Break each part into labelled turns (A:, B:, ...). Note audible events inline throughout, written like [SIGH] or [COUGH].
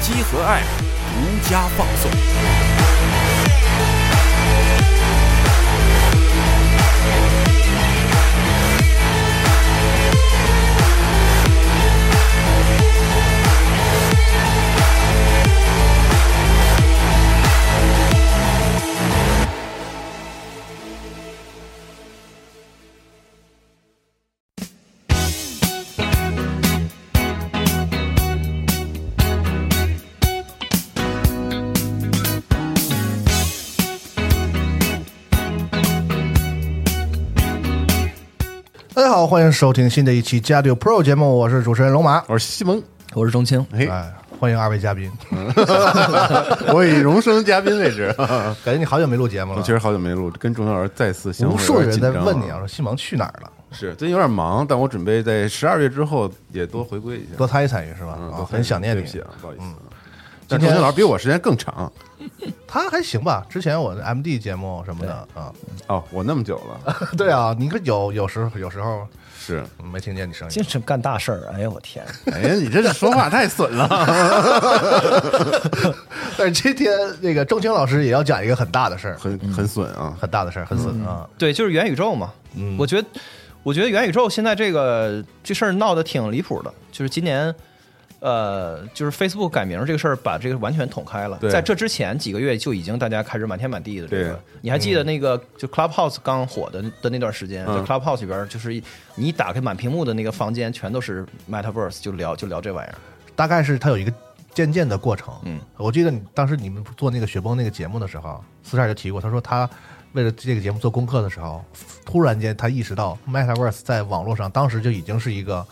A: 积禾 App 独家放送。
B: 大家好，欢迎收听新的一期《加六 Pro》节目，我是主持人龙马。
C: 我是西蒙，
D: 我是钟青，
C: 哎，
B: 哎，欢迎二位嘉宾，
C: 我以荣升嘉宾为止。
B: 感觉你好久没录节目
C: [LAUGHS] 我
B: 了
C: 确。实好久没录，跟钟小老师再次相会，
B: 无数
C: 有
B: 人
C: 点
B: 在
C: 紧张啊
B: 问你啊，说西蒙去哪儿了？
C: 是最近有点忙，但我准备在十二月之后也多回归一下，
B: 多参与参与是吧？
C: 嗯
B: 啊
C: 多参与
B: 很想念
C: 对
B: 你
C: 不。起啊，不好意思啊。
B: 今
C: 但
B: 天
C: 钟小老师比我时间更长
B: 他还行吧？之前我的 MD 节目什么的啊， [LAUGHS]
C: 哦，我那么久了，
B: 对啊，你可有有时候有时候
C: 是，
B: 没听见你声
D: 精
B: 音。
D: 神干大事儿。哎呀，我天，
C: 哎呀，你这是说话太损了，
B: [LAUGHS] 但是今天那个郑清老师也要讲一个很大的事儿，
C: 很很损啊，
B: 很大的事儿，很损啊。
E: [LAUGHS] 对，就是元宇宙嘛。嗯，我觉得，我觉得元宇宙现在这个这事儿闹得挺离谱的。就是今年，呃，就是 Facebook 改名这个事儿，把这个完全捅开了
C: 对。
E: 在这之前几个月就已经大家开始满天满地的这
C: 对
E: 个。你还记得那个就 Clubhouse 刚火的的那段时间，在
C: 嗯
E: Clubhouse 里边儿，就是一你一打开满屏幕的那个房间，全都是 Metaverse，就聊就聊这玩意儿。
B: 大概是它有一个渐渐的过程。嗯，我记得你当时你们做那个雪崩那个节目的时候，四十二就提过，他说他为了这个节目做功课的时候，突然间他意识到 Metaverse 在网络上当时就已经是一个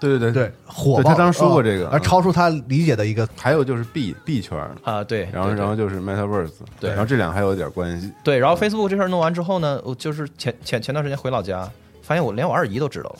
C: 对对
B: 对火爆，
C: 他当时说过这个
B: 呃而
C: 嗯
B: 超出他理解的一个。 [LAUGHS]
C: 还有就是 B B 圈儿，
E: 啊，对，
C: 然后
E: 对对
C: 然后就是 Metaverse，
E: 对
C: 然后这俩还有点关系，
E: 对，然后 Facebook 这事儿弄完之后呢，我就是前前前段时间回老家，发现我连我二姨都知道了，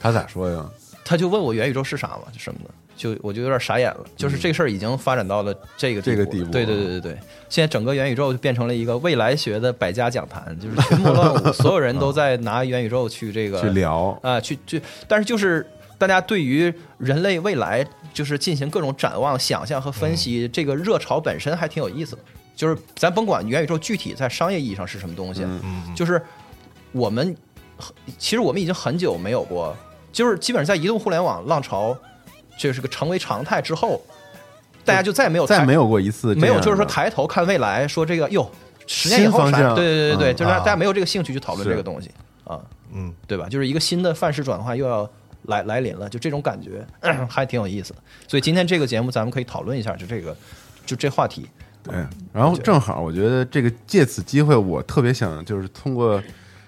C: 他咋说呀？
E: 他就问我元宇宙是啥嘛，就什么的，就我就有点傻眼了。就是这个事儿已经发展到了这个
C: 嗯这个
E: 了
C: 地步
E: 对对对对对。现在整个元宇宙就变成了一个未来学的百家讲坛，就是群魔乱
C: [LAUGHS]
E: 舞，所有人都在拿元宇宙去这个
C: 嗯去聊，
E: 啊、去去，但是就是大家对于人类未来就是进行各种展望、想象和分析，这个热潮本身还挺有意思的。就是咱甭管元宇宙具体在商业意义上是什么东西，
C: 嗯
B: 嗯，
E: 就是我们很其实我们已经很久没有过，就是基本上在移动互联网浪潮这是个成为常态之后，大家就再也没有
C: 再
E: 抬
C: 没有过一次这
E: 哦没有
C: 样
E: 就是说
C: 的
E: 抬头看未来，说这个哟十年以后
C: 新方
E: 啥？
C: 向
E: 对对对对，
C: 嗯
E: 就是大
B: 啊
E: 家没有这个兴趣去讨论
C: 是
E: 这个东西啊，
B: 嗯，
E: 对吧？就是一个新的范式转换又要。来来临了，就这种感觉 [CLEARS THROAT] 还挺有意思的，所以今天这个节目咱们可以讨论一下，就这个，就这话题，
C: 对，然后正好，我觉得这个借此机会，我特别想就是通过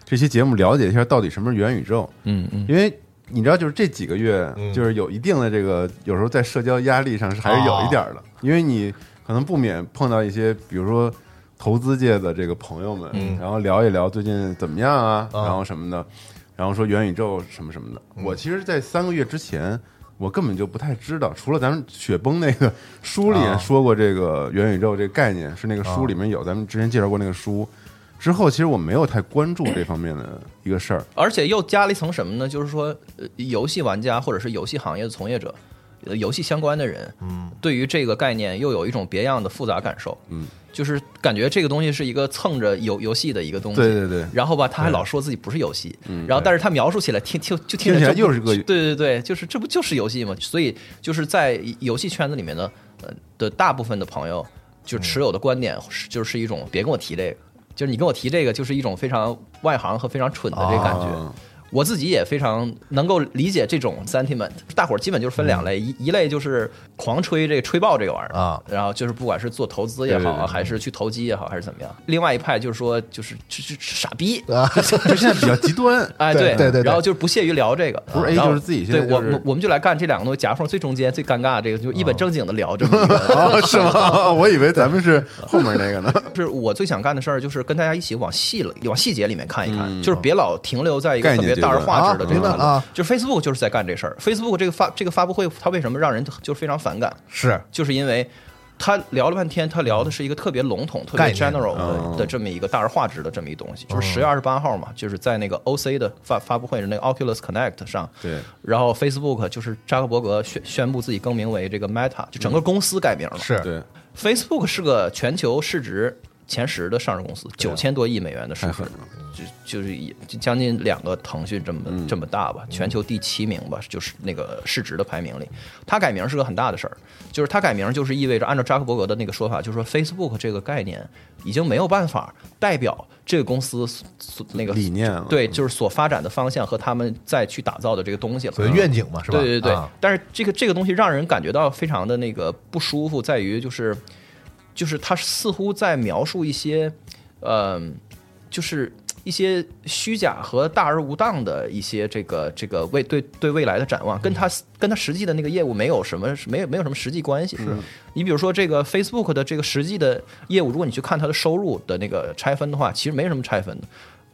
C: 这期节目了解一下到底什么是元宇宙。
E: 嗯嗯，
C: 因为你知道，就是这几个月，就是有一定的这个，有时候在社交压力上是还是有一点儿的，因为你可能不免碰到一些，比如说投资界的这个朋友们，然后聊一聊最近怎么样啊，然后什么的，然后说元宇宙什么什么的。我其实，在三个月之前。我根本就不太知道，除了咱们雪崩那个书里面说过这个元宇宙这个概念，是那个书里面有，咱们之前介绍过那个书。之后，其实我没有太关注这方面的一个事儿。
E: 而且又加了一层什么呢？就是说，呃，游戏玩家或者是游戏行业的从业者，呃游戏相关的人，
B: 嗯，
E: 对于这个概念又有一种别样的复杂感受，
C: 嗯，
E: 就是感觉这个东西是一个蹭着游游戏的一个东西，
C: 对对对嗯
E: 然后吧，他还老说自己不是游戏，然后但是他描述起来听听就听
C: 听起来
E: 这不
C: 又是个
E: 对对对，就是这不就是游戏吗？所以就是在游戏圈子里面的呃的大部分的朋友，就持有的观点是就是一种别跟我提这个，就是你跟我提这个就是一种非常外行和非常蠢的这个感觉。
C: 啊
E: 我自己也非常能够理解这种 sentiment，大伙儿基本就是分两
C: 嗯
E: 类，一一类就是狂吹这个吹爆这个玩意儿
B: 啊
E: 然后就是不管是做投资也好
C: 对对对
E: 啊，还是去投机也好，还是怎么样，另外一派就是说就是就是傻逼，，
C: 啊就现在比较极 [LAUGHS] 端
E: 哎
B: 对对对对
E: 然后就是不屑于聊这个，
C: 不是 A
E: 然后
C: 就是自己现
E: 对
C: 在
E: 我
C: 就是
E: 我我们就来干这两个东西夹缝最中间最尴尬的这个，就一本正经的聊这么一个。
C: 啊，是吗？我以为咱们是后面那个呢，
E: 就是我最想干的事儿，就是跟大家一起往细了、往细节里面看一看，
B: 嗯
E: 就是别老停留在一个
C: 概
E: 特
C: 念
E: 别
C: 阶
E: 大而
C: 段
E: 化之
B: 啊
E: 的这个
B: 明白
E: 讨论
B: 啊
E: 就是 Facebook 就是在干这事儿。Facebook 这个发这个发布会，它为什么让人就是非常反感？
B: 是
E: 就是因为他聊了半天，他聊的是一个特别笼统、特
B: 概
E: 别
B: 念哦
E: general 的
C: 嗯
E: 的这么一个大而化之的这么一东西。就是十月二十八号嘛，就是在那个 OC 的发发布会，那个 Oculus Connect 上，
C: 对
E: 然后 Facebook 就是扎克伯格宣宣布自己更名为这个 Meta，就整个公司改名了。
B: 是，
C: [LAUGHS] 对，
E: Facebook 是个全球市值前十的上市公司，
C: 啊
E: 九千多亿美元的市
C: 太
E: 值
C: 狠，了，
E: 就就是也就将近两个腾讯这么、
C: 嗯
E: 这么大吧，全球第七名吧，就是那个市值的排名里，它改名是个很大的事儿，就是它改名就是意味着按照扎克伯格的那个说法，就是说 Facebook 这个概念已经没有办法代表这个公司所所那个
C: 理念了，
E: 对，就是所发展的方向和他们再去打造的这个东西了，
B: 所谓愿景嘛，是吧？
E: 对对对，
B: 啊
E: 但是这个这个东西让人感觉到非常的那个不舒服，在于就是就是他似乎在描述一些嗯、就是一些虚假和大而无当的一些这个这个未对对未来的展望，跟他
B: 嗯
E: 跟他实际的那个业务没有什么没有没有什么实际关系。是你比如说这个 Facebook 的这个实际的业务，如果你去看它的收入的那个拆分的话，其实没什么拆分的。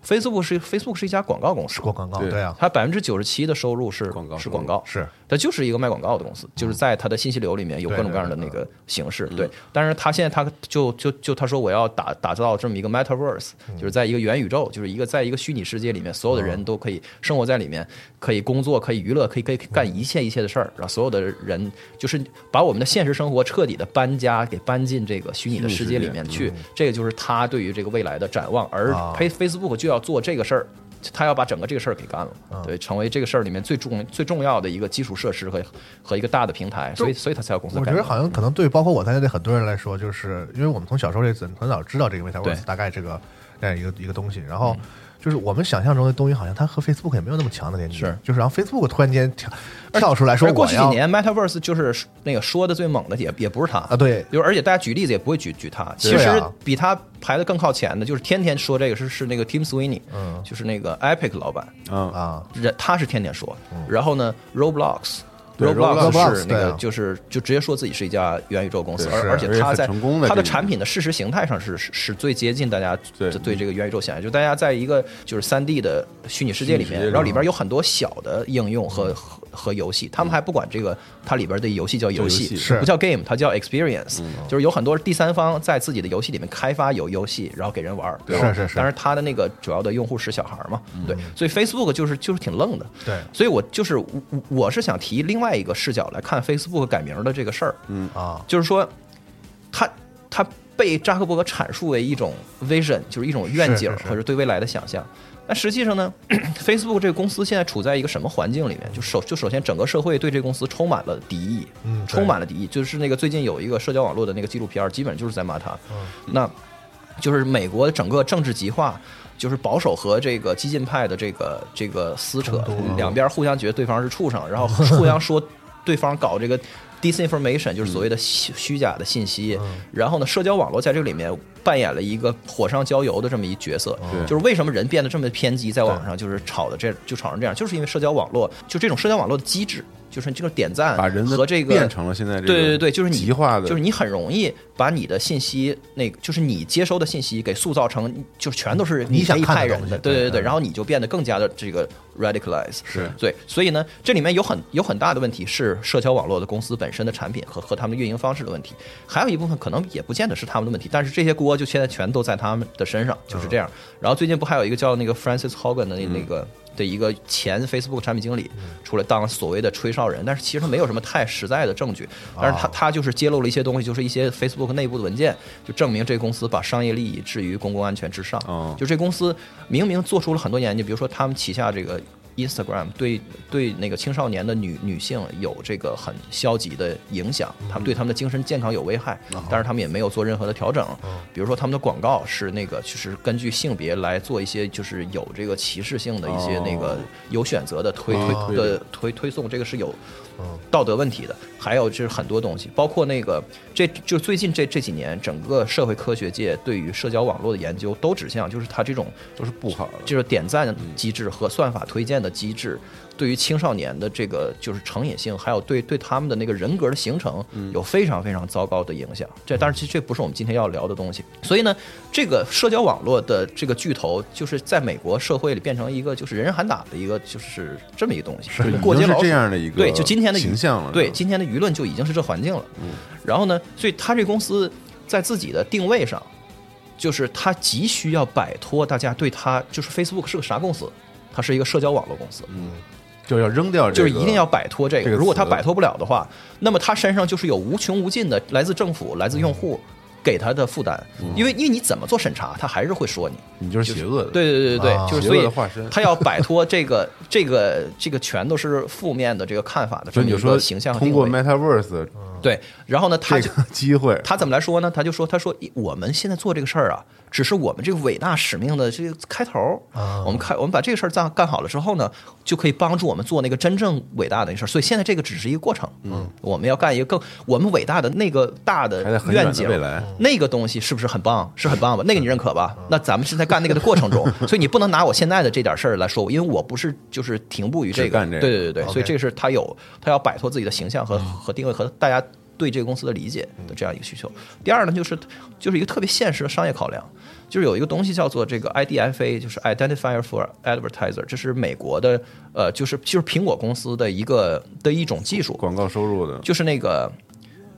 E: Facebook 是 Facebook 是一家广告公司
B: 是，过广告，
C: 对
B: 对啊，
E: 它百分之九十七的收入是
C: 广告
E: 是
C: 收入
E: 广告，
B: 是
E: 它就是一个卖广告的公司，就是在它的信息流里面有各种各样的那个形式。对，嗯但是他现在他就就就他说我要打打造这么一个 metaverse，就是在一个元宇宙，就是一个在一个虚拟世界里面，所有的人都可以生活在里面，可以工作，可以娱乐，可以可以干一切一切的事儿，然后所有的人就是把我们的现实生活彻底的搬家，给搬进这个虚拟的世界里面去。这个就是他对于这个未来的展望，而
B: 嗯啊
E: Face Facebook 就要做这个事儿。他要把整个这个事儿给干
B: 啊
E: 了，对，成为这个事儿里面最重最重要的一个基础设施和和一个大的平台，所以所以他才要公司
B: 我
E: 改
B: 觉
E: 名。
B: 得好像可能对包括我在内的很多人来说，就是因为我们从小时候这次很早知道这个 Metaverse
E: 对嗯
B: 大概这个这样一个一个东西，然后就是我们想象中的东西，好像它和 Facebook 也没有那么强的连接，
E: 是
B: 就是然后 Facebook 突然间跳跳出来说
E: 而过
B: 我
E: 去几
B: 要
E: 年 Metaverse 就是那个说的最猛的也也不是他
B: 啊，对
E: 就是而且大家举例子也不会举举他，其
B: 对
E: 实
B: 啊
E: 比他排的更靠前的就是天天说这个是是那个 Tim Sweeney，
B: 嗯
E: 就是那个 Epic 老板，
C: 啊，
B: 啊，
E: 人他是天天说，然后呢，Roblox。
C: 对
B: Roblox，
E: 是那
B: 对
E: 个
B: 啊，
E: 就是就直接说自己是一家元宇宙公司，
C: 对
E: 而
B: 是
E: 而且
C: 而且
E: 它
C: 很
E: 在
C: 成功的
E: 它的
C: 这个
E: 产品的事实形态上是是是最接近大家
C: 对
E: 对这个元宇宙想象，就大家在一个就是三 D 的虚拟世界里
C: 虚拟世
E: 面，
C: 界
E: 然后里
C: 中
E: 边有很多小的应用和和和游戏，他们还不管这个它里边的游戏叫游
C: 叫
E: 戏，
C: 游戏
B: 是
E: 不叫 game，它叫 experience，就是有很多第三方在自己的游戏里面开发有游戏，然后给人玩儿，
B: 是
E: 吧
B: 是是
E: 但是它的那个主要的用户是小孩儿嘛，对，所以 Facebook 就是就是挺愣的，
B: 对
E: 所以我就是我我我是想提另外一个视角来看 Facebook 改名的这个事儿，
B: 啊，
E: 就是说，它它被扎克伯格阐述为一种 vision，就是一种愿景
B: 是是是
E: 或者对未来的想象。但实际上呢 [CLEARS THROAT] ，Facebook 这个公司现在处在一个什么环境里面？就首就首先整个社会对这个公司充满了敌意，
B: 嗯对
E: 充满了敌意。就是那个最近有一个社交网络的那个纪录片儿，基本就是在骂他。
B: 嗯
E: 那就是美国整个政治极化，就是保守和这个激进派的这个这个撕扯，
B: 啊
E: 两边互相觉得对方是畜生，
C: [LAUGHS]
E: 然后互相说对方搞这个 disinformation，就是所谓的虚虚假的信息。
C: 嗯
E: 然后呢，社交网络在这个里面扮演了一个火上浇油的这么一角色。
C: 对
E: 就是为什么人变得这么偏激，在网上就是吵的这就吵成这样，就是因为社交网络就这种社交网络的机制，就是这个点赞
C: 把人的
E: 和这个
C: 变成了现在这个
E: 对对对，就是你
C: 极化的，
E: 就是你很容易把你的信息，那个就是你接收的信息给塑造成，就是全都是
B: 你想
E: 这一
B: 看的
E: 派
B: 东
E: 人
B: 西
E: 的，对对
B: 嗯
E: 对，然后你就变得更加的这个 radicalize，
C: 是
E: 对，所以呢，这里面有很有很大的问题是社交网络的公司本身的产品和和他们的运营方式的问题，还有一部分可能也不见得是他们的问题，但是这些锅就
C: 嗯
E: 现在全都在他们的身上，就是这样。然后最近不还有一个叫那个 Francis Hogan 的那那个。的一个前 Facebook 产品经理出来当所谓的吹哨人，但是其实没有什么太实在的证据，但
C: 哦
E: 是他他就是揭露了一些东西，就是一些 Facebook 内部的文件，就证明这公司把商业利益置于公共安全之上
C: 哦。
E: 就这公司明明做出了很多研究，比如说他们旗下这个 Instagram 对对那个青少年的女女性有这个很消极的影响，他们对他们的精神健康有危害，但是他们也没有做任何的调整。比如说他们的广告是那个就是根据性别来做一些就是有这个歧视性的一些那个
C: 哦
E: 有选择的推哦推的推推送，这个是有道德问题的。还有就是很多东西，包括那个这就最近这这几年整个社会科学界对于社交网络的研究都指向就是它这种
C: 都是不好的。
E: 就是点赞机制和算法推荐的机制，对于青少年的这个就是成瘾性，还有对对他们的那个人格的形成有非常非常糟糕的影响。这当然，其实这不是我们今天要聊的东西。所以呢，这个社交网络的这个巨头，就是在美国社会里变成一个就是人人喊打的一个就是这么一个东西，
C: 已经
E: 过街
C: 是
E: 老鼠
C: 这样的一个
E: 对，就今天的舆
C: 形象了是
E: 对
C: 吧嗯
E: 今天的舆论就已经是这环境了。然后呢，所以他这公司在自己的定位上。就是它急需要摆脱大家对它，就是 Facebook 是个啥公司？它是一个社交网络公司，
C: 就要扔嗯掉这
E: 就
C: 个，
E: 是一定要摆脱这
C: 这
E: 个。
C: 个词
E: 如果它摆脱不了的话，那么它身上就是有无穷无尽的来自政府、来自用户
C: 嗯
E: 给它的负担，因为因为你怎么做审查，它还是会说你。
C: 你就是邪恶的，
E: 对对对对
B: 啊
E: 对，就是所
C: 邪恶
E: 以
C: 的化身
E: 他要摆脱这个这个这个全都是负面的这个看法的这
C: 所以
E: 么
C: 你
E: 一
C: 就说
E: 个形象和
C: 通
E: 定
C: 过
E: 位。
C: MetaVerse
E: 对，然后呢，他
C: 这
E: 就
C: 个机会，
E: 他怎么来说呢？他就说：“他说我们现在做这个事儿啊，只是我们这个伟大使命的这个开头儿。
C: 啊
E: 我们开我们把这个事儿干干好了之后呢，就可以帮助我们做那个真正伟大的事儿。所以现在这个只是一个过程。嗯，我们要干一个更我们伟大的那个大的
C: 还在很远的
E: 愿景
C: 未来，嗯
E: 那个东西是不是很棒？是很棒吧？那个你认可吧？那咱们是在干那个的过程中，所以你不能拿我现在的这点事儿来说我，因为我不是就是停步于这
C: 只
E: 个。
C: 干这个
E: 对对对对，
B: OK
E: 所以这个是他有他要摆脱自己的形象和、和定位和大家对这个公司的理解的这样一个需求。第二呢，就是就是一个特别现实的商业考量，就是有一个东西叫做这个 IDFA，就是 Identifier for Advertiser，这是美国的呃，就是就是苹果公司的一个的一种技术，
C: 广告收入的，
E: 就是那个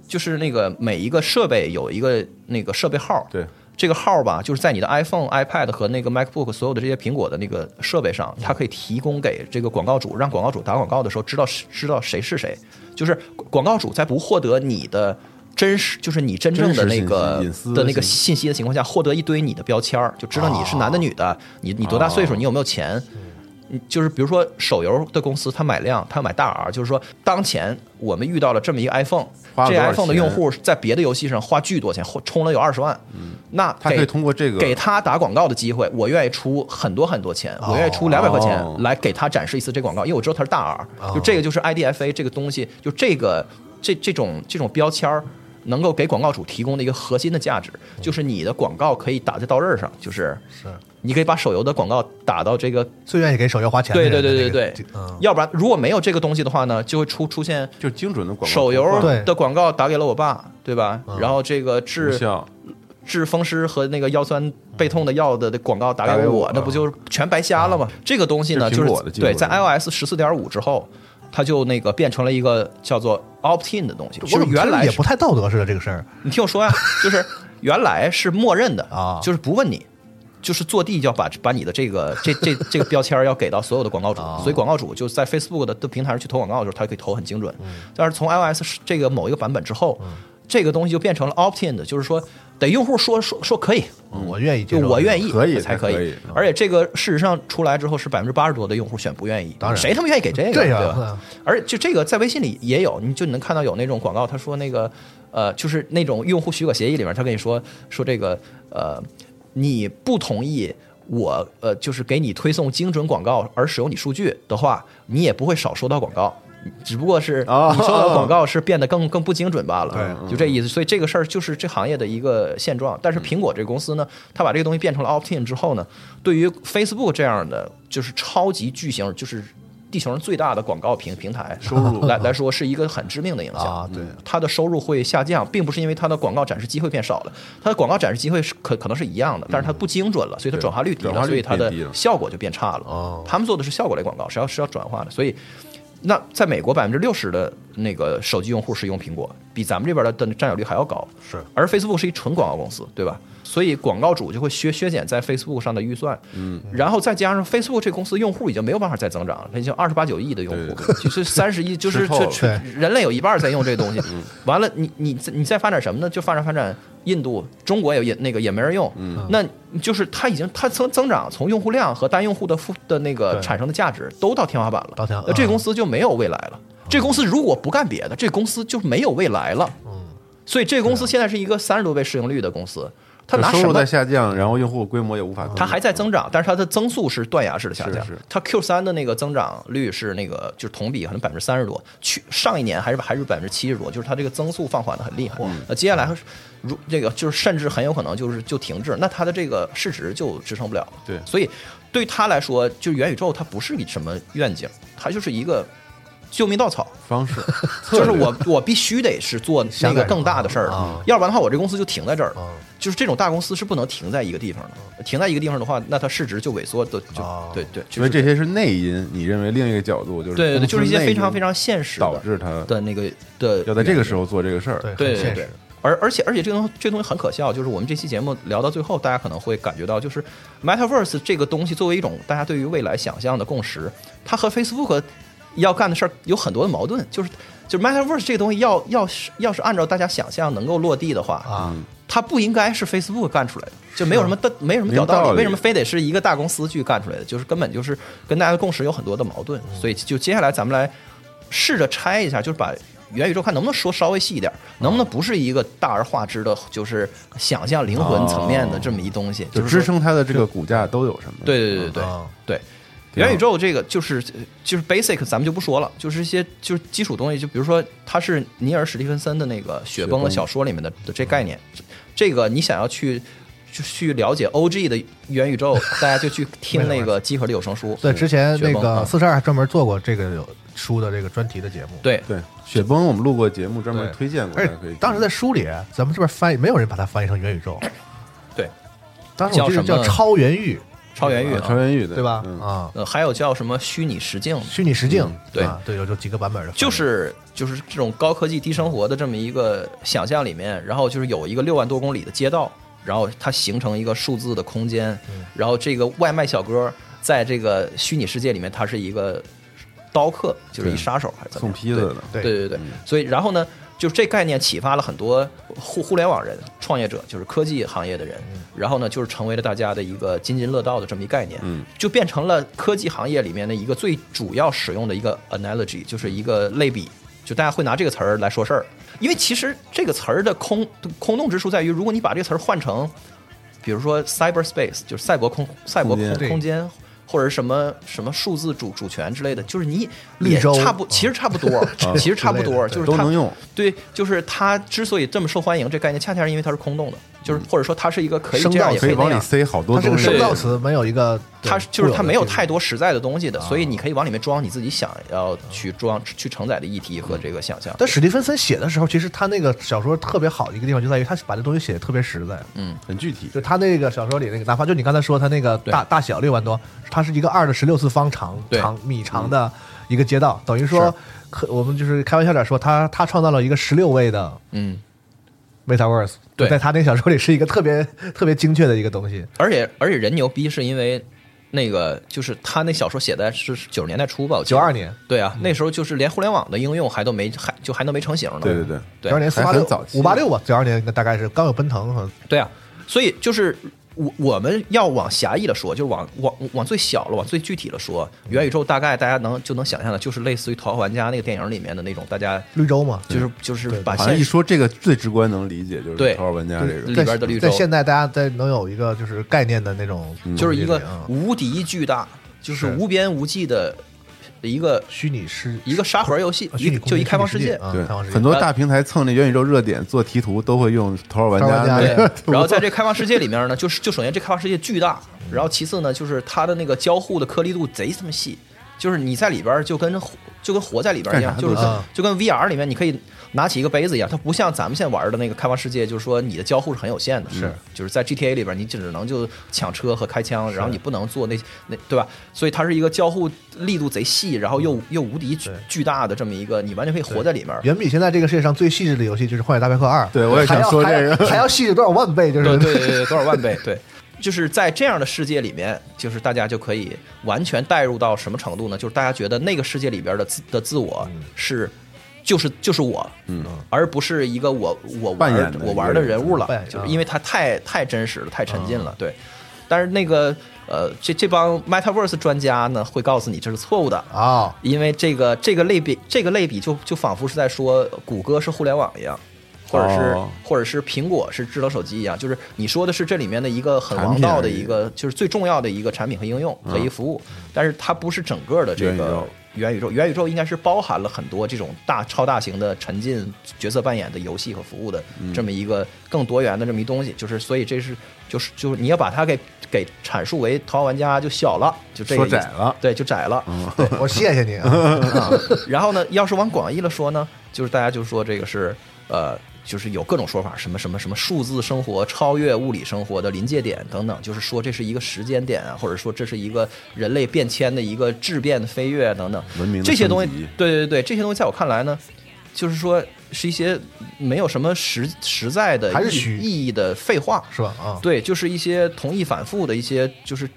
E: 就是那个每一个设备有一个那个设备号，
C: 对，
E: 这个号吧，就是在你的 iPhone、iPad 和那个 MacBook 所有的这些苹果的那个设备上，它可以提供给这个广告主，让广告主打广告的时候知道是知道谁是谁。就是广告主在不获得你的真实，就是你真正的
C: 真实
E: 那
C: 信息
E: 个
C: 隐私
E: 的那个
C: 信息啊
E: 信息的情况下，获得一堆你的标签儿，就知道你是男的、女的，你你多大岁数，你有没有钱。
C: 嗯
E: 你就是比如说手游的公司，它买量，它买大 R，就是说当前我们遇到了这么一个 iPhone，
C: 花了
E: 这
C: 多少
E: iPhone 的
C: 钱
E: 用户在别的游戏上花巨多钱，花充了有二十万，那
C: 嗯他可以
E: 给
C: 通过这个
E: 给他打广告的机会，我愿意出很多很多钱，我愿意出两百块钱
C: 哦
E: 来给他展示一次这广告，因为我知道他是大 R，就这个就是 IDFA 这个东西，就这个这这种这种标签儿。能够给广告主提供的一个核心的价值，
C: 哦
E: 就是你的广告可以打在刀刃上，就是
B: 是
E: 你可以把手游的广告打到这个
B: 最愿意给手游花钱的
E: 对
B: 人
E: 对
B: 的那
E: 对对
B: 个。
E: 对，
B: 嗯，
E: 要不然如果没有这个东西的话呢，就会出出现
C: 就是精准的广告
E: 手游
C: 投放嗯
B: 对
E: 的广告打给了我爸，对吧？然后这个
C: 无
E: 治
C: 效，
E: 治风湿和那个腰酸背痛的药的的广告打
C: 打
E: 给
C: 给我嗯啊
E: 我，那不就是全白瞎了吗？这个东西呢，
C: 这
E: 就
C: 苹果的
E: 是
C: 技术
E: 对，在
C: 是吧
E: iOS 十四点五之后，它就那个变成了一个叫做 opt in 的东西，
B: 我
E: 就
B: 怎
E: 是
B: 么
E: 原
B: 听着
E: 来
B: 也
E: 是
B: 不太道德似的这个事儿，
E: 你听我
B: [LAUGHS]
E: 说呀、就是原来是默认的
B: 啊
E: 就是不问你，就是坐地就要把把你的这个这这这个标签儿要给到所有的广告主，
B: 啊
E: 所以广告主就在 Facebook 的的平台上去投广告的时候，他可以投很精准。
B: 嗯
E: 但是从 iOS 是这个某一个版本之后，这个东西就变成了 opt in 的，就是说得用户说说说可以，
B: 嗯我愿意接
E: 就
B: 受，
E: 我愿意
C: 可以才
E: 才可
C: 可以
B: 嗯
E: 而且这个事实上出来之后是百分之八十多的用户选不愿意，
B: 当然
E: 谁他妈愿意给这个
B: 这样
E: 对吧
B: 嗯？
E: 而且就这个在微信里也有，你就你能看到有那种广告，他说那个呃，就是那种用户许可协议里面，他跟你说说这个呃，你不同意。我呃，就是给你推送精准广告而使用你数据的话，你也不会少收到广告，只不过是
C: 哦
E: 你收到的广告是变得更更不精准罢了。
B: 对
E: 就这意思。所以这个事儿就是这行业的一个现状。但是苹果这个公司呢，它把这个东西变成了 opt in 之后呢，对于 Facebook 这样的就是超级巨型，就是地球上最大的广告平
C: [LAUGHS]
E: 平台收入 [LAUGHS] 来来说，是一个很致命的影响嗯
B: 啊对，
E: 它的收入会下降，并不是因为它的广告展示机会变少了，它的广告展示机会是可可能是一样的，但是它不精准了，所以它转化率低
C: 转化
E: 了，
C: 率
E: 所以它的
C: 变低了哦
E: 效果就变差了。他们做的是效果类广告，是要是要转化的，所以那在美国百分之六十的那个手机用户是用苹果，比咱们这边的占占有率还要高。
B: 是，
E: 而 Facebook 是一纯广告公司，对吧？所以广告主就会削削减在 Facebook 上的预算，嗯，然后再加上 Facebook 这公司用户已经没有办法再增长了，它已经二十八九亿的用户，就是三十亿，就是
C: 吃透了
E: 就
B: 对
E: 人类有一半在用这东西，完了你你你再发展什么呢？就发展发展印度、中国也也那个也没人用，那就是它已经它增增长从用户量和单用户的付的那个
B: 对
E: 产生的价值都到天花板了，
B: 到天花
E: 那这
C: 啊
B: 嗯
E: 公司就没有未来了。
C: 嗯
E: 这公司如果不干别的，这公司就没有未来了。
C: 嗯
E: 所以这个公司现在是一个三十多倍市盈率的公司，它
C: 就
E: 拿
C: 啊收
E: 什
C: 入
E: 么
C: 在？下降，然后用户规模也无法增
E: 它
C: 长，
E: 还在增长，但是它的增速是断崖式的下降
C: 是是。
E: 它 Q 三的那个增长率是那个就是同比可能百分之三十多，去上一年还是还是百分之七十多，就是它这个增速放缓的很厉害。那接下来如这个就是甚至很有可能就是就停滞，那它的这个市值就支撑不了了。
C: 对
E: 所以对它来说，就元宇宙它不是一什么愿景，它就是一个救命稻草。
C: 方式
E: 就是我我必须得
C: [LAUGHS]
E: 是做那个更大的事儿
B: 啊
E: 了，要不然的话我这公司就停在这儿
B: 啊
E: 了。就是这种大公司是不能停在一个地方的，停在一个地方的话，那它市值就萎缩的，就
B: 啊
E: 对对，
C: 因
E: [LAUGHS] 就
C: 为
E: 是
C: 这些是内因，你认为另一个角度就是
E: 对对对，就是一些
C: 公司内
E: 非
C: 因
E: 常非常现实
C: 导
E: 的
C: 致它
E: 的那个的，
C: 要在这个时候做这个事儿，
B: 对，很
E: 对对
B: 现
E: 对
B: 实。。
E: 而而且而且这个东这东西很可笑，就是我们这期节目聊到最后，大家可能会感觉到，就是 Metaverse 这个东西作为一种大家对于未来想象的共识，它和 Facebook 要干的事儿有很多的矛盾，就是就是 Metaverse 这个东西要要是要是按照大家想象能够落地的话
B: 啊，
E: 它不应该是 Facebook 干出来的，就没有什么的没有什么屌
C: 没
E: 道
C: 啊道理
E: 为什么非得是一个大公司去干出来的？就是根本就是跟大家的共识有很多的矛盾，
C: 嗯
E: 所以就接下来咱们来试着拆一下，就是把元宇宙看能不能说稍微细一点，
C: 嗯
E: 能不能不是一个大而化之的，就是想象灵魂层面的这么一东西，
C: 嗯就是支
E: 说
C: 撑它的这个股价都有什么？嗯
E: 对对对对对
B: 啊
E: 对。
C: 挺好
E: 元宇宙这个就是就是 basic，咱们就不说了，就是一些就是基础东西，就比如说它是尼尔史蒂芬森的那个《雪崩》的小说里面的的这概念，这个你想要去去去了解 OG 的元宇宙，大家就去听那个集合的有声书。
B: 对，之前那
E: 雪崩
B: 个
E: 啊
B: 四十二还专门做过这个有书的这个专题的节目。
E: 对
C: 对，雪崩我们录过节目，专门
B: 对
C: 推荐过，
B: 而
C: 大家可以
B: 且。当时在书里，咱们这边翻译没有人把它翻译成元宇宙，
E: 对，
B: 当时我记得
E: 叫什
B: 叫
E: 么
B: 超元域，
E: 超元宇
C: 啊超
E: 啊，
C: 元域的
B: 对吧？
C: 嗯
B: 啊，
E: 呃，还有叫什么虚拟实境，
B: 虚拟实境，
E: 嗯对
B: 啊对，有有几个版本的翻译，
E: 就是就是这种高科技低生活的这么一个想象里面，然后就是有一个六万多公里的街道，然后它形成一个数字的空间，
B: 嗯
E: 然后这个外卖小哥在这个虚拟世界里面，他是一个刀客，就是一
C: 对
E: 杀手还是怎么
C: 送
E: 样
C: 披萨的，
B: 对
E: 对对对，
C: 嗯
E: 所以然后呢，就这概念启发了很多互互联网人、创业者，就是科技行业的人，
B: 嗯
E: 然后呢，就是成为了大家的一个津津乐道的这么一概念，
C: 嗯，
E: 就变成了科技行业里面的一个最主要使用的一个 analogy，就是一个类比，就大家会拿这个词儿来说事儿，因为其实这个词儿的空空洞之处在于，如果你把这个词儿换成，比如说 cyberspace，就是赛博空赛博
C: 空
E: 空
B: 间
E: 空间。或者什么什么数字主主权之类的，就是你
B: 绿
E: 也
B: 洲
E: 差不，其实差不
B: [LAUGHS]
E: 多，其实差不多，
B: 之类的
E: 就是
C: 都
E: 它
C: 能用。
E: 对，就是它之所以这么受欢迎，这概念恰恰是因为它是空洞的，就是或者说它是一个可以
B: 声
E: 这样
B: 道
E: 也
C: 可以
E: 以那
C: 往里
E: 样，
C: 塞好多
B: 它是
C: 东
B: 个
C: 西，
B: 声道词，没有一个，对
E: 它就是它没有
B: 固有的
E: 太多实在的东西的，所以你可以往里面装你自己想要去装去承载的议题和这个想象。
B: 但史蒂芬森写的时候，其实他那个小说特别好的一个地方就在于他把这东西写的特别实在，
C: 很具体。
B: 就他那个小说里那个，哪怕就你刚才说他那个大大小六万多，它是一个二的十六次方长
E: 对嗯
B: 长米长的一个街道，等于说，可我们就是开玩笑点说，他他创造了一个十六位的
E: 嗯，
B: metaverse，
E: 对
B: 在他那个小说里是一个特别特别精确的一个东西，
E: 而且而且人牛逼是因为那个就是他那小说写的是九十年代初吧，我记
B: 九
E: 得
B: 二。年，
E: 对啊，那时候就是连互联网的应用还都没还就还都没成型呢。
C: 对对对，
E: 对
B: 九二年四八
C: 还
B: 六
C: 很早期
B: 五八六吧，九二年应该大概是刚有奔腾，好像
E: 对啊，所以就是我我们要往狭义了说，就是往往往最小了，往最具体了说，元宇宙大概大家能就能想象的，就是类似于《逃跑玩家》那个电影里面的那种，大家
B: 绿洲嘛，
E: 就是就是把
C: 好像
E: 现
C: 一
E: 实
C: 说这个最直观能理解就是《
E: 对
C: 头号玩家》这个
E: 里
B: 在
E: 边的绿洲嗯
B: 在现在大家在能有一个就是概念的那种东西里啊，
E: 就是一个无敌巨大，就是
B: 是
E: 无边无际的一个
B: 虚拟世
E: 一个沙盒游戏，
B: 啊虚
E: 一
B: 拟
E: 个
B: 空间
E: 就一开放
B: 虚
E: 世
B: 拟
E: 界。
B: 啊，
C: 对
B: 开放世，界
C: 很多大平台蹭那元宇宙热点做题图都会用《头号玩
B: 头号
C: 家
B: 玩》家
C: 那
E: 对
C: 个，
E: 然后在这开放世界里面呢，就是就首先这开放世界巨大，然后其次呢，就是它的那个交互的颗粒度贼他妈细，就是你在里边儿就跟就跟活在里边一样，
C: 干啥都
E: 就是跟
B: 啊
E: 就跟 VR 里面你可以拿起一个杯子一样，它不像咱们现在玩的那个开放世界，就是说你的交互是很有限的，是就是在 GTA 里边你只能就抢车和开枪，然后你不能做那那对吧？所以它是一个交互力度贼细，然后又又无敌巨巨大的这么一个，你完全可以活在里面。
B: 远比现在这个世界上最细致的游戏就是《荒野大镖客二》，
C: 对我也想
B: 还要
C: 说
B: 还
C: 这
B: 要
C: 个
B: 还要细致多少万倍？就是
C: [LAUGHS]
E: 对对对对，多少万倍？对，就是在这样的世界里面，就是大家就可以完全带入到什么程度呢？就是大家觉得那个世界里边的自的自我
C: 嗯
E: 是。就是就是我，嗯，而不是一个我我玩
C: 扮演的
E: 我
C: 一
E: 玩
C: 个
E: 的
C: 人
E: 人物了
B: 扮演，
E: 就
B: 啊
E: 是因为它太太真实了，太沉浸
C: 啊
E: 了，对。但是那个呃，这这帮 MetaVerse 专家呢，会告诉你这是错误的
B: [LAUGHS] 啊，
E: 因为这个这个类比，这个类比就就仿佛是在说谷歌是互联网一样，或者是、
C: 哦
E: 或者是苹果是智能手机一样，就是你说的是这里面的一个很
C: 产品
E: 王道的
C: 而已嗯
E: 一个，就是最重要的一个产品和应用和一个服务，但是它不是整个的这
C: 元宇
E: 个
C: 宙
E: 元宇宙，元宇宙应该是包含了很多这种大超大型的沉浸角色扮演的游戏和服务的
C: 嗯
E: 这么一个更多元的这么一东西，就是所以这是就是就是你要把它给给阐述为《头号玩家》就小了，就这个
C: 说
E: 意思
C: 窄了嗯
E: 对，就窄了，
B: 我谢谢你啊，
E: 啊， [LAUGHS] 然后呢，要是往广义了说呢，就是大家就说这个是呃，就是有各种说法，什么什么什么数字生活超越物理生活的临界点等等，就是说这是一个时间点啊，或者说这是一个人类变迁的一个质变的飞跃等等，
C: 文明的
E: 这些东西
C: 升级，
E: 对对对，这些东西在我看来呢，就是说是一些没有什么实实在的
B: 还是
E: 意义
B: 虚
E: 意义的废话，
B: 是吧？啊，
E: 对，就是一些同义反复的一些就是。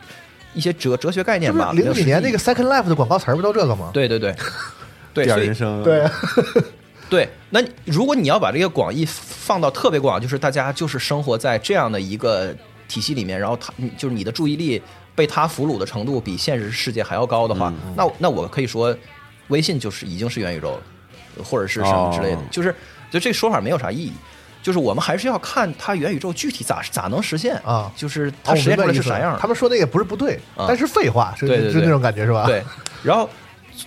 E: 一些哲哲学概
B: 这
E: 念
B: 不
E: 吧，
B: 是零
E: 没有
B: 几
E: 实
B: 年
E: 际
B: 那个 Second Life 的广告词儿不都这个吗？
E: 对
B: [LAUGHS]
E: 对对，对，啊
C: 第二
E: 所以
C: 人啊生，
B: 对，
E: 对，那你如果你要把这个广义放到特别广，就是大家就是生活在这样的一个体系里面，然后他你就是你的注意力被他俘虏的程度比现实世界还要高的话，
B: 嗯
E: 那那我可以说，微信就是已经是元宇宙了，或者是什么之类的，
C: 哦
E: 就是就这个说法没有啥意义。就是我们还是要看它元宇宙具体咋咋能实现
B: 啊
E: 就是
B: 哦
E: 它
B: 我
E: 实现出
B: 明白
E: 来
B: 意
E: 是
B: 思了
E: 啥样的
B: 他们说那个不是不对，
E: 啊
B: 但是废话，是
E: 对对对
B: 是那种感觉是吧？
E: 对，然后，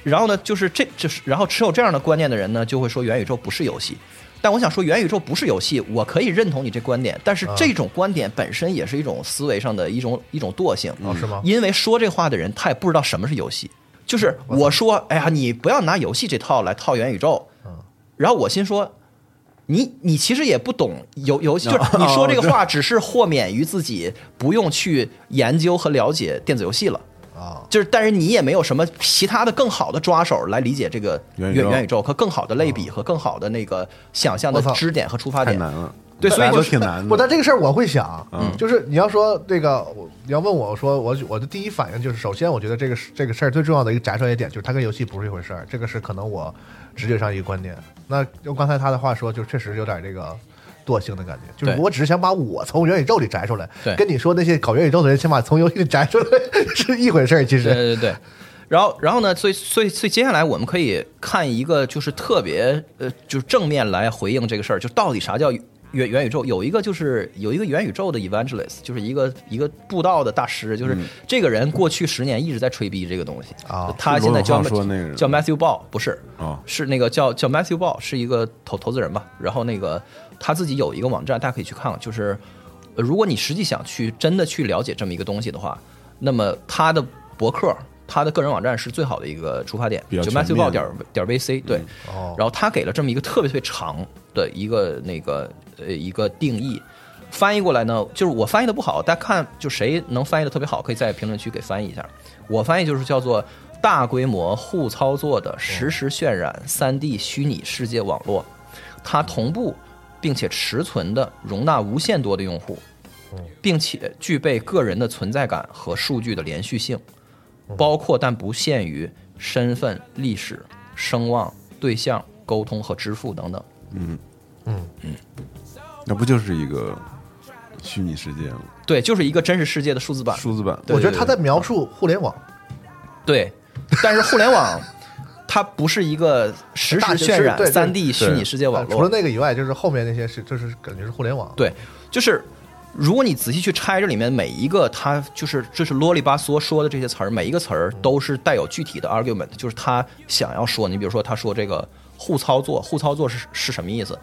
E: 然后呢，就是这这是，然后持有这样的观念的人呢，就会说元宇宙不是游戏。但我想说，元宇宙不是游戏，我可以认同你这观点，
B: 嗯
E: 但是这种观点本身也是一种思维上的一种一种惰性，
B: 哦是吗
E: 因为说这话的人他也不知道什么是游戏，就是我说，哎呀，你不要拿游戏这套来套元宇宙，
B: 嗯
E: 然后我心说。你你其实也不懂游游戏，就是你
B: 哦
E: 说这个话只是豁免于自己不用去研究和了解电子游戏了。
B: 啊，
E: 就是，但是你也没有什么其他的更好的抓手来理解这个
C: 元
E: 元
C: 宇宙哦
E: 元宇宙和更好的类比和更好的那个想象的
B: 我操
E: 支点和出发
C: 太
E: 点。
C: 难了，
E: 对所以
C: 大家
E: 就
C: 都
E: 是
C: 挺难
B: 不，但
C: 的，
B: 这个事儿我会想，
E: 嗯
B: 就是你要说这个，我你要问我说，我我的第一反应就是，首先我觉得这个是这个事儿最重要的一个假设一点，就是它跟游戏不是一回事儿，这个是可能我直觉上一个观点。那用刚才他的话说，就确实有点这个。惰性的感觉，就是
E: 对
B: 我只是想把我从元宇宙里摘出来，
E: 对
B: 跟你说那些搞元宇宙的人想把从游戏里摘出来是一回事儿。其
E: 对
B: 实，
E: 对对。然后，然后呢？所以，所以，所以，接下来我们可以看一个，就是特别呃，就是正面来回应这个事儿，就到底啥叫元元宇宙？有一个就是有一个元宇宙的 evangelist，就是一个一个布道的大师，就是
C: 嗯
E: 这个人过去十年一直在吹逼这个东西
B: 啊
E: 他现在叫
C: 是罗永浩说那个人
E: 叫 Matthew Ball，不是
C: 哦
E: 是那个叫叫 Matthew Ball，是一个投投资人吧。然后那个他自己有一个网站，大家可以去看看。就是呃如果你实际想去真的去了解这么一个东西的话，那么他的博客、他的个人网站是最好的一个出发点，
C: 比较
E: 就
C: 全
E: Matthew
C: 面嗯
E: Ball 点儿点儿 VC 对。
B: 哦
E: 然后他给了这么一个特别特别长的一个那个呃一个定义。翻译过来呢，就是我翻译的不好，大家看就谁能翻译的特别好，可以在评论区给翻译一下。我翻译就是叫做大规模互操作的实时渲染 3D 虚拟世界网络，它同步并且持存的容纳无限多的用户，并且具备个人的存在感和数据的连续性，包括但不限于身份、历史、声望、对象、沟通和支付等等。
C: 那不就是一个虚拟世界吗？
E: 对，就是一个真实世界的数字版。
C: 数字版，
B: 我觉得他在描述互联网，
E: 对，但是互联网它不是一个实时
B: 大型
E: 渲染
B: 对对
E: 3 D 虚拟世界网
B: 呃除了
E: 络。
B: 那个以外，就是后面那些是就是感觉是互联网。
E: 对，就是如果你仔细去拆这里面每一个它就是这是啰里吧嗦说的这些词儿，每一个词儿都是带有具体的 argument，就是他想要说。你比如说，他说这个互操作，互操作是是什么意思？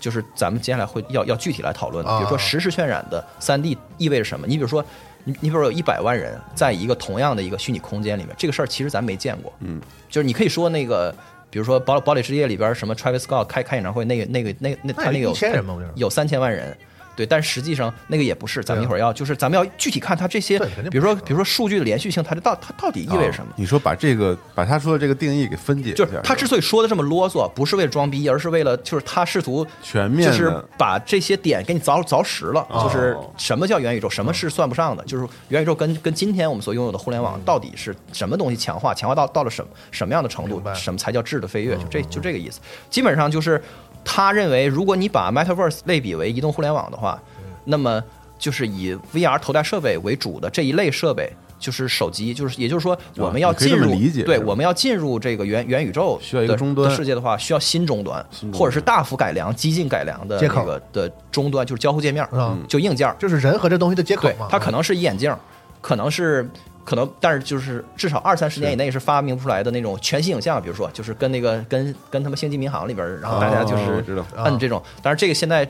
E: 就是咱们接下来会要要具体来讨论的，比如说
B: 啊
E: 实时渲染的3 D 意味着什么？你比如说，你你比如说有一百万人在一个同样的一个虚拟空间里面，这个事儿其实咱没见过。嗯，就是你可以说那个，比如说《堡堡垒之夜》里边什么 Travis Scott 开开演唱会，那个那个那那
B: 那
E: 他那个有
B: 一千人吧我觉得
E: 有三千万人。对，但实际上那个也不是，咱们一会儿要就是咱们要具体看它这些
B: 啊对肯定，不
E: 比如说
B: 是啊
E: 比如说数据的连续性，它这到它到底意味着什么
C: 啊？你说把这个把他说的这个定义给分解一下，
E: 就是他
C: 是吧哦
E: 之所以说的这么啰嗦，不是为了装逼，而是为了就是他试图
C: 全面
E: 就
C: 的
E: 是把这些点给你凿凿实了，
C: 哦嗯
E: 就是什么叫元宇宙，什么是算不上的，就是元宇宙跟跟今天我们所拥有的互联网到底是什么东西强化，强化到到了什么什么样的程度
B: 明，白
E: 什么才叫质的飞跃，就这
C: 嗯
E: 就这个意思。基本上就是他认为，如果你把 Metaverse 类比为移动互联网的话，
C: 嗯
E: 那么就是以 VR 头戴设备为主的这一类设备。就是手机，就是也就是说，我们要
C: 啊你可以这
E: 进
C: 么
E: 入，
C: 理解
E: 对
C: 是吧
E: 我们要进入这个元元宇宙
C: 需要一个
E: 的
C: 终端
E: 的世界的话，需要新终端，
C: 新终端
E: 或者是大幅改良、激进改良的
B: 接口
E: 那个的终端，就是交互界面，
C: 啊
B: 嗯
E: 就硬件儿。
B: 就是人和这东西的接口
E: 对
B: 嘛，，
E: 它可能是一眼镜儿，可能是可能，但是就是至少二三十年以内是发明不出来的那种全息影像，比如说就是跟那个跟跟他们星际民航里边儿，然后大家就
C: 哦我
E: 是
C: 知道
B: 啊
E: 摁这种，但是这个现在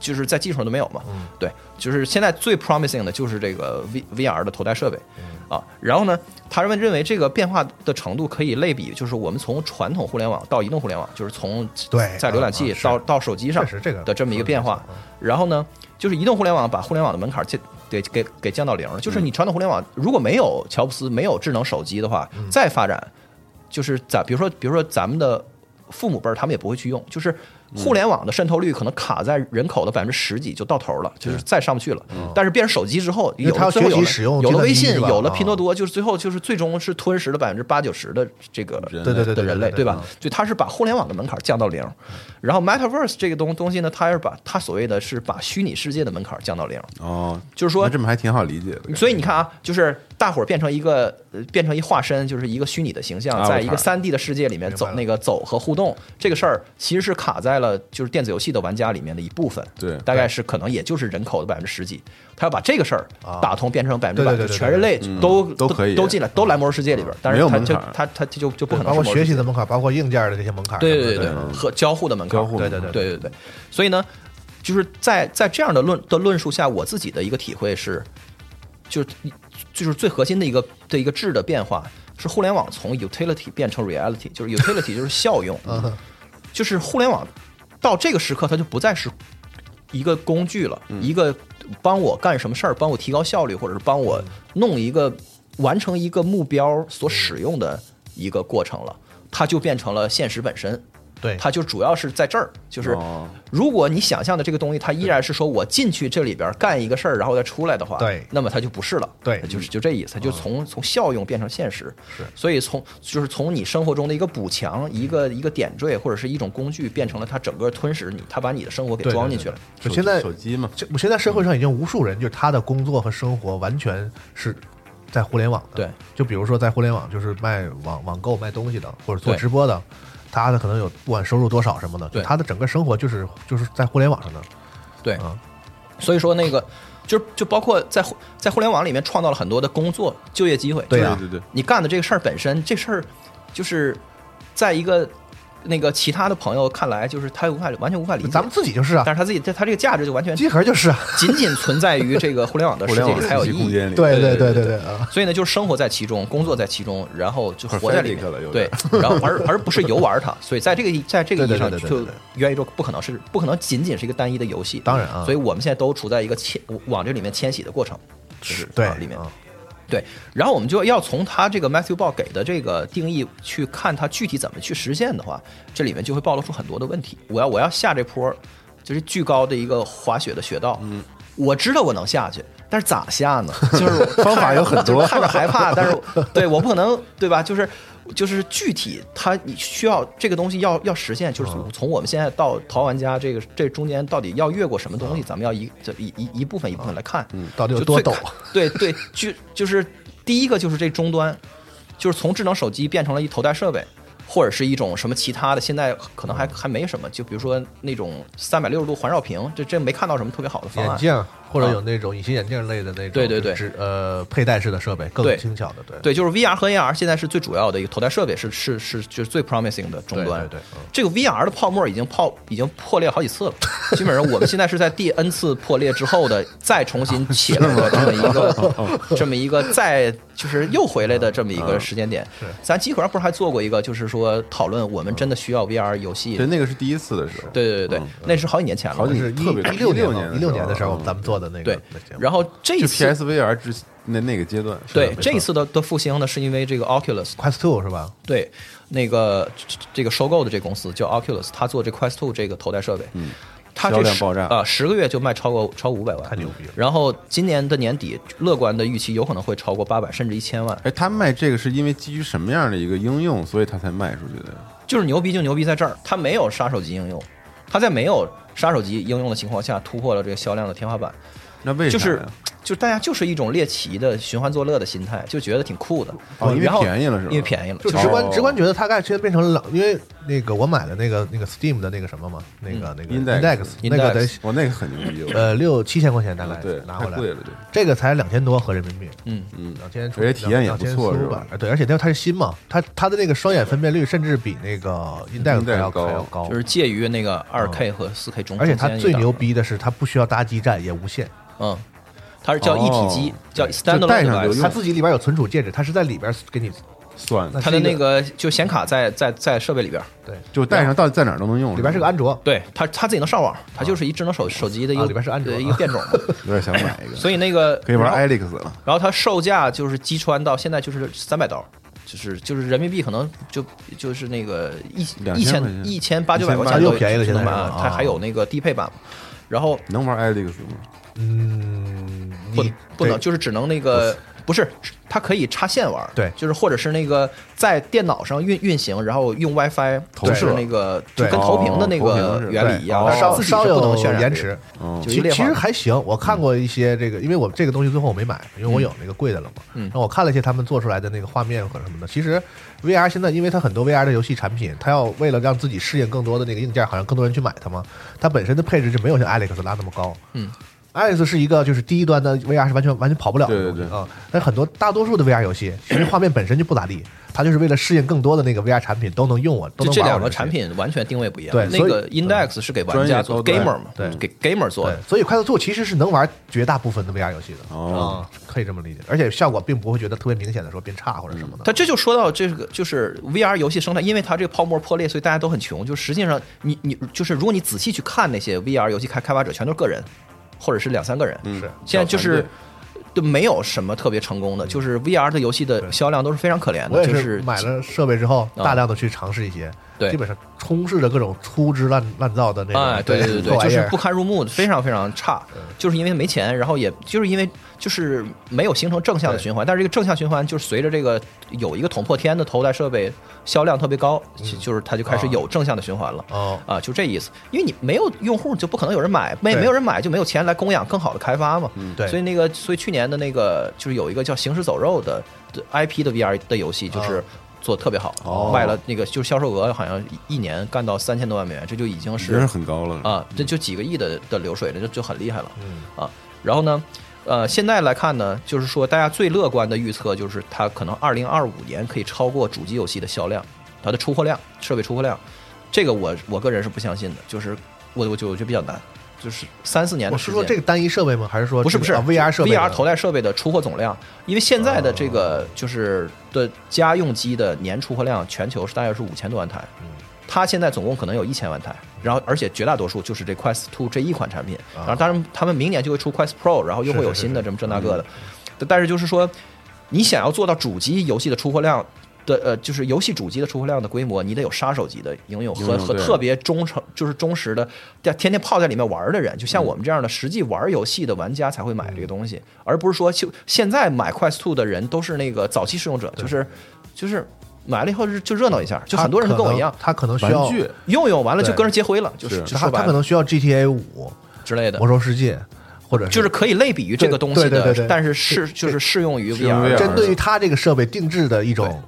E: 就是在技术上都没有嘛，
B: 嗯
E: 对，就是现在最 promising 的就是这个 V V R 的头戴设备
B: 嗯
E: 啊，然后呢，他们认为这个变化的程度可以类比，就是我们从传统互联网到移动互联网，就是从
B: 对
E: 在浏览
B: 啊
E: 器
B: 啊是
E: 到到手机上
B: 确实这个
E: 的这么一个变化，
B: 啊
E: 然后呢，就是移动互联网把互联网的门槛儿降给给给降到零了，
B: 嗯
E: 就是你传统互联网如果没有乔布斯没有智能手机的话，
B: 嗯
E: 再发展就是咱比如说比如说咱们的父母辈儿他们也不会去用，就是互联网的渗透率可能卡在人口的百分之十几就到头了，就是再上不去了。但是变成手机之后，
B: 嗯为
E: 有
B: 它要
E: 了最后
B: 学
E: 有
B: 习
E: 了
B: 使用
E: 有
B: 计
E: 了
B: 算
E: 微
B: 机
E: 信，
B: 是吧
E: 有了
B: 啊
E: 拼多多，就是最后就是最终是吞噬了百分之八九十的这个
C: 人
B: 对对对
E: 的
B: 对
E: 人类，
B: 对嗯
E: 对吧？就它是把互联网的门槛降到零，然后 Metaverse 这个东东西呢，它是把它所谓的是把虚拟世界的门槛降到零，
C: 哦，
E: 就是说
C: 那这么还挺好理解的。
E: 所以你看啊，就是大伙儿变成一个呃变成一化身，就是一个虚拟的形象，
C: Avatar
E: 在一个三 D 的世界里面走
B: 明白了
E: 那个走和互动这个事儿，其实是卡在了就是电子游戏的玩家里面的一部分。
C: 对
E: 大概是可能也就是人口的百分之十几，他要把这个事儿打通，变成百分之百，
B: 对
E: 就
B: 对对
E: 全人类都
C: 都可以
E: 都进来，都来魔兽世界里边儿，但
C: 没
E: 是
C: 有
E: 他
C: 门
E: 就
C: 槛儿
E: 他他他就就不可能
B: 包
E: 是
B: 括
E: 魔兽世
B: 学
E: 界
B: 习的门槛，包括硬件的这些门槛什么
E: 对
B: 的，
E: 对对，和交互的门槛
C: 交
E: 儿，
C: 互
B: 对对对
E: 对对对，所以呢，就是在在这样的论的论述下，我自己的一个体会是，就是就是最核心的一个的一个质的变化是互联网从 utility 变成 reality，就是 utility 就是效用，
B: 嗯，
E: 就是互联网到这个时刻，它就不再是一个工具了，一个帮我干什么事儿，帮我提高效率，或者是帮我弄一个完成一个目标所使用的一个过程了，它就变成了现实本身。
B: 对，
E: 它就主要是在这儿，就是
C: 哦
E: 如果你想象的这个东西，它依然是说我进去这里边干一个事儿，然后再出来的话，
B: 对
E: 那么它就不是了，
B: 对
E: 就是就这意思，它就从从效用变成现实，是，所以从就是从你生活中的一个补强，一个一个点缀或者是一种工具，变成了它整个吞噬你，它把你的生活给
B: 对
E: 装进去了，
B: 就现在
C: 手机嘛，
B: 这我现在社会上已经无数人，就是他的工作和生活完全是在互联网的。
E: 对，
B: 就比如说在互联网，就是卖网网购卖东西的，或者做
E: 对
B: 直播的，他的可能有不管收入多少什么的，
E: 对
B: 就他的整个生活就是就是在互联网上的。
E: 对，
B: 啊
E: 所以说那个就就包括在互在互联网里面创造了很多的工作就业机会，
B: 对
E: 就是
B: 啊
C: 对对对，
E: 你干的这个事儿本身，这事儿就是在一个那个其他的朋友看来，就是他无法完全无法理解。
B: 咱们自己就是啊，
E: 嗯但是他自己他他这个价值就完
B: [LAUGHS]
E: 全
B: 集合就是啊，
E: 仅仅存在于这个互联网的
C: 互
E: 世界
C: 联
E: 里
C: 网
E: 才有
C: 信
E: 意
C: 息空
E: 义。
C: 间里，
B: 对
E: 对
B: 对
E: 对
B: 对啊，
E: 所以呢，就是生活在其中，工作在其中，然后就活在里
C: Perfect 了有
E: 面，对
C: 点，
E: 然后而而不是游玩它。所以在这个在这个意义上，
B: 对对对对对
E: 就
B: 对对
E: 元宇宙不可能是不可能仅仅是一个单一的游戏。
B: 当然啊
E: 所以我们现在都处在一个迁往这里面迁徙的过程，就是
B: 对
E: 啊里面
B: 啊
E: 对，然后我们就要从他这个 Matthew Ball 给的这个定义去看他具体怎么去实现的话，这里面就会暴露出很多的问题。我要我要下这坡，就是巨高的一个滑雪的雪道，嗯，我知道我能下去，但是咋下
C: [LAUGHS]
E: 呢？就是
C: 方法有很多
E: 就是看着害怕，但是对我不可 [LAUGHS] 能对吧？就是。就是具体它你需要这个东西要要实现，就是从我们现在到淘玩家这个这中间到底要越过什么东西，咱们要一这一一一部分一部分来看。嗯，
B: 啊到底有
E: 就
B: 多
E: 最
B: 陡
E: 看？ [LAUGHS] 对对，就就是第一个就是这终端，就是从智能手机变成了一头戴设备，或者是一种什么其他的，现在可能还还没什么。就比如说那种三百六十度环绕屏，这这没看到什么特别好的方
B: 眼
E: 案。啊
B: 镜或者有那种隐形眼镜类的那种，
E: 对对对
B: 只呃佩戴式的设备更
E: 对
B: 轻巧的，对
E: 对，就是 VR 和 AR 现在是最主要的一个头戴设备是，是是就是最 promising 的终端。
B: 对对对嗯
E: 这个 VR 的泡沫已经泡已经破裂好几次了， [LAUGHS] 基本上我们现在是在第 N 次破裂之后的再重新起来的这么一个这么一个再就是又回来的这么一个时间点。咱集合上不是还做过一个，就是说讨论我们真的需要 VR 游戏？
C: 对，
E: 对
C: 那个是第一次的时候，嗯
E: 对对对，那是好几年前了。
C: 好几
B: 是一
C: 特别
B: 一六
C: 16
B: 年
C: 年
B: 一六年的
C: 的
B: 时
C: 时
B: 候
C: 候
B: 咱们做的那个
E: 对
B: 那节，目
E: 然后这一
C: 就
E: 次
C: PSVR 之那那个阶段，是
E: 对
C: 吧
E: 这一次的的复兴呢，是因为这个 Oculus
B: Quest Two 是吧？
E: 对，那个这这个收购的这公司叫 Oculus，它做这 Quest Two 这个头戴设备，嗯，它这
C: 销量
E: 十
C: 爆炸
E: 啊，十个月就卖超过超五百万，
B: 太牛逼了
E: 然后今年的年底，乐观的预期有可能会超过八百甚至一千万，
C: 哎，他卖这个是因为基于什么样的一个应用，所以他才卖出去的？
E: 就是牛逼就牛逼在这儿，它没有杀手级应用，它在没有杀手级应用的情况下突破了这个销量的天花板，
C: 那为啥
E: 就
C: 呀？
E: 是就是大家就是一种猎奇的寻欢作乐的心态，就觉得挺酷的，
C: 哦因为
E: 然后
C: 便宜了是吧
E: 因为便宜了，
B: 就
E: 其
B: 直
E: 实
B: 观
C: 哦
B: 直观觉得它概现在变成冷，因为那个我买的那个那个 Steam 的那个什么嘛，那个那个
C: 嗯 Index
B: Index 那个得
E: Index
C: 我那个很牛逼，我
B: 呃六七千块钱大概
C: 对，
B: 拿回
C: 太
B: 来
C: 贵了，对。
B: 这个才两千多合人民币，
E: 嗯
B: 嗯，两千出，
C: 而且体验也不错
B: 2500
C: 是吧？
B: 对，而且它它是新嘛，它它的那个双眼分辨率甚至比那个 Index 还要
C: Index 高
B: 还要高，
E: 就是介于那个二 K 和四 K 中，
B: 而且它
E: 中间一
B: 最
E: 档
B: 牛逼的是它不需要搭基站，也无线，
E: 嗯，它是
B: 哦
E: 叫一体机，叫 standalone
C: 戴上就
E: device
C: 用
B: 它自己里边有存储介质，它是在里边给你
C: 算了，
E: 它的那个就显卡在在在设备里边儿，
B: 对，
C: 就带上到底在哪儿都能用。
B: 里边是个安卓，
E: 对它它自己能上网，它就是一智能手手机的一个、
B: 啊里边是安卓
E: 呃一个变种嘛，
B: [LAUGHS]
C: 有点想买一个，
E: 所以那个
C: 可以玩
E: 然后
C: Alex 了。
E: 然后它售价就是击穿到现在就是三百刀。就是就是人民币可能就就是那个一
C: 2000
E: 一
C: 块钱
E: 千一千八九百块
B: 它
E: 钱
B: 又
E: 都
B: 便宜了
E: 就能
B: 现在
E: 买
B: 是吧
E: 它
B: 啊
E: 还有那个低配版嘛，然后
C: 能玩 Alex 吗？
B: 嗯，
E: 不
B: 你
E: 不能
B: 对
E: 就是只能那个不是，它可以插线玩儿，
B: 对
E: 就是或者是那个在电脑上运运行，然后用 WiFi
C: 投射
E: 就是那个就
B: 对
E: 跟投屏的那
C: 哦投屏
E: 个
C: 是
E: 原理一样，
B: 对
E: 但是
B: 稍
E: 自己是
B: 稍
E: 不
B: 有
E: 能渲染
B: 延
E: 这个
B: 迟，
C: 哦
E: 嗯就
B: 其
E: 一
B: 其
E: 裂
B: 实
E: 缝。
B: 还行，我看过一些这个，因为我这个东西最后我没买，因为我有那个贵的了嘛。
E: 嗯
B: 然后我看了一些他们做出来的那个画面和什么的。其实 VR 现在，因为它很多 VR 的游戏产品，它要为了让自己适应更多的那个硬件，好像更多人去买它嘛。它本身的配置就没有像 Alex 拉那么高。
E: 嗯。
B: Alex 是一个就是低端的 VR 是完全完全跑不了的
C: 对对
B: 东西
C: 对
B: 啊，但很多大多数的 VR 游戏其实画面本身就不咋地，它就是为了适应更多的那个 VR 产品都能用我，都
E: 就
B: 能
E: 这
B: 玩我
E: 两个
B: 游戏
E: 产品完全定位不一样。
B: 对
E: 那
B: 所以
E: 个 Index 是给玩家做
C: 专业高
E: gamer
C: 端
E: 嘛，
B: 对
E: 给 gamer 做
B: 对
E: 的，，
B: 所以快速兔其实是能玩绝大部分的 VR 游戏的，啊，
C: 哦
B: 可以这么理解，而且效果并不会觉得特别明显的说变差或者什么的。
E: 它这就说到这个，就是 VR 游戏生态，因为它这个泡沫破裂，所以大家都很穷。就实际上你，你就是如果你仔细去看那些 VR 游戏开开发者，全都是个人，或者是两三个人。
C: 嗯是
E: 现在就
C: 小
E: 是
C: 团。
E: 就没有什么特别成功的，就是 VR 的游戏的销量都是非常可怜
B: 嗯我
E: 的，
B: 也
E: 嗯就是
B: 买了设备之后，
E: 啊
B: 大量的去尝试一些，
E: 对
B: 基本上充斥着各种粗制滥滥造的那种，
E: 哎，对
B: [LAUGHS]
E: 对对对，
B: 破玩
E: 就
B: 意
E: 是
B: 儿嗯
E: 不堪入目，非常非常差，就是因为没钱，然后也就是因为就是没有形成正向的循环，但是这个正向循环就是随着这个有一个捅破天的头戴设备销量特别高，其就是它就开始
B: 啊
E: 有正向的循环了。
B: 哦
E: 啊，就这意思，因为你没有用户，就不可能有人买，没
B: 对嗯
E: 没有人买就没有钱来供养更好的开发嘛。
B: 对
E: 所以那个，所以去年的那个就是有一个叫《行尸走肉》的的 IP 的 VR 的游戏，就是
B: 啊
E: 做得特别好，
C: 哦
E: 卖了那个就是销售额好像一年干到三千多万美元，这就已经
C: 已经是
E: 是
C: 很高了，
E: 啊，这就几个亿的的流水了，就就很厉害了
B: 嗯
E: 啊。然后呢，呃，现在来看呢，就是说大家最乐观的预测就是它可能二零二五年可以超过主机游戏的销量，它的出货量、设备出货量，这个我我个人是不相信的，就是我我就我觉得比较难，就是三四年
B: 我
E: 的时
B: 是
E: 间。
B: 说这个单一设备吗？还是说
E: 嗯不是
B: 这
E: 不是
B: 个啊 VR 设备
E: ，VR
B: 的哦
E: 头戴设备的出货总量，因为现在的这个就是的家用机的年出货量，全球是大约是五千多万台，
B: 嗯
E: 它现在总共可能有一千万台，然后而且绝大多数就是这 Quest Two 这一款产品，然后当然他们明年就会出 Quest Pro，然后又会有
B: 啊是是嗯
E: 新的这么这那个的，但是就是说，你想要做到主机游戏的出货量。的呃，就是游戏主机的出货量的规模，你得有杀手级的应用
C: 应
E: 和
C: 用
E: 和
C: 对
E: 特别忠诚，就是忠实的，在天天泡在里面玩的人，就
B: 嗯
E: 像我们这样的实际玩游戏的玩家才会买这个东西，而不是说就现在买 Quest Two 的人都是那个早期使用者，就是就是买了以后就就热闹一下，就
B: 它
E: 很多人都跟我一样
B: 可能，它可能需
C: 玩
B: 要，
C: 具
E: 用用完了就
B: 对
E: 跟人结婚了，就是就
B: 它它
E: 说白
B: 可
E: 了
B: 能需要 GTA 五、
E: 之类的
B: 魔。兽世界，或者是
E: 就是可以类比于这个东西
B: 对对对对
E: 的
B: 对，
E: 但是适就是适用于
C: 适用于这
E: VR
B: 针对于它这个设备定制的一种。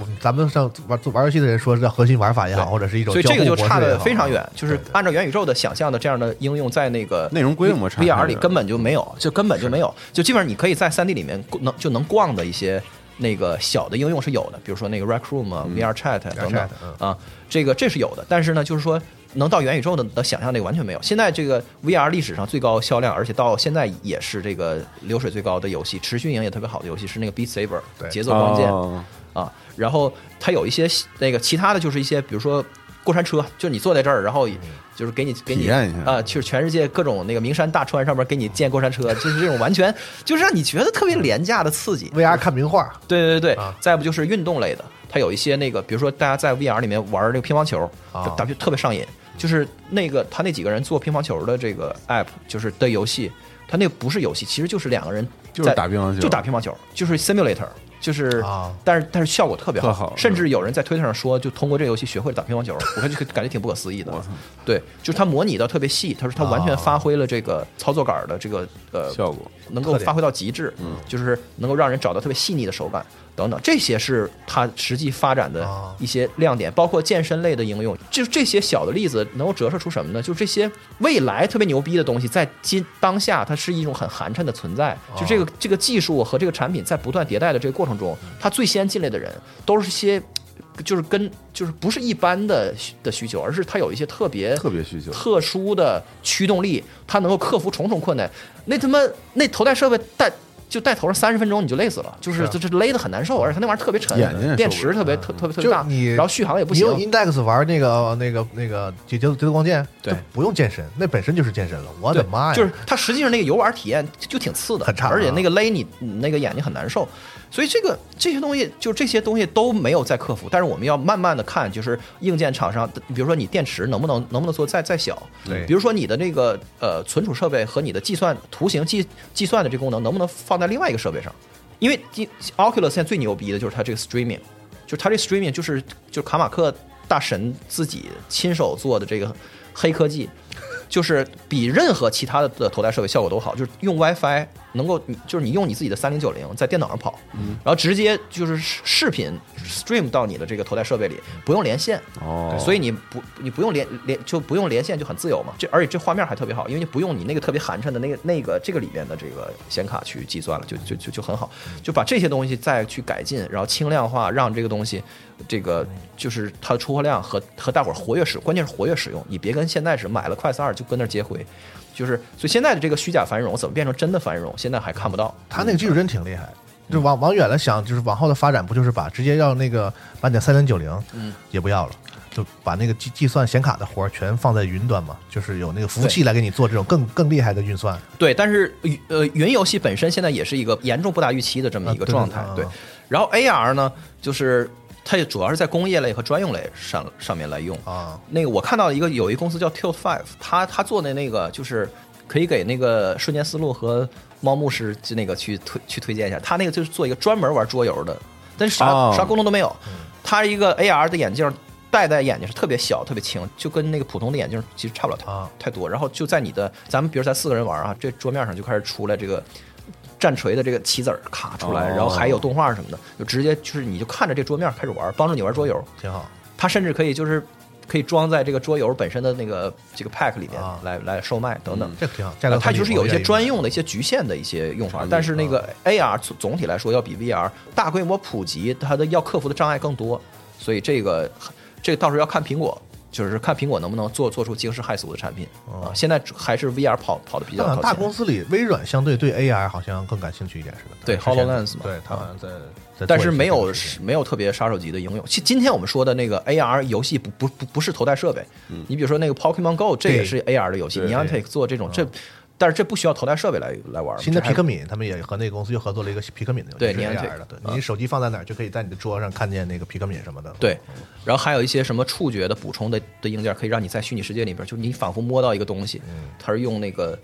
B: 我们咱们上玩玩游戏的人说是核心玩法也好，
E: 对
B: 或者是一种
E: 所以这个就差
B: 的
E: 的非常远，就是
B: 对对
E: 按照元宇宙的想象的这样的应用，在那个
C: 内容规模差
E: V-
C: 太
E: VR
C: 远
E: 里根本就没有，就根本就没有，就基本上你可以在三 D 里面逛能就能逛的一些那个小的应用是有的，比如说那个 Rec Room
C: 嗯
E: 啊、VR Chat 等
B: Chat，
E: 等
B: 嗯
E: 啊，这个这是有的，但是呢，就是说。能到元宇宙的的想象，这个完全没有。现在这个 VR 历史上最高销量，而且到现在也是这个流水最高的游戏，持续营也特别好的游戏是那个 Beat Saber
B: 对
E: 节奏光剑，
C: 哦
E: 啊，然后它有一些那个其他的就是一些，比如说过山车，就是你坐在这儿，然后就是给你给
C: 嗯
E: 你
C: 体验一下
E: 啊、就是全世界各种那个名山大川上面给你建过山车，就是这种完全就是让你觉得特别廉价的刺激。
B: VR 看名画，
E: 对对对，对
B: 啊
E: 再不就是运动类的，它有一些那个，比如说大家在 VR 里面玩这个乒乓球，
B: 啊
E: 就打就特别上瘾。就是那个他那几个人做乒乓球的这个
C: 啊
E: app，就是的游戏，它那个不是游戏，其实就是两个人
C: 就是
E: 在
C: 打乒乓球
E: 就打乒乓球，就是 simulator，就是，
B: 啊
E: 但是但是效果特别好，
C: 特好
E: 甚至有人在推特上说，就通过这个游戏学会了打乒乓球，我看就感觉挺不可思议的。对，就是它模拟的特别细，他说它完全
B: 啊
E: 发挥了这个操作杆儿的这个呃
C: 效果
E: 能够
B: 特点嗯
E: 发挥到极致，就是能够让人找到特别细腻的手感等等，这些是它实际发展的
B: 啊
E: 一些亮点，包括健身类的应用，就这些小的例子能够折射出什么呢？就这些未来特别牛逼的东西，在今当下它是一种很寒碜的存在，
B: 啊
E: 就这个这个技术和这个产品在不断迭代的这个过程中，它最先进来的人都是些。就是跟就是不是一般的需的需求，而是它有一些特别
C: 特别需求
E: 特殊的驱动力，它能够克服重重困难。那他妈那头戴设备戴就戴头上三十分钟你就累死了，就是这这勒得很难受，而且它那玩意儿特别沉
C: 啊眼睛也，
E: 电
C: 受
E: 池
C: 不嗯
E: 特别特特别特别
B: 就
E: 大，
B: 你
E: 然后续航也不
B: 你
E: 行
B: 用。Index 玩那个那个那个节节奏节奏光剑，
E: 对
B: 就不用健身，那本身就是健身了。我
E: 对
B: 的妈呀！
E: 就是它实际上那个游玩体验就挺次的，
B: 很差啊
E: 而且那个勒你你那个眼睛很难受，所以这个这些东西就这些东西都没有在克服，但是我们要慢慢的看，就是硬件厂商，比如说你电池能不能能不能做再再小，
B: 对
E: 比如说你的那个呃存储设备和你的计算图形计计算的这功能能不能放在另外一个设备上，因为第 Oculus 现在最牛逼的就是它这个 streaming，就是它这 streaming 就是就是卡马克大神自己亲手做的这个黑科技，就是比任何其他的的头戴设备效果都好，就是用 WiFi 能够，就是你用你自己的三零九零在电脑上跑，然后直接就是视视频 stream 到你的这个头戴设备里，不用连线。
C: 哦，
E: 所以你不你不用连连就不用连线就很自由嘛。这而且这画面还特别好，因为你不用你那个特别寒碜的那个那个这个里面的这个显卡去计算了，就就就就很好，就把这些东西再去改进，然后轻量化，让这个东西这个就是它的出货量和和大伙儿活跃使，关键是活跃使用，你别跟现在是买了 Quest 二就跟那儿接回。就是，所以现在的这个虚假繁荣怎么变成真的繁荣，现在还看不到。
B: 他那个技术真挺厉害。就往往远了想，就是往后的发展，不就是把直接要那个把你的三零九零，嗯，也不要了，就把那个计计算显卡的活儿全放在云端嘛，就是有那个服务器来给你做这种更更厉害的运算。
E: 对，但是呃，云游戏本身现在也是一个严重不达预期的这么一个
B: 啊对
E: 状态，
B: 对
E: 对
B: 啊。
E: 然后 AR 呢，就是它也主要是在工业类和专用类上上面来用
B: 啊。
E: 那个我看到一个有一公司叫 Tilt Five，它它做的那个就是可以给那个瞬间思路和猫牧师就那个去推去推荐一下，它那个就是做一个专门玩桌游的，但是啥、
C: 哦
E: 啥功能都没有，它一个 AR 的眼镜。戴在眼睛上特别小，特别轻，就跟那个普通的眼镜其实差不了太、
B: 啊
E: 太多。然后就在你的，咱们比如咱四个人玩啊，这桌面上就开始出来这个战锤的这个棋子儿卡出来，
C: 哦
E: 然后还有动画什么的，就直接就是你就看着这桌面开始玩，帮助你玩桌游。
B: 挺好，
E: 它甚至可以就是可以装在这个桌游本身的那个这个 pack 里面
B: 啊
E: 来来售卖等等。
B: 这个挺好。价格
E: 它就是有一些专
B: 业
E: 用的一些局限的一些用法，但是那
B: 啊
E: 个 AR 总总体来说要比 VR 大规模普及，它的要克服的障碍更多，所以这个这个到时候要看苹果，就是看苹果能不能做做出惊世骇俗的产品
B: 哦
E: 啊。现在还是 VR 跑跑的比较
B: 好
E: 靠
B: 像
E: 前。
B: 大公司里，微软相对对 AR 好像更感兴趣一点似的。
E: 对
B: 之前
E: HoloLens 嘛
B: 对他好像在，在做
E: 但是没
B: 一
E: 有
B: 些这个事情
E: 没有特别杀手级的应用。其今天我们说的那个 AR 游戏不不不不是头戴设备，你比如说那个 Pokemon Go，这也是 AR 的游戏
C: 嗯对嗯
E: ，Niantic 做这种这，但是这不需要头戴设备来来玩。
B: 新的
E: 这还
B: 皮克敏，他们也和那个公司又合作了一个皮克敏的游戏，
E: 对
B: 是
E: Niantic
B: AR 的。对，你手机放在哪儿，就可以在你的桌上看见那个皮克敏什么的。
E: 啊对，然后还有一些什么触觉的补充的的硬件，可以让你在虚拟世界里边，就你仿佛摸到一个东西，
C: 嗯
E: 它是用那个。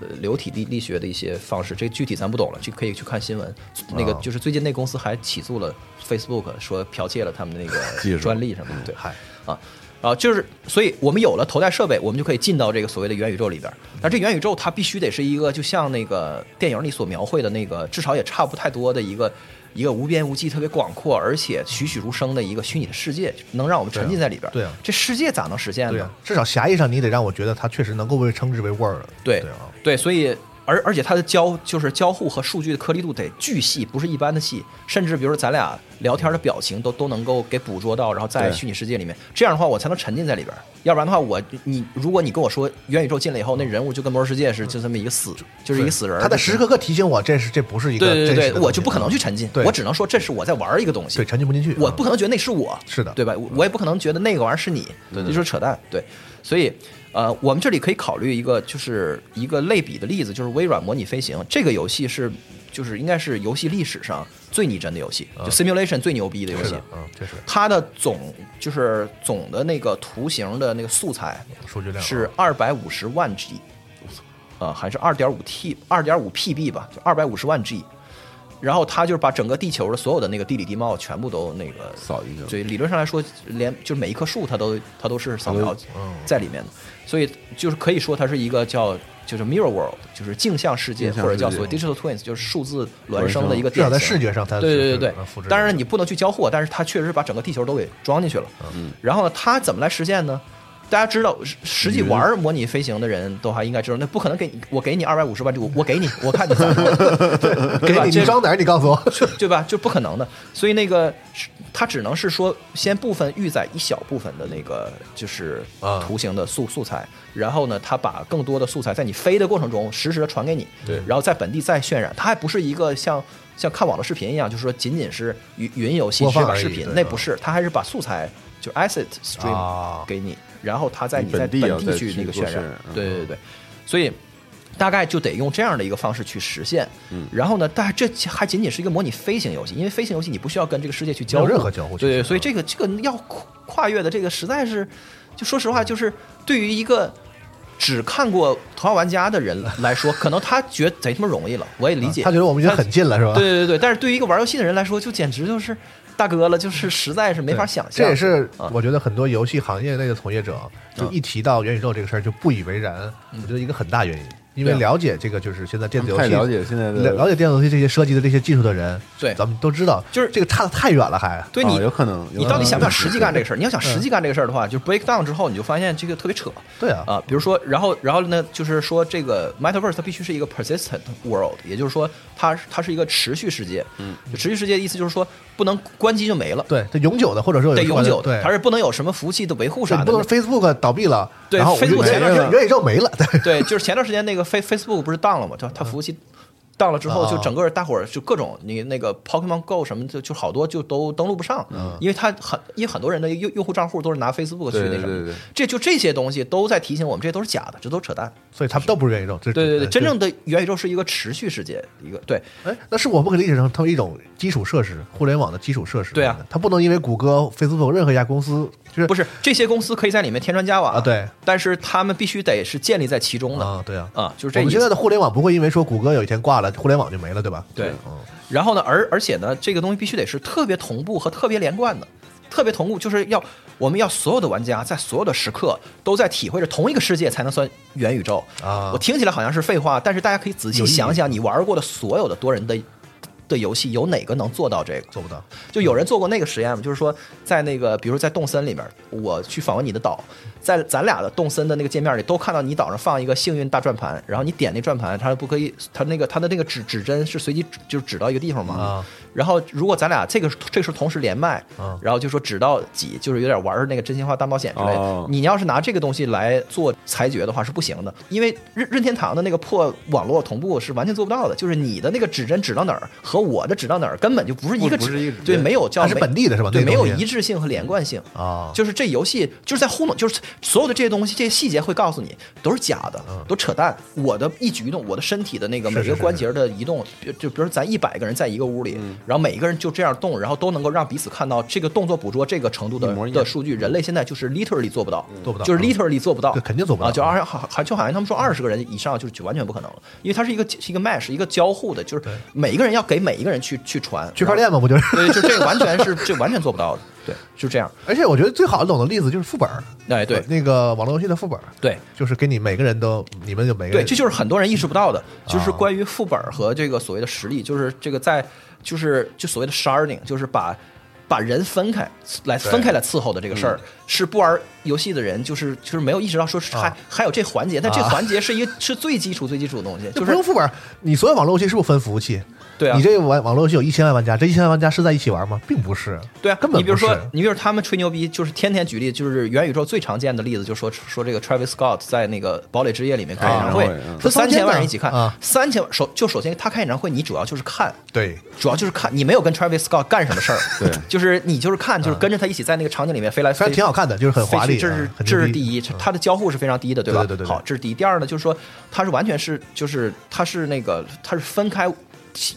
E: 呃，流体力力学的一些方式，这具体咱不懂了，就可以去看新闻。那
C: 啊
E: 个就是最近那公司还起诉了 Facebook，说剽窃了他们的那
C: 技术
E: 个专利什么的。对，
B: 嗨，
E: 啊。啊，就是，所以我们有了头戴设备，我们就可以进到这个所谓的元宇宙里边儿。但这元宇宙它必须得是一个，就像那个电影里所描绘的那个，至少也差不太多的一个一个无边无际、特别广阔，而且栩栩如生的一个虚拟的世界，能让我们沉浸在里边儿。
B: 对啊
E: 这世界咋能实现
B: 对
E: 呢
B: 啊？，至少狭义上你得让我觉得它确实能够被称之为 Word。
E: 对
B: 对啊，
E: 对，所以而而且它的交就是交互和数据的颗粒度得巨细，不是一般的细，甚至比如说咱俩聊天的表情都都能够给捕捉到，然后在
C: 对
E: 虚拟世界里面，这样的话我才能沉浸在里边儿，要不然的话我你如果你跟我说元宇宙进来以后，那人物就跟魔兽世界是就这么一个死，就是一个死人儿，
B: 他在时时刻刻提醒我，这是这不是一个
E: 对对
B: 真
E: 对
B: 实
E: 对，
B: 的
E: 我
B: 东
E: 就
B: 西啊
E: 不可能去沉浸，
B: 对
E: 我只能说这是我在玩儿一个东西，
B: 对沉浸不进去，
E: 我
B: 嗯
E: 不可能觉得那是我，
B: 是的
E: 对吧？我我也不可能觉得那个玩意儿是你，这就是扯淡。对，所以呃，我们这里可以考虑一个，就是一个类比的例子，就是微软模拟飞行这个游戏是，就是应该是游戏历史上最拟真的游戏，就 simulation 最牛逼的游
B: 啊是
E: 戏
B: 的。，嗯，确实
E: 它的总就是总的那个图形的那个素材
B: 数据量啊
E: 是二百五十万 G，呃，还是二点五 T 二点五 PB 吧，就二百五十万 G。然后它就是把整个地球的所有的那个地理地貌全部都那个
C: 扫进去了
E: 对，理论上来说，连就是每一棵树它都它都是扫描
B: 嗯
E: 在里面的，所以就是可以说它是一个叫就是 mirror world，就是镜像世界
C: 镜像
E: 或者叫
C: 世
E: 所
C: 界
E: 谓 digital twins，就是数字孪生的一个
B: 至少在
E: 典型
B: 视觉上它
E: 对对
B: 是
E: 对
B: 能复
E: 对
B: 制，
E: 当
B: 的
E: 然你不能去交互，但是它确实是把整个地球都给装进去了。嗯，然后呢，它怎么来实现呢？大家知道，实实际玩模拟飞行的人都还应该知道，那不可能给你，我给你二百五十万，我我给你，我看你
B: [LAUGHS]
E: 咋弄，对
B: 给
E: 吧？
B: 你
E: 这
B: 你装哪儿？你告诉我，
E: 对吧？就不可能的。所以那个是它只能是说，先部分预载一小部分的那个就是
B: 啊
E: 图形的素素材，然后呢，它把更多的素材在你飞的过程中实时的传给你，
B: 对
E: 然后在本地再渲染。它还不是一个像像看网络视频一样，就是说仅仅是云云游戏
B: 播
E: 只
B: 放
E: 把
B: 而已
E: 视频，
B: 对
E: 那
B: 嗯
E: 不是，它还是把素材就 asset
B: 啊
E: stream 给你，然后它在你
C: 你
E: 在
C: 本地
E: 本
C: 要
E: 地
C: 再
E: 去
C: 去
E: 那个
C: 做
E: 渲
C: 渲
E: 染
C: 染，嗯
E: 对对对对，所以。大概就得用这样的一个方式去实现。
C: 嗯
E: 然后呢，但这还仅仅是一个模拟飞行游戏，因为飞行游戏你不需要跟这个世界去交互，
B: 没有任何交互
E: 对
B: 其实
E: 对，
B: 嗯
E: 所以这个这个要跨跨越的这个实在是，就说实话，就是对于一个。只看过《头号玩家》的人来说，可能他觉得贼他妈容易了，我也理解。
B: 嗯他觉得我们已经很近了，是吧？
E: 对对对，但是对于一个玩游戏的人来说，就简直就是大哥了，就是实在是没
B: 嗯
E: 嗯
B: 对，
E: 法想象。
B: 这也是
E: 啊
B: 我觉得很多游戏行业内的从业者，就一提到元宇宙这个事儿就不以为然，我觉得一个很大原因，因为
E: 嗯对啊
B: 了解这个就是现在电子游戏，
C: 太了解现在的
B: 了了解电子游戏这些设计的这些技术的人，
E: 对
B: 咱们都知道，
E: 就是
B: 这个差的太远了还。
E: 对你、
C: 哦有可能有
E: 你到底想不想实际干这个事儿？你要想
B: 嗯
E: 实际干这个事儿的话，就 break down 之后，你就发现这个特别扯。
B: 对啊
E: 啊，比如说，然后，然后呢，就是说这个 metaverse 它必须是一个 persistent world，也就是说它它是一个持续世界。嗯，持续世界的意思就是说不能关机就没了，
B: 对，这永久的或者说有
E: 得永久
B: 对，
E: 的，它是不能有什么服务器的维护
B: 对
E: 啥
B: 你
E: 的
B: 不。能 Facebook 倒闭了，
E: 对
B: 然后我就
E: Facebook
B: 元
E: 前
C: 段
B: 元元宇宙没了，对
E: [LAUGHS] 对，就是前段时间那个 Face Facebook 不是 down 了嘛，就它服务器 down 了之后，
B: 啊
E: 就整个大伙儿就各种你那个 Pokemon Go 什么就就好多就都登录不上，因为它很因为很多人的用用户账户都是拿 Facebook 去
C: 对
E: 那
C: 对
E: 什么
C: 对对
E: 的，这就这些东西都在提醒我们，这都是假的，这都是扯淡。
B: 所以他们都不是元宇宙，对
E: 对对对，真正的元宇宙是一个持续世界，一个对
B: 哎，那是我们可以理解成它为一种基础设施，互联网的基础设施。
E: 对啊，
B: 它不能因为谷歌、Facebook 任何一家公司，就是
E: 不是这些公司可以在里面添砖加瓦
B: 啊对，
E: 但是他们必须得是建立在其中的
B: 啊，对啊，
E: 啊就是这
B: 我们
E: 意
B: 现
E: 思
B: 在的互联网不会因为说谷歌有一天挂了，互联网就没了，对吧？
E: 对
B: 嗯，
E: 然后呢，而而且呢，这个东西必须得是特别同步和特别连贯的，特别同步就是要我们要所有的玩家在所有的时刻都在体会着同一个世界，才能算元宇宙
B: 啊
E: 我听起来好像是废话，但是大家可以仔细
B: 有意义
E: 想想，你玩过的所有的多人的的游戏，有哪个能做到这个？
B: 做不到。
E: 就有人做过那个实验嘛，就是说在那个，比如在动森里面，我去访问你的岛，在咱俩的动森的那个界面里，都看到你岛上放一个幸运大转盘，然后你点那转盘，它不可以，它那个它的那个指指针是随机指就指到一个地方嘛。
B: 啊
E: 然后如果咱俩这个这个是同时连麦，
B: 啊
E: 然后就说指到几，就是有点玩那个真心话大冒险之类的。
C: 哦
E: 你要是拿这个东西来做裁决的话是不行的，因为任任天堂的那个破网络同步是完全做不到的，就是你的那个指针指到哪儿和我的指到哪儿根本就不是一个
C: 不
E: 指，
C: 不是一个指针
E: 对，没有叫
B: 它是
E: 没
B: 本地的是吧
E: 对，
B: 那个
E: 没有
B: 东西
E: 一致性和连贯性
B: 啊
E: 就是这游戏就是在糊弄，就是所有的这些东西，这些细节会告诉你都是假的，都扯淡。我的一举一动，我的身体的那个
B: 嗯是
E: 每
B: 是
E: 个
B: 是嗯
E: 关节的移动，比就比如说咱一百个人在一个屋里，然后每一个人就这样动，然后都能够让彼此看到这个动作捕捉这个程度的
C: 一模一样
E: 的数据。人类现在就是 literally 做不到，
B: 做不到
E: 就是
B: 嗯
E: literally 做不到，
B: 对肯定做不到
E: 啊！就二好还就好像他们说二十个人以上就是完全不可能了，因为它是一个是一个 mesh 一个交互的，就是每一个人要给每一个人去去传
B: 区块链嘛，不
E: [LAUGHS]
B: 就是？ [LAUGHS]
E: 对，就这个完全是这完全做不到的，对，就这样，
B: 而且我觉得最好懂的例子就是副本儿，
E: 哎，对
B: 呃，那个网络游戏的副本儿，
E: 对。
B: 就是给你每个人都，你们就每个
E: 对，
B: 人啊
E: 这就是很多人意识不到的，就是关于副本和这个所谓的实力，就是这个在就是就所谓的 sharding，就是把把人分开来分开来伺候的这个事
B: 嗯
E: 儿，是不玩游戏的人就是就是没有意识到说
B: 啊
E: 是还、还有这环节，但这环节是一个、是最基础最基础的
B: [LAUGHS]
E: 东西，
B: 就
E: 就
B: 啊不
E: 是
B: 用副本，你所有网络游戏是不是分服务器？
E: 对啊
B: 你这个网网络游戏有一千万玩家，这一千万玩家是在一起玩吗？并不是，
E: 对啊，
B: 根本
E: 你比如
B: 不是
E: 说，你比如说他们吹牛逼，就是天天举例，就是元宇宙最常见的例子，就说说这个 Travis Scott 在那个《堡垒之夜》里面开演唱会
B: 哦
C: 啊演唱会，
E: 三千万人一起看
B: 啊，
E: 三千首就首先他开演唱会，你主要就是看，
B: 对，
E: 主要就是看，你没有跟 Travis Scott 干什么事儿，
C: 对
E: [LAUGHS] 就是你就是看，就是跟着他一起在那个场景里面飞来
B: 虽
E: 飞
B: 然
E: 去，
B: 嗯挺好看的，就是很
E: 飞
B: 华
E: 去
B: 丽，
E: 这是
B: 啊很
E: 这
B: 牛逼
E: 是第一，它的交互是非常低的，对吧？
B: 对对对对
E: 好，这是第一。第二呢，就是说它是完全是就是它是那个它是分开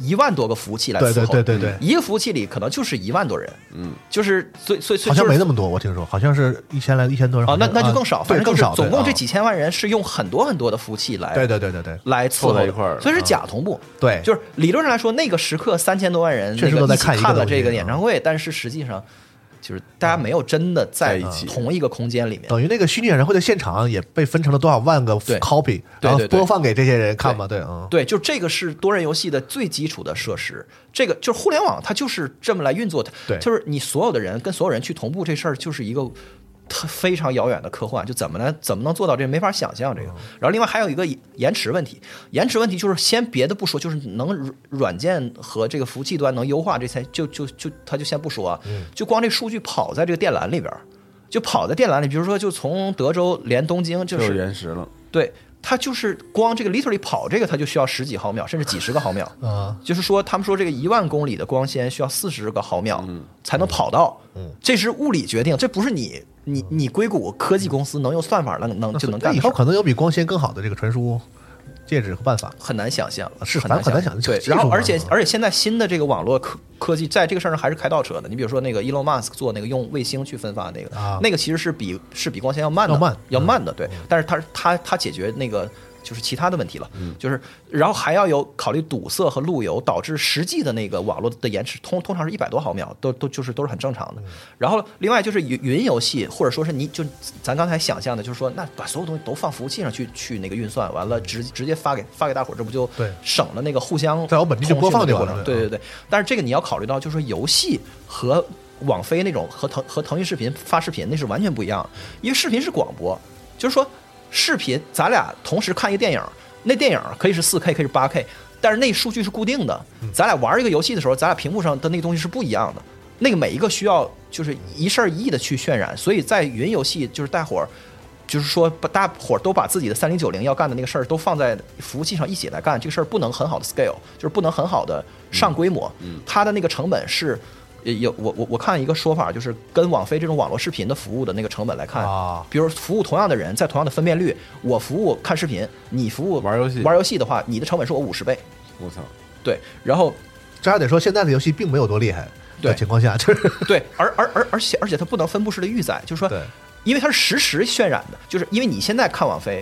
E: 一万多个服务器来伺
B: 对
E: 候
B: 对
E: 的，
B: 对对对
E: 一个服务器里可能就是一万多人，嗯，就是所以所以所以
B: 好像
E: 就是
B: 没那么多，我听说好像是一千来一千多人
E: 啊，那那就更
B: 啊
E: 少，
B: 对，
E: 反正就
B: 更
E: 是
B: 少，
E: 总共这
B: 对
E: 几千万人是用很多很多的服务器来
B: 啊对对对对对，
E: 来伺候
C: 凑在
E: 的
C: 一块儿
E: 所以是假同步。
B: 啊对
E: 就是理论上来说，那个时刻三千多万人
B: 确实
E: 那
B: 都在
E: 一起
B: 看一个
E: 看了
B: 东西啊
E: 这个演唱会，但是实际上就是大家没有真的
C: 在
E: 在
C: 一起
E: 同一个空间里面。
B: 等于那个虚拟演唱会的现场也被分成了多少万个
E: 对
B: copy，
E: 对
B: 然后
E: 对对
B: 播放给这些人看嘛，对，嗯，
E: 对，就这个是多人游戏的最基础的设施。这个就是互联网，它就是这么来运作的。
B: 对
E: 就是你所有的人跟所有人去同步这事儿，就是一个特非常遥远的科幻。就怎么能怎么能做到这，没法想象这
C: 嗯
E: 个。然后另外还有一个延迟问题，延迟问题就是先别的不说，就是能软软件和这个服务器端能优化这才就就就它就先不说啊，
C: 嗯
E: 就光这数据跑在这个电缆里边儿。就跑在电缆里，比如说，就从德州连东京，就
C: 就是是延时了，
E: 对，它就是光这个 literally 跑这个，它就需要十几毫秒，甚至几十个毫秒。
B: 啊，
E: 就是说，他们说这个一万公里的光纤需要四十个毫秒
B: 嗯
E: 才能跑到，这是物理决定，这不是你你你硅谷科技公司能用算法能能就能
B: 那
E: 干
B: 以
E: 的事
B: 后
E: 儿，
B: 可能有比光纤更好的这个传输介质和办法，
E: 很难想象，
B: 是
E: 很
B: 咱
E: 难
B: 很难
E: 象
B: 想
E: 对，
B: 技术
E: 然后
B: 嘛
E: 而且
B: 嗯
E: 而且现在新的这个网络科科技在这个事儿上还是开倒车的。你比如说那个 Elon Musk 做那个用卫星去分发那个，
B: 啊
E: 那个其实是比是比光纤要慢的，
B: 要慢
E: 要慢的，对。但是它它它解决那个。就是其他的问题了，就是然后还要有考虑堵塞和路由，导致实际的那个网络的延迟，通通常是一百多毫秒，都都就是都是很正常的。然后另外就是云云游戏，或者说是你就咱刚才想象的，就是说那把所有东西都放服务器上去去那个运算，完了直直接发给发给大伙儿，这不就
B: 对
E: 省了那个互相
B: 在我本地就播放就完了嗯
E: 通讯的这个过程对对对，但是这个你要考虑到，就是说游戏和网飞那种和腾和腾讯视频发视频那是完全不一样的，因为视频是广播，就是说视频咱俩同时看一个电影，那电影可以是四 K 可以是八 K，但是那数据是固定的，
B: 嗯
E: 咱俩玩一个游戏的时候，咱俩屏幕上的那个东西是不一样的。那个每一个需要就是一事儿一议的去渲染，所以在云游戏就是大伙儿就是说，把大伙儿都把自己的三零九零要干的那个事儿都放在服务器上一起来干，这个事儿不能很好的 scale，就是不能很好的上规模。
C: 嗯
E: 它的那个成本是呃有我我我看一个说法，就是跟网飞这种网络视频的服务的那个成本来看
B: 啊
E: 比如服务同样的人，在同样的分辨率，我服务看视频，你服务
C: 玩游戏
E: 玩游戏的话，你的成本是我五十倍。
C: 我操，
E: 对，然后
B: 这还得说现在的游戏并没有多厉害的
E: 对
B: 情况下，就是
E: 对，而而而而且而且它不能分布式的预载，就是说
B: 对，
E: 因为它是实时渲染的，就是因为你现在看网飞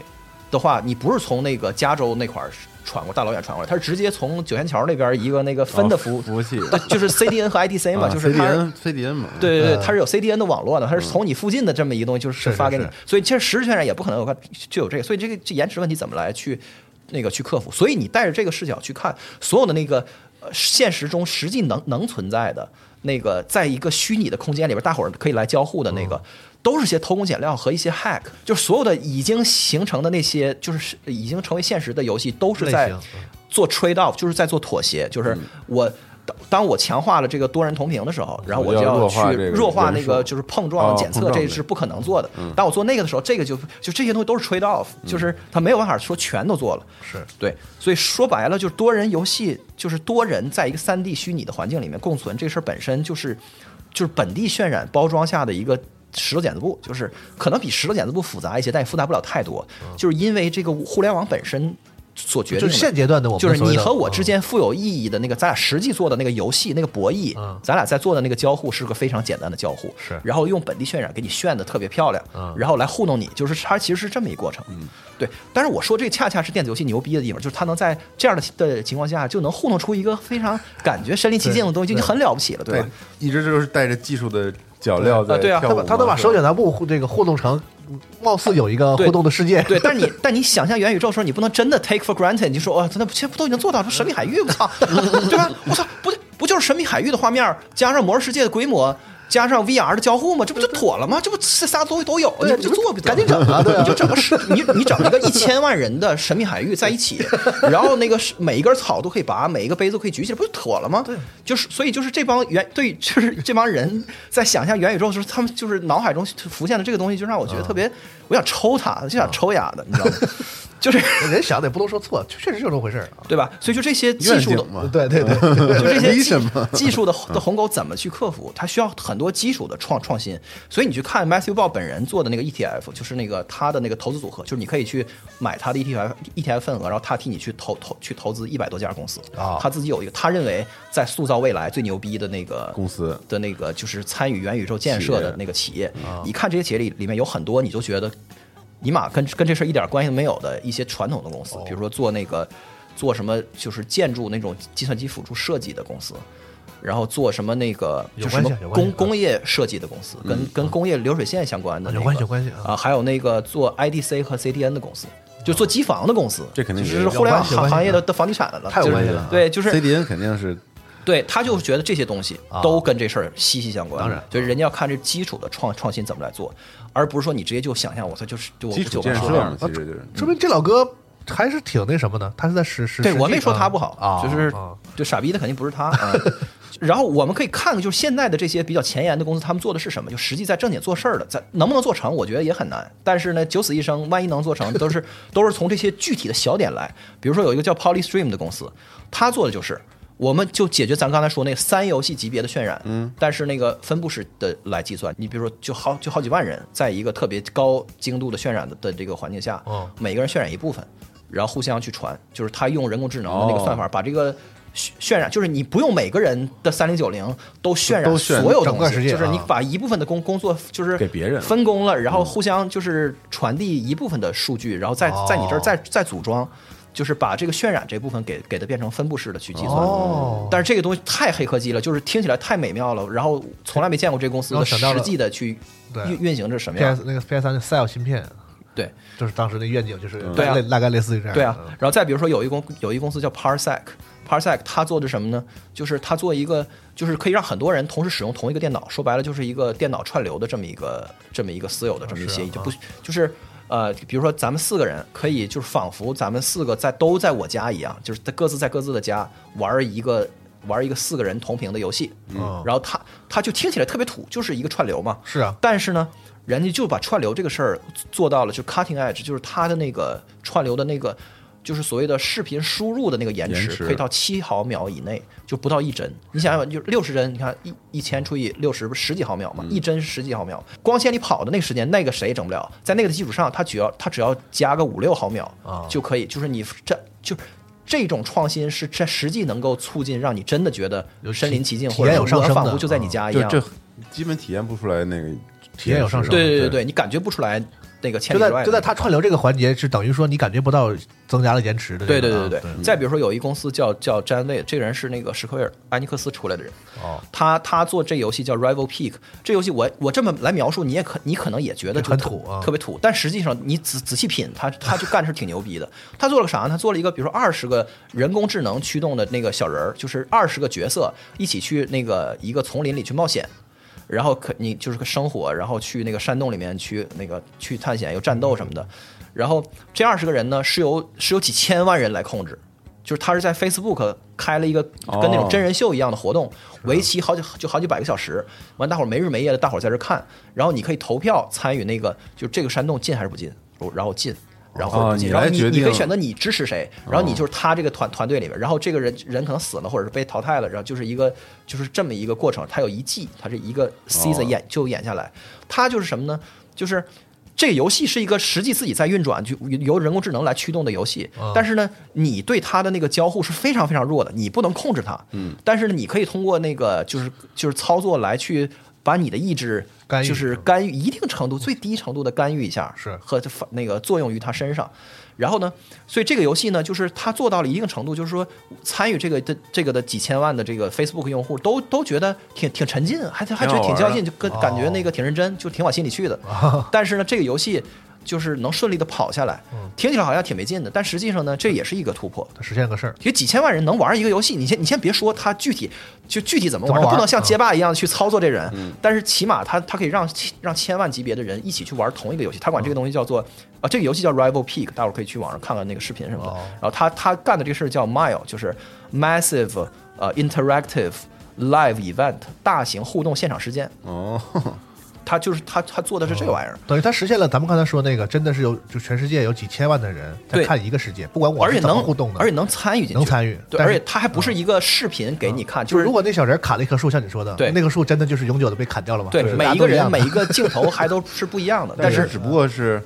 E: 的话，你不是从那个加州那块儿传过大老远传过来，它是直接从九仙桥那边儿一个那个分的服务、
C: 哦服务器
E: 对，就是 CDN 和 IDC 嘛，
C: 啊
E: 就是它
C: CDN CDN
B: 嗯
C: 嘛，
E: 对对对，它是有 CDN 的网络的，它是从你附近的这么一个东西就是
B: 是
E: 发给你，
B: 是
E: 所以其实实时渲染也不可能有个就有这个，所以这个这延迟问题怎么来去那个去克服？所以你带着这个视角去看所有的那个呃现实中实际能能存在的那个，在一个虚拟的空间里边，大伙儿可以来交互的
B: 嗯
E: 那个。都是些偷工减料和一些 hack，就是所有的已经形成的那些，就是已经成为现实的游戏，都是
B: 类
E: 在
B: 型嗯
E: 做 trade off，就是在做妥协，就是我。当当我强化了这个多人同屏的时候，
B: 嗯
E: 然后我
C: 我
E: 就
C: 要弱
E: 去
C: 化这个
E: 弱化
C: 人
E: 那个
C: 数
E: 就是碰撞
C: 哦
E: 检测，
C: 碰撞
E: 这
C: 的
E: 是不可能做的。
B: 嗯
E: 当我做那个的时候，这个就就这些东西都是 trade off，就是他没有办法说全都做了。
B: 是
E: 对，所以说白了，就是多人游戏，就是多人在一个三 D 虚拟的环境里面共存，这事儿本身就是就是本地渲染包装下的一个石头剪子布，就是可能比石头剪子布复杂一些，但也复杂不了太多，就是因为这个互联网本身所决定
B: 嗯就
E: 的
B: 是现阶段的我们
E: 就是
B: 所谓
E: 你
B: 的
E: 和我之间富有意义的那个，咱俩实际做的那个游戏那个博弈
B: 嗯，
E: 咱俩在做的那个交互是个非常简单的交互，
B: 是
E: 然后用本地渲染给你渲的特别漂亮
B: 嗯，
E: 然后来糊弄你，就是它其实是这么一过程，对。但是我说这恰恰是电子游戏牛逼的地方，就是它能在这样的的情况下就能糊弄出一个非常感觉身临其境的东西，就已经很了不起了，对
C: 对
E: 吧？，
C: 一直就是带着技术的脚镣在
E: 啊对啊
B: 他
C: 跳舞
B: 把
C: 嘛，
B: 他都把
C: 是吧
B: 手剪刀布互这个互动成，貌似有一个
E: 对
B: 互动的世界，
E: 对，但是你但你想象元宇宙的时哦候，你不能真的 take for granted，你就说哇，真的这不都已经做到这神秘海域，我操，对吧？我操，不对，不就是神秘海域的画面，加上魔兽世界的规模，加上 VR 的交互吗？这不就妥了吗？这不这仨东西都有，你不就做不就得了
D: 赶紧整啊！对
E: 你
D: 啊
E: 就，整个是，你你整一个一千万人的神秘海域在一起，然后那个是每一根草都可以拔，每一个杯子都可以举起来，不就妥了吗？对，就是所以就是这帮元对，就是这帮人在想象元宇宙的时候，他们就是脑海中浮现的这个东西，就让我觉得特别，我想抽他，就
C: 啊
E: 想抽丫的，你知道吗？ [LAUGHS] 就是
B: 人想的也不能说错，确确实就是这么回事儿啊。
E: 对吧？所以就这些技术
C: 愿
E: 的
C: 景嘛，
B: 对对对，
E: 就这些
C: 为 [LAUGHS]
E: 技
C: 什么
E: 技术的的鸿沟怎么去克服？它需要很多基础的创创新。所以你去看 Matthew Ball 本人做的那个 ETF，就是那个他的那个投资组合，就是你可以去买他的 E ETF ETF 份额，然后他替你去投投去投资一百多家公司
B: 啊
E: 他自己有一个他认为在塑造未来最牛逼的那个
C: 公司
E: 的那个就是参与元宇宙建设
C: 企
E: 的
C: 业
E: 那个企业。
B: 啊
E: 你看这些企业里里面有很多，你就觉得尼玛跟跟这事儿一点关系都没有的一些传统的公司，
B: 哦
E: 比如说做那个做什么就是建筑那种计算机辅助设计的公司。然后做什么那个
B: 有
E: 就什么
B: 关系有啊关
E: 工
B: 系
E: 工业设计的公司，跟跟工业流水线相关的
B: 有
E: 那个
B: 关系有关系
E: 啊，还有那个做 IDC 和 CDN 的公司，就
B: 哦
E: 做机房的公司，
C: 这肯定
E: 就
C: 有
E: 是互联网
B: 有关系有关
E: 行
B: 系啊
E: 行业的的房地产了，
B: 太有
E: 就是
B: 关系了啊
E: 对，就是
C: CDN 肯定是
E: 对，他就觉得这些东西都跟这事儿息息相关。
B: 啊当然
E: 就是人家要看这基础的创创新怎么来做，而不是说你直接就想象我操，就是就我
C: 基础
E: 就
C: 建设
E: 我
C: 嘛，其实就是
B: 说明这老哥还是挺那什么的，他是在实实。
E: 对
B: 实际
E: 我没说他不好，
B: 啊，
E: 就是
B: 啊
E: 就傻逼的肯定不是他。啊然后我们可以看看，就是现在的这些比较前沿的公司，他们做的是什么？就实际在正经做事儿的，在能不能做成，我觉得也很难。但是呢，九死一生，万一能做成，都是都是从这些具体的小点来。比如说有一个叫 Polystream 的公司，他做的就是。我们就解决咱刚才说那三游戏级别的渲染，嗯，但是那个分布式的来计算，你比如说就好就好几万人，在一个特别高精度的渲染的的这个环境下，
B: 哦
E: 每个人渲染一部分，然后互相去传，就是他用人工智能。然后那个
C: 哦
E: 算法把这个渲渲染，就是你不用每个人的三零九零都渲
C: 都
E: 染
C: 渲染
E: 所有
B: 整
E: 东
B: 个
E: 西，
B: 世界
E: 就是你
B: 啊
E: 把一部分的工工作就是
C: 给别人嗯
E: 分工了，然后互相就是传递一部分的数据，然后再
B: 哦
E: 在你这儿再再组装。就是把这个渲染这部分给给它变成分布式的去计算，
B: 哦
E: 但是这个东西太黑科技了，就是听起来太美妙了，然后从来没见过这个公司
B: 让
E: 的
B: 我想到
E: 实
B: 了
E: 际的去
B: 对
E: 运运行着什么样
B: PS 那个 PS 三的 Cell 芯片，
E: 对，
B: 就是当时那愿景，就是
E: 对啊
B: 类大概类似于这样。
E: 对啊
B: 嗯，
E: 然后再比如说有一公有一公司叫 Parsec，Parsec 它做的什么呢？就是它做一个就是可以让很多人同时使用同一个电脑，说白了就是一个电脑串流的这么一个这么一个私
B: 啊
E: 有的这么一个协议，就不就是。呃，比如说咱们四个人可以，就是仿佛咱们四个在都在我家一样，就是在各自在各自的家玩一个玩一个四个人同屏的游戏，
B: 嗯
E: 然后它它就听起来特别土，就是一个串流嘛，
B: 是啊，
E: 但是呢，人家就把串流这个事儿做到了，就 cutting edge，就是它的那个串流的那个，就是所谓的视频输入的那个延迟，
C: 延迟
E: 可以到七毫秒以内，就不到
B: 嗯
E: 一帧。你想想，就六十帧，你看一一千除以六十，不是十几毫秒
B: 嗯
E: 嘛？一帧是十几毫秒，光纤里跑的那个时间，那个谁也整不了。在那个的基础上，它只要它只要加个五六毫秒、
B: 啊
E: 就可以，就是你这就。这种创新是这实际能够促进让你真的觉得
B: 有
E: 身临其境，
B: 体
E: 或者
B: 体验有
E: 说
B: 上升
E: 仿
B: 的
E: 佛就在你
B: 啊
E: 家一
C: 就
E: 样。
C: 这基本体验不出来那个
B: 体验有上升
E: 对对对
C: 对
E: 对，你感觉不出来那个千
B: 就
E: 里之外
B: 在
E: 的
B: 就在它串流这个环节，是等于说你感觉不到增加了延迟的这
E: 对
B: 个
E: 对
B: 啊。
E: 对对对。再比如说，有一公司叫叫詹卫，这个人是那个史克威尔安尼克斯出来的人。
B: 哦，
E: 他他做这游戏叫 Rival Peak，这游戏我我这么来描述，你也可你可能也觉得就
B: 很
E: 特
B: 土啊
E: 特别土。但实际上你仔仔细品，他他就干的是挺牛逼的。他做了个啥呢？他做了一个比如说二十个人工智能驱动的那个小人儿，就是二十个角色一起去那个一个丛林里去冒险。然后可你就是个生火，然后去那个山洞里面去那个去探险，有战斗什么的。然后这二十个人呢，是由是由几千万人来控制，就是他是在 Facebook 开了一个跟那种
C: 哦
E: 真人秀一样的活动，为期好几就好几百个小时，完大伙儿没日没夜的，大伙儿在这看，然后你可以投票参与那个就这个山洞进还是不进，然后进。然后
C: 哦
E: 不进，
C: 你
E: 然后
C: 来
E: 你
C: 决
E: 你可以
C: 定
E: 选择你支持谁，然后你就是他这个团团队里面，然后这个人人可能死了或者是被淘汰了，然后就是一个就是这么一个过程，他有一季，他是一个 season
C: 哦
E: 演就演下来，他就是什么呢？就是这个游戏是一个实际自己在运转，就由人工智能来驱动的游戏，但是呢，你对它的那个交互是非常非常弱的，你不能控制它，嗯，但是呢，你可以通过那个就是就是操作来去把你的意志
B: 干预
E: 就是干预一定程度最低程度的干预一下，
B: 是
E: 和这反那个作用于他身上。然后呢，所以这个游戏呢，就是它做到了一定程度，就是说参与这个的这个的几千万的这个 Facebook 用户都都觉得挺挺沉浸，还还觉得挺较劲，就跟感觉那个挺认真，就挺往心里去的。但是呢，这个游戏就是能顺利的跑下来。听起来好像挺没劲的，但实际上呢，这也是一个突破。
B: 它实现个事儿，
E: 有几千万人能玩一个游戏，你先你先别说它具体就具体怎么玩，
B: 怎么玩嗯
E: 它不能像街霸一样去操作这人，但是起码它它可以让让千万级别的人一起去玩同一个游戏。他管这个东西叫做啊、这个游戏叫 Rival Peak，大伙儿可以去网上看看那个视频什么的。
B: 哦
E: 然后他他干的这个事儿叫 Mile，就是 Massive 呃 Interactive Live Event 大型互动现场事件。 [LAUGHS]
C: 哦，
E: 他就是他他做的是这
B: 哦
E: 个玩意儿。
B: 等于它实现了咱们刚才说那个，真的是有就全世界有几千万的人在
E: 对
B: 看一个世界，不管我
E: 而
B: 是
E: 且
B: 怎么
E: 能
B: 互动的，
E: 而且能参与进去，
B: 能参与
E: 对，
B: 但
E: 而
B: 是嗯
E: 且它还不是一个视频给你看，
B: 就
E: 就是是
B: 如果那小人砍了一棵树，像你说的，
E: 对
B: 那棵树真的就是永久的被砍掉了嘛？
E: 对
B: 就是
E: 每
B: 大家
E: 一
B: 都
E: 个
B: 一样
E: 人
B: 的
E: 每一个镜头还都是不一样的，但
C: 但
E: 是
C: 是只不过是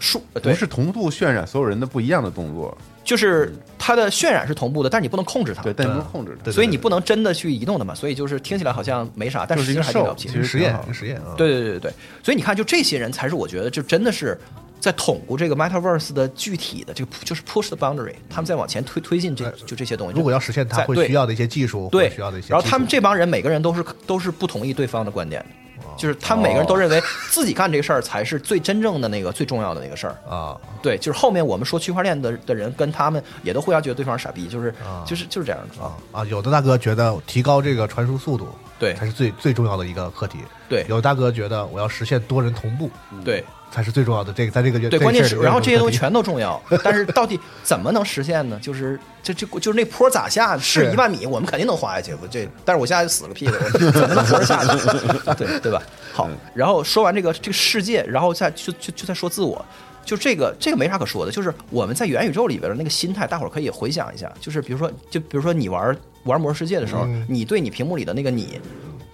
E: 数
C: 不
E: 对
C: 是同步渲染所有人的不一样的动作，
E: 就是它的渲染是同步的，但是你不能控制它，
C: 对，但你不能控制它，
E: 所以你不能真的去移动它嘛，所以就是听起来好像没啥，但
C: 就
E: 实
C: 是一
E: 际
C: 个
E: 上
C: show，
E: 还挺了不起
C: 其
B: 一个
C: 实
B: 实
C: 挺
B: 验
C: 好，
B: 一个实验啊。
E: 对对对对对，所以你看，就这些人才是我觉得就真的是在统顾这个 Metaverse 的具体的这个就是 push the boundary，他们在往前推推进这就这些东西。
B: 如果要实现它，
E: 在
B: 会
E: 对
B: 需要的一些技术，
E: 对
B: 会需要的一些技术。
E: 然后他们这帮人每个人都是都是不同意对方的观点的，就是他们每个人都认为自己干这个事儿才是最真正的那个最重要的那个事儿。
B: 啊，
E: 对，就是后面我们说区块链的的人跟他们也都互相觉得对方是傻逼，就是就是就是这样的
B: 啊啊！有的大哥觉得提高这个传输速度，
E: 对
B: 才是最最重要的一个课题。
E: 对
B: 有的大哥觉得我要实现多人同步，
E: 对
B: 才是最重要的。这个在这个
E: 对，关键是然后这些东西
B: 全
E: 全都重 [LAUGHS] 要，但是到底怎么能实现呢？就是这这就是那坡咋下是
B: 对
E: 一万米，我们肯定能滑下去，我这但是我现在死个屁股，我怎么能活着下去？ [LAUGHS] 对对吧？好，然后说完这个这个世界，然后再就就就再说自我。就这个，这个没啥可说的，就是我们在元宇宙里边的那个心态，大伙儿可以回想一下。就是比如说，就比如说你玩玩《魔兽世界》的时候，你对你屏幕里的那个你，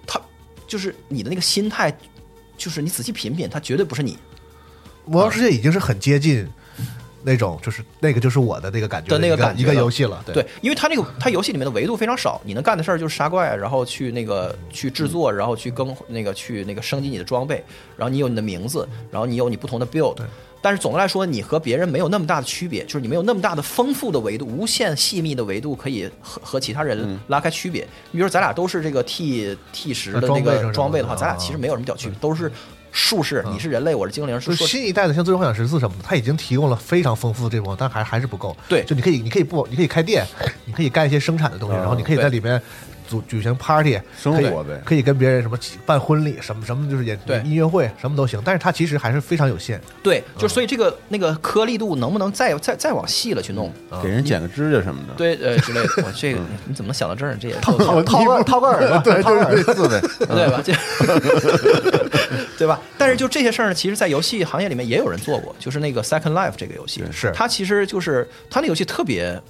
E: 他就是你的那个心态，就是你仔细品品，他绝对不是你。
B: 魔兽世界已经是很接近那种，就是那个就是我的那个感觉
E: 的那
B: 一
E: 个
B: 个
E: 感觉
B: 一个
E: 了
B: 游戏了。
E: 对，因为它那个它游戏里面的维度非常少，你能干的事儿就是杀怪，然后去那个去制
B: 嗯
E: 作，然后去更那个去那个升级你的装备，然后你有你的名字，然后你有你不同的 build。但是总的来说，你和别人没有那么大的区别，就是你没有那么大的丰富的维度、无限细密的维度可以和和其他人
B: 嗯
E: 拉开区别。你比如说咱俩都是这个 T T 十的那
B: 装备上什
E: 个
B: 么
E: 装备的话，
B: 的
E: 咱俩
B: 啊
E: 其实没有什么屌区别，都是术士，你是人类，我是精灵，
B: 就是是
E: 说
B: 新一代的，像《最终幻想十四》什么的，它已经提供了非常丰富的这种，但还还是不够。
E: 对
B: 就你可以，你可以不，你可以开店，你可以干一些生产的东西，然后你可以在
E: 对
B: 里面组举行 party，
C: 生
B: 可以
C: 活呗
B: 可以跟别人什么起办婚礼，什么什么就是演
E: 对
B: 音乐会，什么都行。但是它其实还是非常有限。
E: 对，就是所以这个那个颗粒度能不能再再再往细了去弄？
B: 嗯
C: 啊给人剪个指甲什么的，
E: 对，呃之类的。我这个你怎么能想到这儿？这也套
B: 掏个掏个耳朵，
C: [LAUGHS] 对，
B: 掏个耳
C: 就是
B: 朵。
C: 类似呗，
E: [LAUGHS] 对吧？这对吧？但是就这些事儿呢，其实，在游戏行业里面也有人做过，就是那个《Second Life》这个游戏，
B: 是
E: 它其实就是它那游戏特别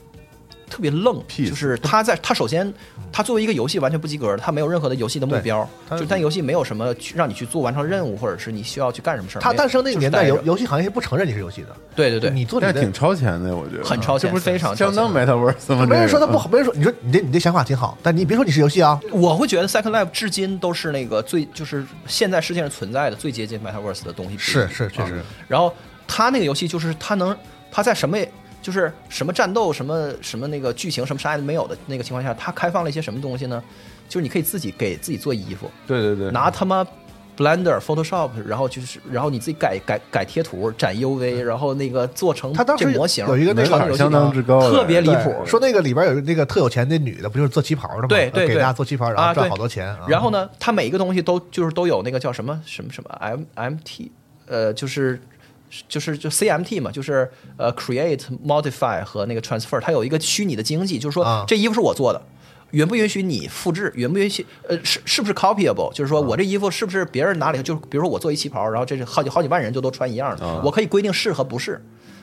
E: 特别愣，
C: Peace
E: 就是它在它首先它作为一个游戏完全不及格，它没有任何的游戏的目
B: 对
E: 标，
B: 它
E: 就但游戏没有什么去让你去做完成任务，或者是你需要去干什么事儿。
B: 它
E: 没有
B: 诞生那个
E: 就是
B: 年代，
E: 待着
B: 游游戏行业是不承认你是游戏的，
E: 对对对，
B: 你做你
C: 但是
B: 的
C: 挺。超前的，我觉得
E: 很超前
C: 这不是
E: 非常超
C: 相
E: 前
C: 当 Metaverse 吗？
B: 没人
C: 这
B: 说
C: 个嗯
B: 它不好，没人说。你说你这你这想法挺好，但你别说你是游戏啊，
E: 我会觉得 Second Life 至今都是那个最就是现在世界上存在的最接近 Metaverse 的东西之一。
B: 是是确实
E: 啊然后它那个游戏就是它能它在什么也就是什么战斗什么什么那个剧情什么啥也没有的那个情况下，它开放了一些什么东西呢？就是你可以自己给自己做衣服，
C: 对对对，
E: 拿他妈 Blender、Photoshop，然后就是然后你自己改改改贴图、展 UV，然后那个做
B: 嗯
E: 成
B: 它当时
E: 这模型，
B: 有一个那
C: 门
B: 个
E: 传
C: 槛
E: 游戏
C: 相当之高了，
E: 特别离谱
B: 对。说那个里边有那个特有钱那女的，不就是做旗袍的吗？呃
E: 对对
B: 给
E: 对
B: 大家做旗袍，然后
E: 啊
B: 赚
E: 对
B: 好多钱。啊
E: 然后呢，它每一个东西都就是都有那个叫什么什么什么 M M T，呃，就是就是就 C M T 嘛，就是呃 create modify 和那个 transfer，它有一个虚拟的经济，就是说、
B: 啊
E: 这衣服是我做的。允不允许你复制？允不允许？呃，是是不是 copyable？就是
B: 啊
E: 说我这衣服是不是别人拿了以后，就是比如说我做一旗袍，然后这是好几好几万人就都穿一样的，
B: 啊
E: 我可以规定是和不是。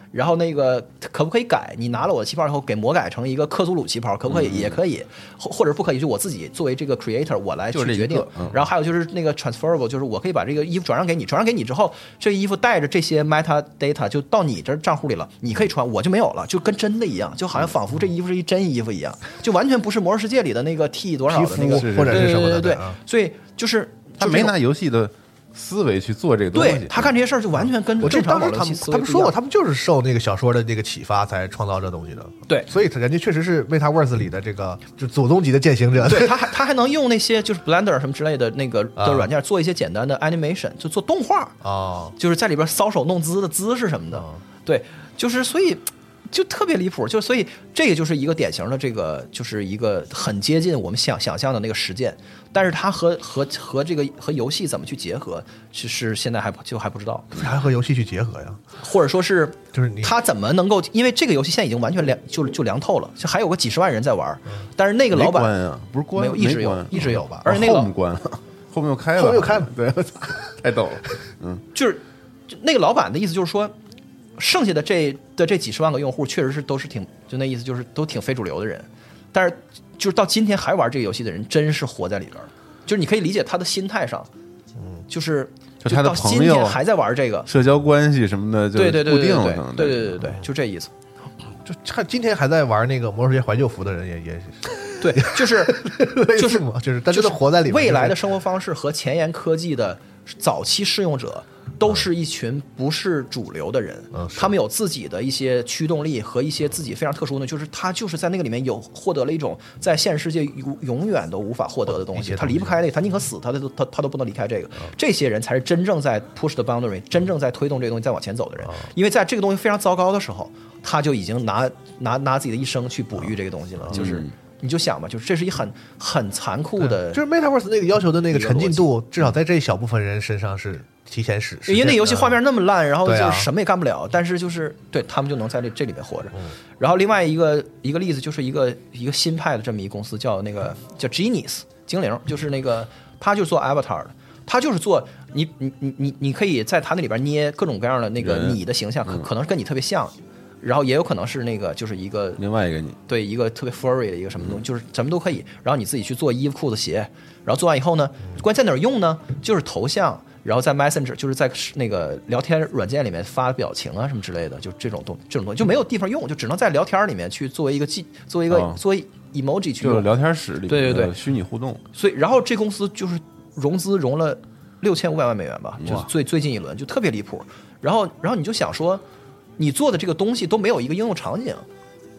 E: 然后那个可不可以改？你拿了我的旗袍以后，给魔改成一个克苏鲁旗袍，可不可以？也可以，或或者不可以？就我自己作为这个 creator，我来
C: 就这
E: 去
C: 一
E: 决定
C: 个。嗯
E: 然后还有就是那个 transferable，就是我可以把这个衣服转让给你，转让给你之后，这个衣服带着这些 meta data 就到你这账户里了，你可以穿，我就没有了，就跟真的一样，就好像仿佛这衣服是一真衣服一样，就完全不是魔兽世界里的那个 T 多少的那个
B: 皮肤或者
E: 对
B: 是什么
E: 对对
B: 的，
E: 对
B: 啊，
E: 所以就是
C: 他
E: 就
C: 没
E: 这种
C: 拿游戏的思维去做这个东西。
E: 对他干这些事儿就完全跟
B: 我这
E: 正常
B: 当
E: 网
B: 时
E: 络
B: 他
E: 信
B: 们
E: 息思维
B: 他们
E: 不一
B: 说过，
E: 样
B: 他们就是受那个小说的那个启发才创造这东西的。
E: 对
B: 所以他人家确实是为他 Words 里的这个就祖宗级的践行者。
E: 对，他还他还能用那些就是 Blender 什么之类的那个
B: 啊
E: 的软件做一些简单的 animation，就做动画，
B: [LAUGHS] 哦，
E: 就是在里边搔首弄姿的姿势什么
B: 啊
E: 的。对，就是所以就特别离谱，就所以这个就是一个典型的这个就是一个很接近我们想想象的那个实践，但是它和和和这个和游戏怎么去结合，其实现在还不就还不知道，
B: 为啥和游戏去结合呀？
E: 或者说是
B: 就是你
E: 他怎么能够，因为这个游戏现在已经完全凉就就凉透了，就还有个几十万人在玩
B: 嗯
E: 儿，但是那个
C: 没
E: 老板
C: 关啊，不是关，
E: 没有一直
C: 没
E: 有
C: 关
E: 一直有吧
C: 哦
E: 而且那个
C: 后面关了，后面又开了，
B: 后面又开了
C: [LAUGHS] 对，太逗了，嗯，
E: 就是就那个老板的意思就是说，剩下的这的这几十万个用户确实是都是挺就那意思就是都挺非主流的人，但是就是到今天还玩这个游戏的人真是活在里边儿，就是你可以理解他的心态上，就是
C: 嗯就他的
E: 到今
C: 朋友
E: 天还在玩这个，
C: 社交关系什么的就
E: 对对对
C: 固
E: 对对
C: 定了，
E: 对
C: 可能
E: 对对对对，就这意思。
B: 就看今天还在玩那个《魔兽世界怀旧服》的人也也 [LAUGHS]
E: 对，
C: [LAUGHS]
E: 就是
B: 类
E: 就
B: 似
E: 是
B: 嘛就是他真的活在里面
E: 未来
B: 就
E: 的
B: 是
E: 生活方式和前沿科技的早期试用者。都是一群不是主流的人，
B: 嗯是
E: 他们有自己的一些驱动力和一些自己非常特殊的，就是他就是在那个里面有获得了一种在现实世界永永远都无法获得的东
B: 一些
E: 西，
B: 东西
E: 他离不开那个，他宁可死，他都他他都不能离开这个。这些人才是真正在 push the boundary，真正在推动这个东西再往前走的人，因为在这个东西非常糟糕的时候，他就已经拿拿拿自己的一生去哺育这个东西了，就是。你就想吧，就是这是一很很残酷的，
B: 就是 MetaVerse 那个要求的那个沉浸度，至少在这一小部分人身上是提前实实现的。
E: 因为那游戏画面那么烂，然后就
B: 对啊
E: 是什么也干不了，但是就是对他们就能在这这里面活着。然后另外一个一个例子就是一个一个新派的这么一公司叫那个叫 Genius 精灵，就是那个他就是做 Avatar 的，他就是做你你你你你可以在他那里边捏各种各样的那个
C: 人
E: 你的形象，可可能是跟你特别像，然后也有可能是那个就是一个
C: 另外一个你
E: 对一个特别 furry 的一个什么东西，就是什么都可以。然后你自己去做衣服、裤子、鞋，然后做完以后呢，关键在哪儿用呢？就是头像，然后在 Messenger，就是在那个聊天软件里面发表情啊什么之类的，就这种东这种东西就没有地方用，就只能在聊天里面去作为一个记，作为一个、
C: 哦
E: 作为 emoji 去
C: 就是
E: 用。
C: 聊天室里
E: 对对对
C: 的虚拟互动，
E: 所以，然后这公司就是融资融了六千五百万美元吧，就是最最近一轮就特别离谱。然后，然后你就想说，你做的这个东西都没有一个应用场景，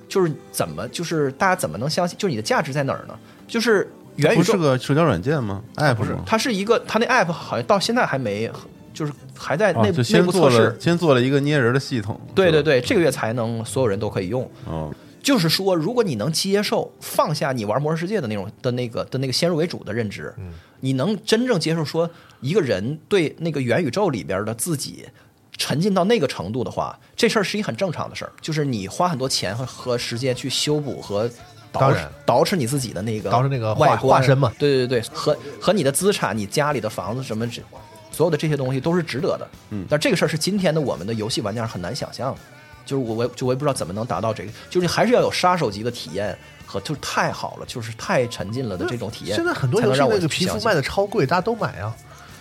E: 就是怎么，就是大家怎么能相信，就是你的价值在哪儿呢？就是元宇
C: 哎不是
E: 宙，
C: 个社交软件吗？app 不是
E: 它是一个，它那 app 好像到现在还没，就是还在内
C: 啊，
E: 部、
C: 就
E: 内
C: 先
E: 部
C: 做
E: 测试
C: 了。先做了一个捏人的系统，
E: 对对
C: 是吧，
E: 对，这个月才能所有人都可以用。
C: 哦，
E: 就是说，如果你能接受放下你玩《魔兽世界》的那种的那个的那个先入为主的认知，
B: 嗯
E: 你能真正接受说一个人对那个元宇宙里边的自己沉浸到那个程度的话，这事儿是一很正常的事儿，就是你花很多钱和和时间去修补和。
B: 当
E: 捯饬
B: 然
E: 捯饬你自己的那个
B: 捯饬那个化
E: 外观
B: 化身嘛
E: 对对对，和和你的资产、你家里的房子什么这，所有的这些东西都是值得的。嗯，但这个事儿是今天的我们的游戏玩家很难想象的，就是我我也就我也不知道怎么能达到这个，就是你还是要有杀手级的体验和就是太好了，就是太沉浸了的这种体验。
B: 现在很多
E: 才能
B: 游戏
E: 让我
B: 那个皮肤
E: 相信
B: 卖的超贵，大家都买啊，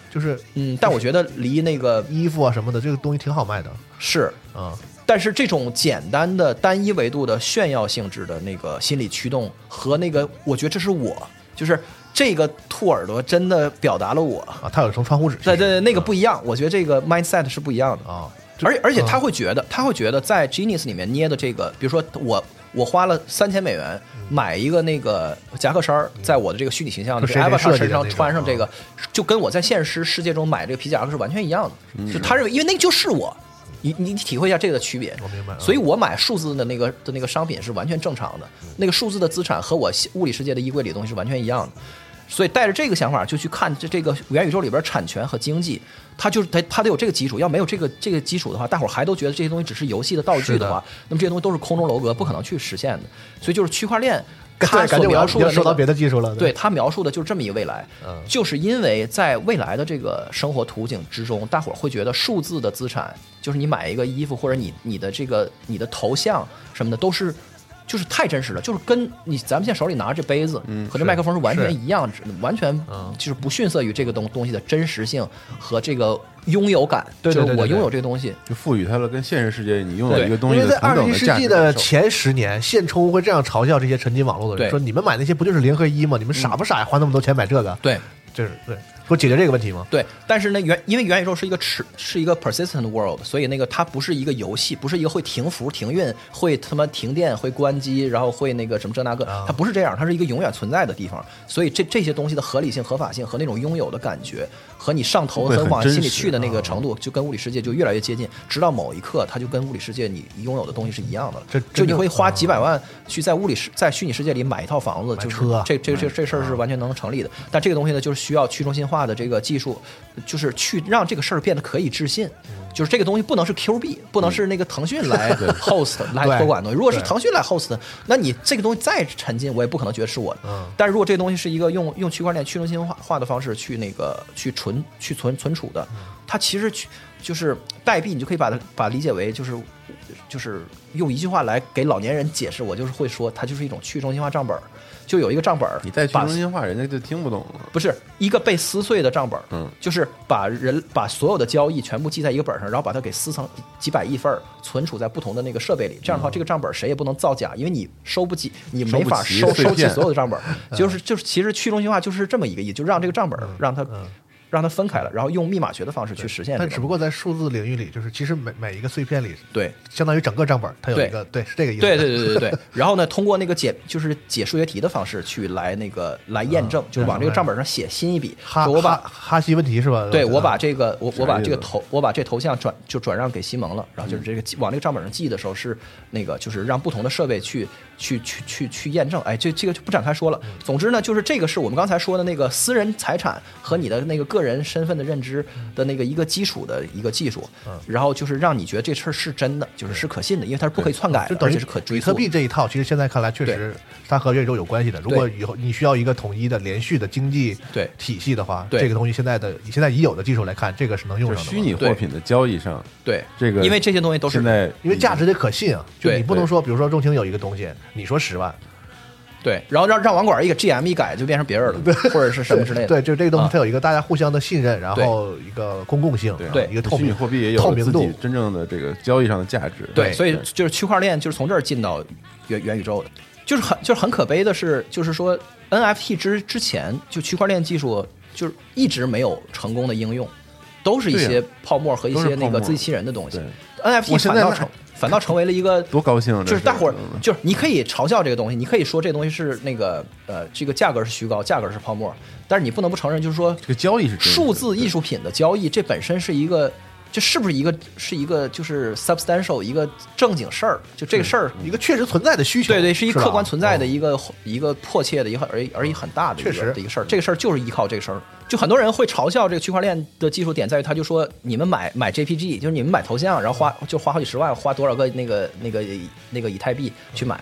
B: 就是
E: 嗯，但我觉得离那个
B: 衣服啊什么的，这个东西挺好卖的
E: 是
B: 啊。
E: 但是这种简单的单一维度的炫耀性质的那个心理驱动和那个，我觉得这是我，就是这个兔耳朵真的表达了我。
B: 啊，它有一层窗户纸。
E: 对对，对，那个不一样，我觉得这个 mindset 是不一样的。
B: 啊，
E: 而且而且他
B: 嗯
E: 会觉得，他会觉得在 Genius 里面捏的这个，比如说我我花了三千美元买一个那个夹克衫儿，在我的这个虚拟形象的
B: 就
E: 这
B: 谁
E: 个
B: 嗯谁设
E: Avatar
B: 计的
E: 身
B: 那啊
E: 上
B: 种
E: 穿上这个，就跟我在现实世界中买这个皮夹克是完全一样
B: 嗯
E: 的。就他认为，因为那个就是我，你你体会一下这个的区别。
B: 我明白嗯
E: 所以我买数字的那个的那个商品是完全正常的，
B: 嗯
E: 那个数字的资产和我物理世界的衣柜里的东西是完全一样的。所以带着这个想法就去看这这个元宇宙里边产权和经济，它就是它它得有这个基础，要没有这个这个基础的话，大伙儿还都觉得这些东西只是游戏的道具的话，那么这些东西都是空中楼阁，不可能去实现的。所以就是区块链，它
B: 哎对感
E: 所
B: 觉我要
E: 描述的、
B: 要
E: 那个、
B: 说到别的技术了。
E: 对，他描述的就是这么一个未来
B: 嗯，
E: 就是因为在未来的这个生活图景之中，大伙儿会觉得数字的资产，就是你买一个衣服或者你你的这个你的头像什么的，都是就是太真实了，就是跟你咱们现在手里拿着这杯子
B: 嗯
E: 和这麦克风是完全一样，完全就是不逊色于这个东东西的真实性和这个拥有感，
B: 对对对
E: 就是我
B: 对对
E: 拥有这个东西，
C: 就赋予它了跟现实世界你拥有
E: 对
C: 一个
B: 因
C: 东西
B: 为
C: 的
B: 在
C: 同
B: 二十
C: 等
B: 一
C: 的
B: 世
C: 价
B: 纪
C: 值
B: 的
C: 感受。
B: 前十年，现充会这样嘲笑这些沉浸网络的人，
E: 对嗯
B: 说你们买那些不就是零和一吗？你们傻不傻呀？花那么多钱买这个？
E: 对。
B: 就是对，说解决这个问题吗？
E: 对，但是呢，元因为元宇宙是一个持是一个 persistent world，所以那个它不是一个游戏，不是一个会停服、停运、会他妈停电、会关机，然后会那个什么这那个，它不是这样，它是一个永远存在的地方。所以这这些东西的合理性、合法性和那种拥有的感觉，和你上头
C: 会
E: 和
C: 很
E: 往
C: 真
E: 心里
C: 实
E: 去的那个程度，就跟物理世界就越来越接近，直到某一刻，它就跟物理世界你拥有的东西是一样的了。
B: 这
E: 就
B: 真
E: 你
B: 的
E: 会花几百万去在物理世在虚拟世界里买一套房子，就是
B: 车啊
E: 这这这这事儿是完全能成立的。但这个东西呢，就是需要去中心化的这个技术，就是去让这个事儿变得可以置信。就是这个东西不能是 Q 币，不能是那个腾讯来 host 来托管的东西。如果是腾讯来 host，的那你这个东西再沉浸，我也不可能觉得是我的。
B: 嗯
E: 但是如果这个东西是一个用用区块链去中心化化的方式去那个去存去存存储的，
C: 嗯
E: 它其实去就是代币，你就可以把它把它理解为就是就是用一句话来给老年人解释，我就是会说它就是一种去中心化账本儿，就有一个账本儿，
C: 你再去
E: 把
C: 中心化，人家就听不懂了。
E: 不是一个被撕碎的账本，
C: 嗯，
E: 就是把人把所有的交易全部记在一个本上，然后把它给撕成几百亿份儿，存储在不同的那个设备里。这样
B: 嗯
E: 的话，这个账本谁也不能造假，因为你收不起，你没法
C: 收
E: 收
C: 不齐
E: 收集
C: 碎片
E: 所有的账本。就是就是，其实去中心化就是这么一个意思，就让这个账本
B: 嗯
E: 让它让它分开了，然后用密码学的方式去实现这
B: 但
E: 个。
B: 只不过在数字领域里，就是其实每每一个碎片里，
E: 对，
B: 相当于整个账本，它有
E: 对
B: 一个对是这个意思。
E: 对对对对对。 [LAUGHS] 然后呢，通过那个解就是解数学题的方式去来那个来验证，就是往这个账本上写新一笔。
B: 嗯哈
E: 说我把
B: 哈哈希问题是吧？呃
E: 对
B: 觉得
E: 我把这个我我把这个
C: 意思
E: 头我把这头像转就转让给西蒙了，然后就是这个记往这个账本上记的时候是那个就是让不同的设备去去去去去验证，哎，这这个就不展开说了。总之呢，就是这个是我们刚才说的那个私人财产和你的那个个人身份的认知的那个一个基础的一个技术，
B: 嗯
E: 然后就是让你觉得这事儿是真的，就是是可信的，因为它是不可以篡改
B: 就
E: 的，
B: 等
E: 而
B: 于
E: 且是可追
B: 比
E: 溯
B: 特
E: 的。
B: 币这一套，其实现在看来确实它和元宇宙有关系的。如果以后你需要一个统一的、连续的经济
E: 对
B: 体系的话，
E: 对
B: 这个东西现在的以现在已有的技术来看，这个是能用
C: 就
B: 上
C: 是
B: 的。
C: 虚拟，货品的交易上，
E: 对，
C: 这个
E: 因为这些东西都是
C: 现在
B: 因为价值得可信啊。就
E: 嗯对
B: 你不能
C: 对
B: 说，比如说钟情有一个东西，你说十万，
E: 对，然后让让网管一给 GM 一改就变成别人了，或者是什么之类的。
B: 对，就这个东
E: 啊
B: 西它有一个大家互相的信任，然
E: 对
B: 后一个公共性，
C: 对
B: 啊
E: 对
B: 一个透
C: 虚拟
B: 明
C: 货币也有
B: 透
C: 了
B: 明
C: 自
B: 度
C: 己。真正的这个交易上的价值。
E: 对，所以就是区块链就是从这儿进到元元宇宙的，就是很就是很可悲的是，就是说 NFT 之之前就区块链技术就是一直没有成功的应用，都是一
C: 对
E: 些
C: 呀
E: 泡沫和一
C: 都是
E: 些
C: 泡沫
E: 那个自欺欺人的东西
C: 对。
E: NFT
C: 我现
E: 反
C: 在
E: 倒
C: 那
E: 成反倒成为了一个
C: [LAUGHS] 多高兴啊！
E: 就是
C: 这
E: 大伙儿
C: 事嗯
E: 就是你可以嘲笑这个东西，你可以说这东西是那个呃这个价格是虚高，价格是泡沫，但是你不能不承认，就是说
C: 这个交易是真实的
E: 数字艺术品的交易，这本身是一个，这是不是一个是一个就是 substantial 一个正经事儿？就这个事儿，
C: 嗯
B: 一个确实存在的需求，
E: 对对，是一个
B: 吧
E: 客观存在的
B: 嗯
E: 一个、一个迫切的一个而而一很大的一个
B: 确实
E: 的一个事儿。这个事儿就是依靠这个事儿，就很多人会嘲笑这个区块链的技术点在于，他就说你们买买 JPG，就是你们买头像，然后花就花好几十万，花多少个那个那个那个以太币去买。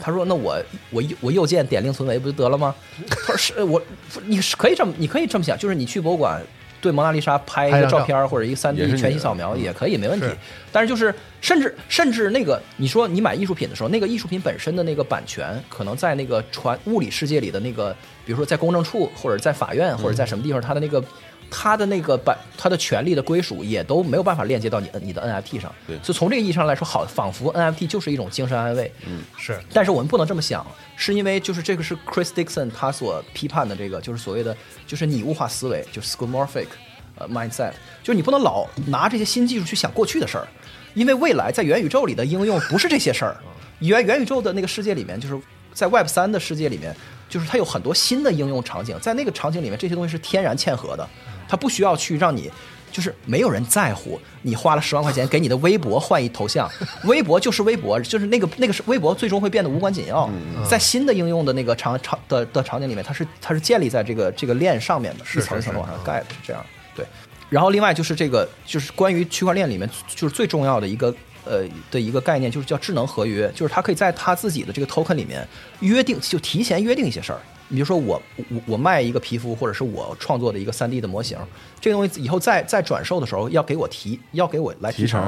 E: 他说：“那我我右我右键点令存为不就得了吗？”他说：“是我，你是可以这么，你可以这么想，就是你去博物馆对蒙娜丽莎拍一
B: 拍
E: 个
B: 张
E: 照
B: 照
E: 片儿或者一个三
C: 也是
E: D
C: 你
E: 全息
C: 的
E: 扫描
C: 嗯
E: 也可以，没问题
B: 是。
E: 但是就是甚至甚至那个，你说你买艺术品的时候，那个艺术品本身的那个版权，可能在那个传物理世界里的那个，比如说在公证处或者在法院或者
C: 嗯
E: 在什么地方，它的那个。它的那个版，它的权利的归属也都没有办法链接到你你的 NFT 上，
C: 对
E: 所以从这个意义上来说，好，仿佛 NFT 就是一种精神安慰，
C: 嗯
B: 是
E: 但是我们不能这么想，是因为就是这个是 Chris Dixon 他所批判的这个，就是所谓的就是拟物化思维，就是 skeuomorphic 呃 mindset，就是你不能老拿这些新技术去想过去的事儿，因为未来在元宇宙里的应用不是这些事儿，元元宇宙的那个世界里面，就是在 Web 三的世界里面，就是它有很多新的应用场景，在那个场景里面，这些东西是天然嵌合的，它不需要去让你。就是没有人在乎你花了十万块钱给你的微博换一头像，微博就是微博，就是那个那个是微博，最终会变得无关紧要。在新的应用的那个场场的的场景里面，它是它是建立在这个这个链上面的，一层一层地往上盖的，是这样。对，然后另外就是这个就是关于区块链里面就是最重要的一个呃的一个概念，就是叫智能合约，就是它可以在它自己的这个 token 里面约定，就提前约定一些事儿。你比如说我我我卖一个皮肤，或者是我创作的一个 3D 的模型，这个东西以后再再转售的时候要给我提，要给我来提
C: 提成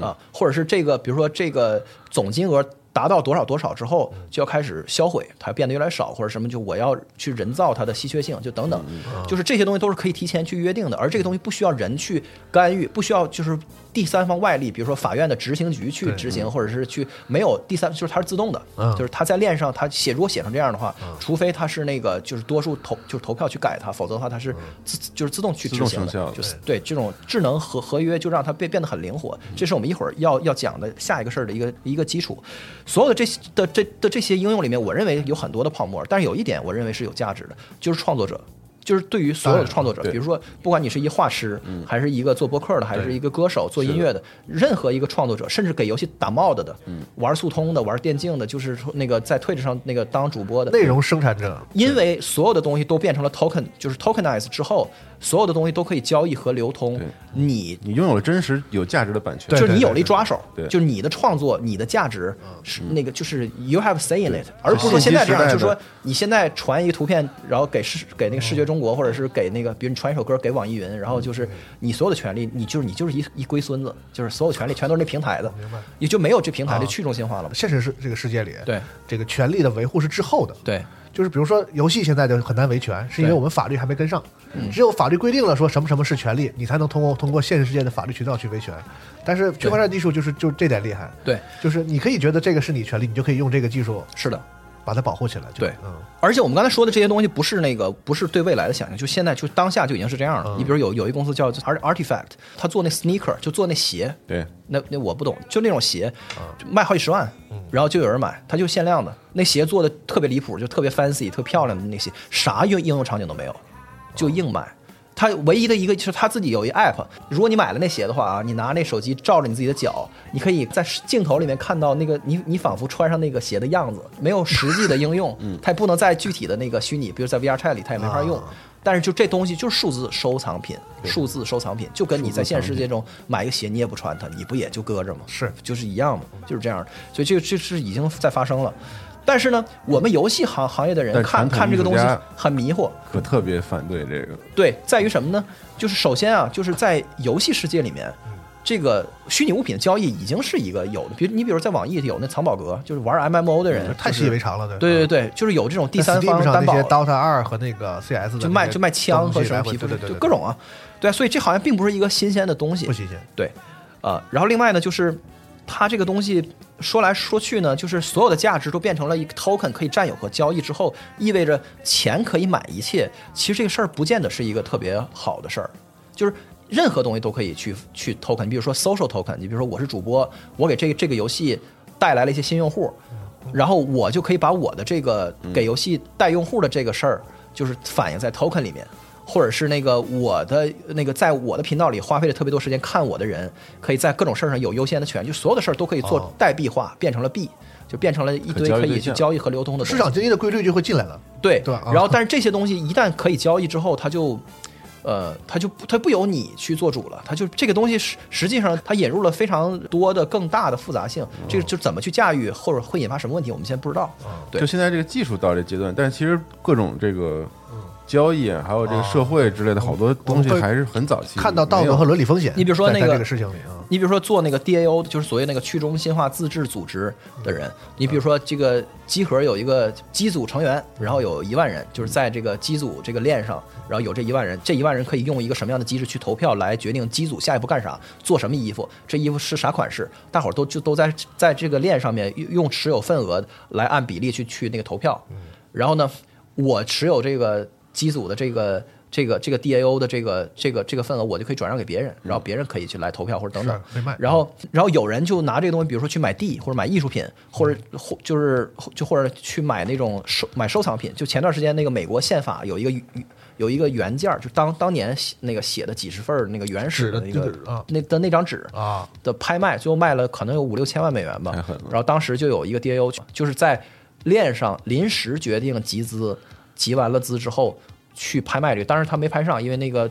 E: 啊，或者是这个，比如说这个总金额达到多少多少之后，就要开始销毁，它变得越来越少，或者什么，就我要去人造它的稀缺性，就等等，就是这些东西都是可以提前去约定的，而这个东西不需要人去干预，不需要就是第三方外力，比如说法院的执行局去执行，或者是去没有第三，就是它是自动的，
B: 嗯
E: 就是它在链上它写，如果写成这样的话，除非它是那个就是多数投就是投票去改它，否则的话它是自就是自动去执行
C: 自动生效
E: 的
C: 的，
E: 就是对这种智能合合约就让它变变得很灵活，这是我们一会儿要要讲的下一个事儿的一个一个基础。所有的这些的这的这些应用里面，我认为有很多的泡沫，但是有一点我认为是有价值的，就是创作者。就是对于所有的创作者，
C: 对
E: 比如说，不管你是一画师，还是一个做播客的，还是一个歌手做音乐的，任何一个创作者，甚至给游戏打 mod 的，玩速通的，玩电竞的，就是说那个在 Twitch 上那个当主播的，
B: 内容生产者，
E: 因为所有的东西都变成了 token，就是 tokenize 之后，所有的东西都可以交易和流通
C: 对。
E: 你
C: 你拥有了真实有价值的版权，
B: 对
E: 就是你有了一抓手
C: 对，对
E: 就是你的创作、你的价值是那个，就是 you have say in it，而不是
C: 手
E: 说
C: 机
E: 现在这
C: 时
E: 样，
C: 代的
E: 就是说你现在传一个图片，然后给视给那个视觉中国，或者是给那个，比如你传一首歌给网易云，然后就是你所有的权利，你就是你就是一一龟孙子，就是所有权利全都是那平台的，也就没有这平台的去中心化了嘛。
B: 现实是这个世界里，
E: 对
B: 这个权利的维护是滞后的，
E: 对，
B: 就是比如说游戏现在就很难维权，是因为
E: 对
B: 我们法律还没跟上，
E: 嗯
B: 只有法律规定了说什么什么是权利，你才能通过通过现实世界的法律渠道去维权。但是区块链技术就是就这点厉害，
E: 对，
B: 就是你可以觉得这个是你权利，你就可以用这个技术
E: 是的。
B: 把它保护起来。就
E: 对
B: 嗯，
E: 而且我们刚才说的这些东西，不是那个，不是对未来的想象，就现在就当下就已经是这样了。你比如有有一公司叫 Art Artifact，他做那 sneaker，就做那鞋，
C: 对，
E: 那那我不懂，就那种鞋，就卖好几十万，然后就有人买，它就限量的。那鞋做的特别离谱，就特别 fancy，特漂亮的那鞋，啥应应用场景都没有，就硬买。它唯一的一个就是它自己有一 app，如果你买了那鞋的话啊，你拿那手机照着你自己的脚，你可以在镜头里面看到那个你你仿佛穿上那个鞋的样子，没有实际的应用，它也不能在具体的那个虚拟，比如在 VR Chat 里它也没法用。但是就这东西就是数字收藏品，数字收藏品就跟你在现实世界中买个鞋你也不穿它，你不也就搁着吗？
B: 是
E: 就是一样嘛，就是这样的。所以这个这是已经在发生了。但是呢，我们游戏行行业的人
C: 但
E: 看
C: 传统
E: 看这个东西
C: 艺术家
E: 很迷惑，
C: 可特别反对这个，
E: 对，在于什么呢？就是首先啊，就是在游戏世界里面，这个虚拟物品的交易已经是一个有的，比如你比如在网易有那藏宝阁，就是玩 MMO 的人，
B: 嗯太习以为常了，对
E: 对对
B: 对。
E: 对，就是有这种第三
B: Steam
E: 方
B: 上
E: 担
B: 那
E: 保
B: 些
E: 的，
B: Dota 二和那个 CS 的那
E: 就卖
B: 些
E: 就卖枪和
B: 东西
E: 什么
B: 来回
E: 皮肤，
B: 对对对
E: 就
B: 对
E: 各种啊，对啊，所以这好像并不是一个新鲜的东西，
B: 不新鲜。
E: 对，呃，然后另外呢，就是它这个东西说来说去呢，就是所有的价值都变成了一个 token 可以占有和交易之后，意味着钱可以买一切。其实这个事儿不见得是一个特别好的事儿，就是。任何东西都可以去去 token，你比如说 social token，你比如说我是主播，我给这个这个游戏带来了一些新用户，然后我就可以把我的这个
C: 嗯
E: 给游戏带用户的这个事儿，就是反映在 token 里面，或者是那个我的那个在我的频道里花费了特别多时间看我的人，可以在各种事儿上有优先的权，就所有的事儿都可以
B: 哦
E: 做代币化，变成了币，就变成了一
C: 可
E: 堆
C: 交易
E: 可
C: 对
E: 以去
C: 象
E: 交易和流通的东西
B: 市场经济的规律就会进来了，
E: 对，
B: 对啊
E: 然后但是这些东西一旦可以交易之后，它就。呃，它就不它不由你去做主了，它就这个东西实实际上它引入了非常多的更大的复杂性，这个就怎么去驾驭或者会引发什么问题，我们现在不知道。对
C: 就现在这个技术到这阶段，但是其实各种这个
E: 嗯
C: 交易啊，还有这个社会之类的好多东西
E: 哦
B: 我们会
C: 还是很早期
B: 看到道德和伦理风险。
E: 你比如说
B: 在
E: 那
B: 在
E: 个
B: 这个事情里啊，
E: 你比如说做那个 DAO，就是所谓那个去中心化自治组织的人，你比如说这个机核有一个机组成员，然后有一万人，就是在这个机组这个链上，然后有这一万人，这一万人可以用一个什么样的机制去投票来决定机组下一步干啥，做什么衣服，这衣服是啥款式，大伙儿都就都在在这个链上面用用持有份额来按比例去去那个投票，然后呢，我持有这个机组的这个。这个这个 DAO 的这个这个这个份额，我就可以转让给别人，然后别人可以去来投票或者等等
B: 是啊没卖。
E: 然后，然后有人就拿这个东西，比如说去买地，或者买艺术品，或者
B: 嗯
E: 或就是就或者去买那种收买收藏品。就前段时间那个美国宪法有一个有一个原件儿，就当当年写那个写的几十份儿那个原始的那
B: 纸的
E: 个
B: 对对啊
E: 那的那张纸
B: 啊
E: 的拍卖，最后卖了可能有五六千万美元吧
C: 太狠了。
E: 然后当时就有一个 DAO，就是在链上临时决定集资，集完了资之后去拍卖这个，当然他没拍上，因为那个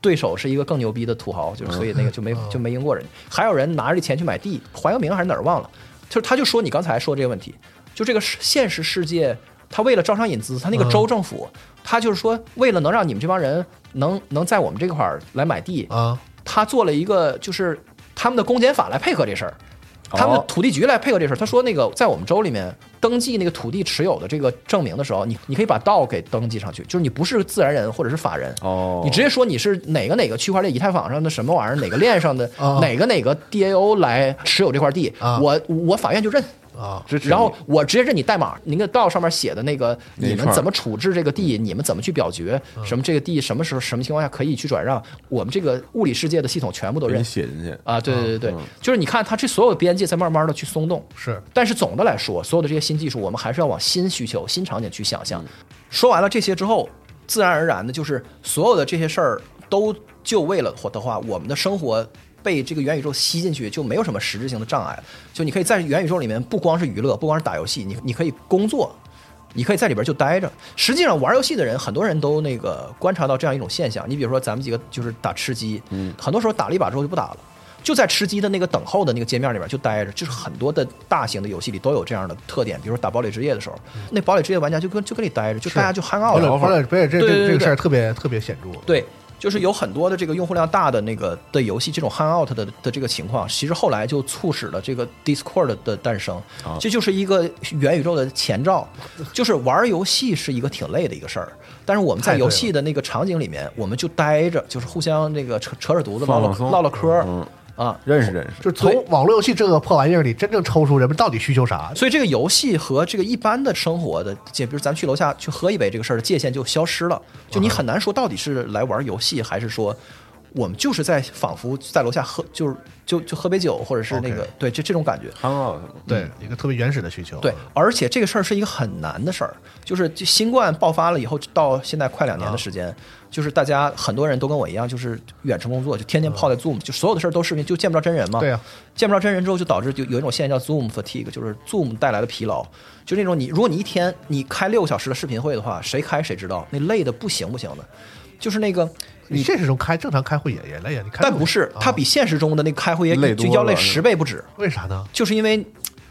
E: 对手是一个更牛逼的土豪，就是所以那个就没就没赢过
C: 哦
E: 人家。还有人拿着这钱去买地，怀阳明还是哪儿忘了，就是他就说你刚才说这个问题，就这个世现实世界，他为了招商引资，他那个州政府，他就是说为了能让你们这帮人能能在我们这块儿来买地，
B: 啊，
E: 他做了一个就是他们的公检法来配合这事儿。
B: 哦
E: 他们土地局来配合这事儿。他说那个在我们州里面登记那个土地持有的这个证明的时候，你你可以把道给登记上去，就是你不是自然人或者是法人，
C: 哦
E: [LAUGHS] 你直接说你是哪个哪个区块链以太坊上的什么玩意儿，哪个链上的
B: 哦
E: 哪个哪个 DAO 来持有这块地，
B: 啊
E: 我我法院就认。
B: 啊，
C: 支持你
E: 然后我直接认你代码，您的道上面写的那个
C: 那一
E: 你们
C: 串嗯
E: 怎么处置这个地，你们怎么去表决，什么这个地什么时候什么情况下可以去转让，我们这个物理世界的系统全部都
C: 给
E: 认
C: 你写进去，
E: 啊！对对对对，就是你看它这所有的边界在慢慢的去松动，
B: 是
E: 但是总的来说，所有的这些新技术，我们还是要往新需求、新场景去想象。说完了这些之后，自然而然的就是所有的这些事儿都就位了的话，我们的生活。被这个元宇宙吸进去，就没有什么实质性的障碍了。就你可以在元宇宙里面，不光是娱乐，不光是打游戏，你你可以工作，你可以在里边就待着。实际上，玩游戏的人，很多人都那个观察到这样一种现象。你比如说，咱们几个就是打吃鸡，嗯，很多时候打了一把之后就不打了，就在吃鸡的那个等候的那个界面里边就待着。就是很多的大型的游戏里都有这样的特点，比如说打堡垒之夜的时候，那堡垒之夜玩家就跟就跟你待着，就大家就 hang out
B: 堡垒
E: 聊
B: 堡
E: 会
B: 垒
E: 儿。
B: 堡垒这
E: 对
B: 这
E: 对对
B: 这个
E: 对
B: 事儿特别特别显著，
E: 对，就是有很多的这个用户量大的那个的游戏，这种 Hangout 的的这个情况，其实后来就促使了这个 Discord 的诞生。
C: 啊
E: 这就是一个元宇宙的前
B: [LAUGHS]
E: 兆，就是玩游戏是一个挺累的一个事儿，但是我们在
B: 太累
E: 游戏的那个场景里面，我们就待着，就是互相那个扯扯扯犊子，唠
C: 放放
E: 唠
C: 松，
E: 唠唠嗑儿
C: 嗯，
E: 啊。
C: 认识认识，
B: 就是从网络游戏这个破玩意儿里真正抽出人们到底需求啥，
E: 所以这个游戏和这个一般的生活的界，比如咱们去楼下去喝一杯这个事儿的界限就消失了，就你很难说到底是来玩游戏，还是说我们就是在仿佛在楼下喝，就是就就喝杯酒，或者是那个
B: OK
E: 对这这种感觉。
C: hang out
B: 对，一个特别原始的需求，
E: 对，而且这个事儿是一个很难的事儿，就是就新冠爆发了以后，到现在快两年的时间，就是大家很多人都跟我一样，就是远程工作，就天天泡在 Zoom，、就所有的事儿都视频，就见不着真人嘛。
B: 对啊
E: 见不着真人之后，就导致就有一种现象叫 Zoom fatigue，就是 Zoom 带来的疲劳，就那种你如果你一天你开六个小时的视频会的话，谁开谁知道，那累的不行不行的，就是那个。
B: 你现实中开正常开会也也累啊，你开
E: 但
B: 会
E: 不是，
B: 啊
E: 它比现实中的那个开会也
C: 累
E: 就
C: 多
E: 要
C: 了
E: 累
C: 是吧
E: 十倍不止。
B: 为啥呢？
E: 就是因为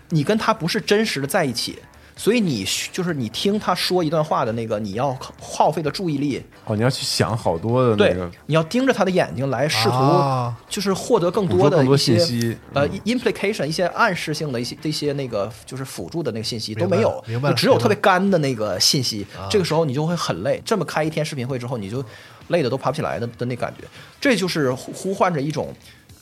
E: 你跟他不是真实的在一起，所以你需就是你听他说一段话的那个，你要耗费的注意力，
C: 哦，你要去想好多的那
E: 对
C: 个，
E: 你要盯着他的眼睛来试图
B: 啊
E: 就是获得更
C: 捕捉
E: 多的
C: 更
E: 一
C: 多
E: 些
C: 信息
E: 呃
B: 嗯
E: implication 一些暗示性的一些一些那个就是辅助的那个信息都
B: 明白
E: 没有
B: 了，明白了
E: 就只有
B: 明白
E: 特
B: 了啊
E: 别干的那个信息，这个时候你就会很累。这么开一天视频会之后，你就累的都爬不起来的的那感觉，这就是呼呼唤着一种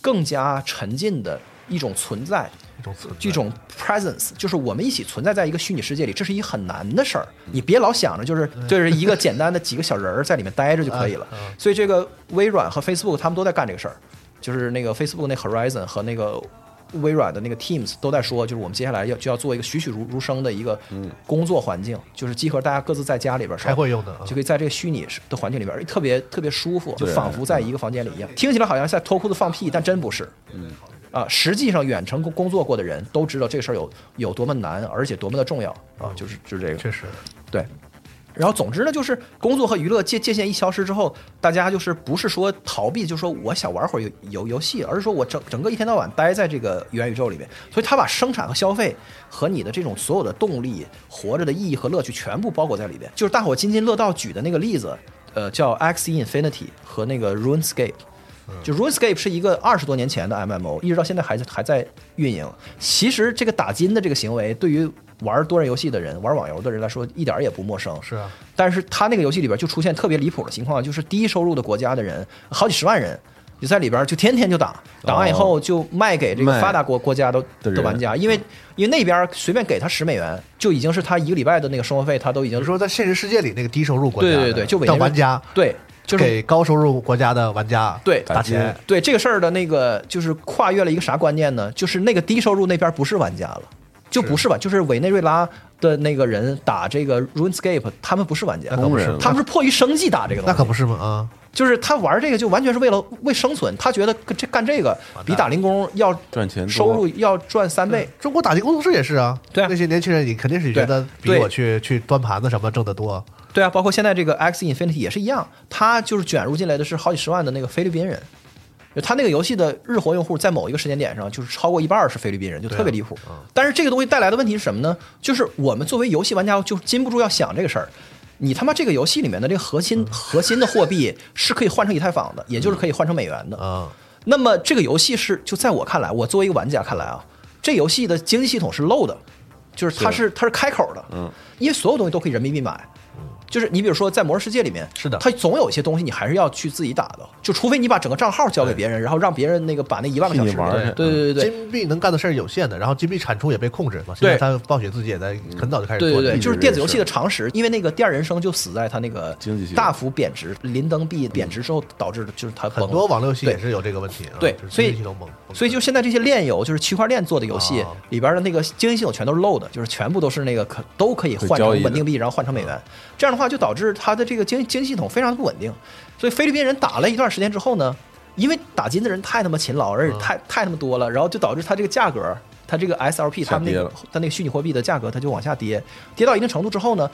E: 更加沉浸的一种存在。
B: 一种存在
E: 这种 presence，就是我们一起存在在一个虚拟世界里，这是一很难的事儿。你别老想着就是就是一个简单的几个小人儿在里面待着就可以
B: 嗯
E: 了。所以这个微软和 Facebook 他们都在干这个事儿，就是那个 Facebook 那 Horizon 和那个。微软的那个 Teams 都在说，就是我们接下来要就要做一个栩栩如如生的一个工作环境，就是集合大家各自在家里边儿
B: 开会用的啊
E: 就可以在这个虚拟的环境里边儿特别特别舒服，就仿佛在一个房间里一样。听起来好像在脱裤子放屁，但真不是。啊，实际上远程工工作过的人都知道这个事儿有有多么难，而且多么的重要啊，就是就是这个
B: 嗯确实
E: 对。然后总之呢，就是工作和娱乐界界限一消失之后，大家就是不是说逃避，就是说我想玩会儿游游游戏，而是说我整整个一天到晚待在这个元宇宙里面，所以他把生产和消费和你的这种所有的动力、活着的意义和乐趣全部包裹在里边。就是大伙津津乐道举的那个例子，呃，叫 X Infinity 和那个 RuneScape。就 RuneScape 是一个二十多年前的 MMO，一直到现在还在还在运营。其实这个打金的这个行为，对于玩多人游戏的人、玩网游的人来说，一点儿也不陌生。
B: 是啊，
E: 但是他那个游戏里边就出现特别离谱的情况，就是低收入的国家的人，好几十万人。就在里边就天天就打，打完以后就卖给这个
C: 卖
E: 发达国国家的
C: 的人
E: 的玩家，因为因为那边随便给他十美元，就已经是他一个礼拜的那个生活费，他都已经
B: 比如说在现实世界里那个低收入国家
E: 对
B: 的，
E: 对对，就委
B: 的
E: 内瑞
B: 玩家
E: 对，就是
B: 给高收入国家的玩家
E: 对
B: 打钱，
E: 对这个事儿的那个，就是跨越了一个啥观念呢？就是那个低收入那边不是玩家了，就不是吧？就是委内瑞拉的那个人打这个 RuneScape，他们不是玩家，
C: 工人
E: 他们是迫于生计打这个东西，
B: 那可不是嘛啊！
E: 就是他玩这个就完全是为了为生存，他觉得这干这个比打零工要
C: 赚钱多嗯
E: 收入要赚三倍。
B: 中国打击工作室也是啊，
E: 对啊
B: 那些年轻人你肯定是觉得比
E: 对对
B: 我去去端盘子什么挣得多，
E: 对啊，包括现在这个 X Infinity 也是一样，他就是卷入进来的是好几十万的那个菲律宾人，就他那个游戏的日活用户在某一个时间点上就是超过一半儿是菲律宾人，
C: 啊
E: 就特别离谱。
C: 嗯
E: 但是这个东西带来的问题是什么呢？就是我们作为游戏玩家，就禁不住要想这个事儿。你他妈这个游戏里面的这个核
C: 嗯
E: 心核心的货币是可以换成以太坊的，也就是可以换成美元的。
B: 嗯，
E: 那么这个游戏是就在我看来，我作为一个玩家看来啊，这游戏的经济系统是漏的，就是它
C: 是
E: 是它是开口的，
C: 嗯，
E: 因为所有东西都可以人民币买。就是你比如说在《魔兽世界》里面，
B: 是的
E: 它总有一些东西你还是要去自己打的，就除非你把整个账号交给别人，然后让别人那个把那一万个小
C: 替
E: 时，
C: 你玩儿去嗯
E: 对对对对
B: 金币能干的事儿有限的，然后金币产出也被控制嘛。现在他暴雪自己也在很早就开始
E: 对
B: 做
E: 对
B: 这个
E: 对，
B: 事
E: 就是电子游戏的常识，因为那个第二人生就死在它那个
C: 经济系统
E: 大幅贬值，林登币贬值之后导致的就是它
B: 很
E: 崩
B: 多网络游戏
E: 对
B: 也是有这个问题啊。
E: 对
B: 就是
E: 所以
B: 经济系统崩，崩
E: 所以就现在这些链游，就是区块链做的游戏
B: 啊
E: 里边的那个经济系统全都是漏的，就是全部都是那个可都可以换
C: 交易
E: 成
C: 的
E: 稳定币，然后换成美元。这样的话就导致它的这个经经济系统非常的不稳定。所以菲律宾人打了一段时间之后呢，因为打金的人太他妈勤劳，而且
C: 啊
E: 太太他妈多了，然后就导致它这个价格。它这个 SLP，
C: 下
E: 他
C: 跌
E: 们那
C: 了
E: 个它那个虚拟货币的价格，它就往下跌，跌到一定程度之后呢，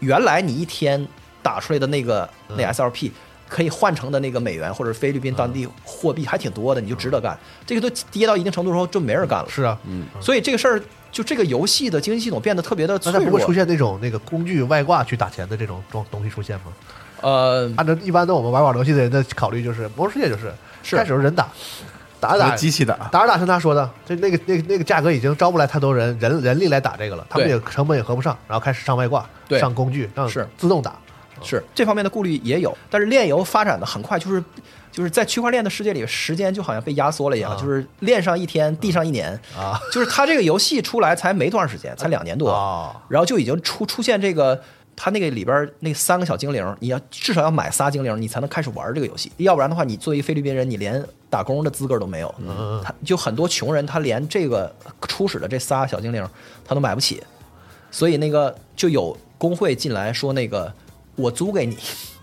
E: 原来你一天打出来的那个
B: 嗯
E: 那 SLP 可以换成的那个美元或者菲律宾当
B: 嗯
E: 地货币还挺多的，你就值得干。这个都跌到一定程度之后就没人干了，
B: 是啊，
E: 所以这个事儿就这个游戏的经济系统变得特别的
B: 那
E: 脆
B: 它不会出
E: 弱。
B: 现那种那个工具外挂去打钱的这种东东西出现吗？
E: 呃，
B: 按照一般的我们玩网络游戏的人的考虑，就是《魔兽世界》就是
E: 是
B: 开始是人打，打着打着
C: 机器打，
B: 打着打像他说的，这那个那个那个价格已经招不来太多人人人力来打这个了，他们
E: 对
B: 也成本也合不上，然后开始上外挂，
E: 对
B: 上工具，让
E: 是
B: 自动打，
E: 是这方面的顾虑也有，但是链游发展的很快，就是就是在区块链的世界里，时间就好像被压缩了一样，
B: 啊
E: 就是链上一天，地上一年
B: 啊，
E: 就是它这个游戏出来才没多长时间，才两年多，
B: 哦
E: 然后就已经出出现这个。它那个里边儿那三个小精灵，你要至少要买仨精灵，你才能开始玩这个游戏。要不然的话，你作为一菲律宾人，你连打工的资格都没有。他就很多穷人，他连这个初始的这仨小精灵他都买不起，所以那个就有工会进来说那个我租给你，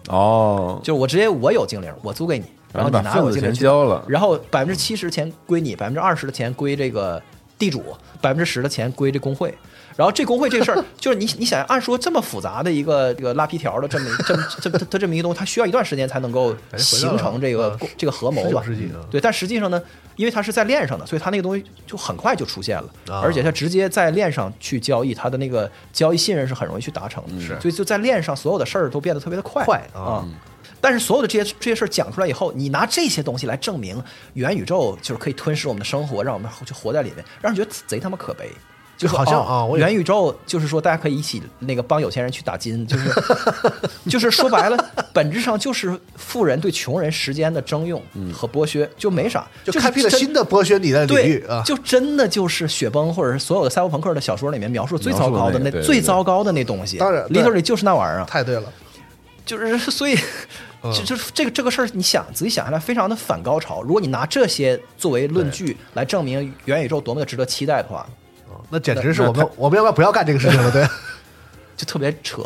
C: 哦，
E: 就是我直接我有精灵，我租给你，然后
C: 把
E: 你拿
C: 份
E: 我
C: 子
E: 精
C: 钱
E: 灵去
C: 交了，
B: 嗯
E: 然后百分之七十钱归你，百分之二十的钱归这个地主，百分之十的钱归这工会。然后这工会这个
B: [LAUGHS]
E: 事儿，就是你你想，按说这么复杂的一个这个拉皮条的这么这么这么这么一个东西，它需要一段时间才能够
B: 哎回到
E: 形成这个
B: 嗯
E: 过这个合谋
B: 19
E: 吧
B: 世纪嗯？
E: 对，但实际上呢，因为它是在链上的，所以它那个东西就很快就出现了，
B: 啊
E: 而且它直接在链上去交易，它的那个交易信任是很容易去达成的，
B: 是
E: 所以就在链上所有的事儿都变得特别的快
B: 快啊
E: 啊。但是所有的这些这些事儿讲出来以后，你拿这些东西来证明元宇宙就是可以吞噬我们的生活，让我们就活在里面，让人觉得贼他妈可悲。就
B: 好像啊
E: 啊，
B: 我也
E: 元宇宙就是说大家可以一起那个帮有钱人去打金，就是 [LAUGHS] 就是说白了，本质上就是富人对穷人时间的征用和剥削，就没啥，
B: 嗯啊就是开辟了
E: 真
B: 新的剥削你的领
E: 对
B: 域啊，
E: 就真的就是雪崩，或者是所有的赛博朋克的小说里面描述最糟糕
C: 描述的
E: 的
C: 那
E: 那
C: 个对
E: 最糟糕的那东西，
B: 当然对
E: literally 就是那玩意儿啊，
B: 太对了，
E: 就是 [LAUGHS] 所以，
B: 嗯
E: 就就是这个这个事儿，你想仔细想下来，非常的反高潮。如果你拿这些作为论据来证明元宇宙多么的值得期待的话，
B: 那简直是我们我们要不要不要干这个事情了？对，
E: 就特别扯。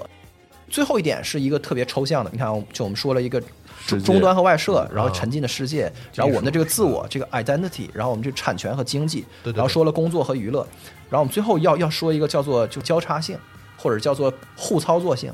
E: 最后一点是一个特别抽象的，你看，就我们说了一个
C: 世
E: 终
C: 界
E: 终端和外设，
B: 嗯
E: 然后沉浸的世界，然后我们的这个自我，这个 identity，然后我们这个产权和经济，
B: 对对对
E: 然后说了工作和娱乐，然后我们最后要要说一个叫做就交叉性，或者叫做互操作性。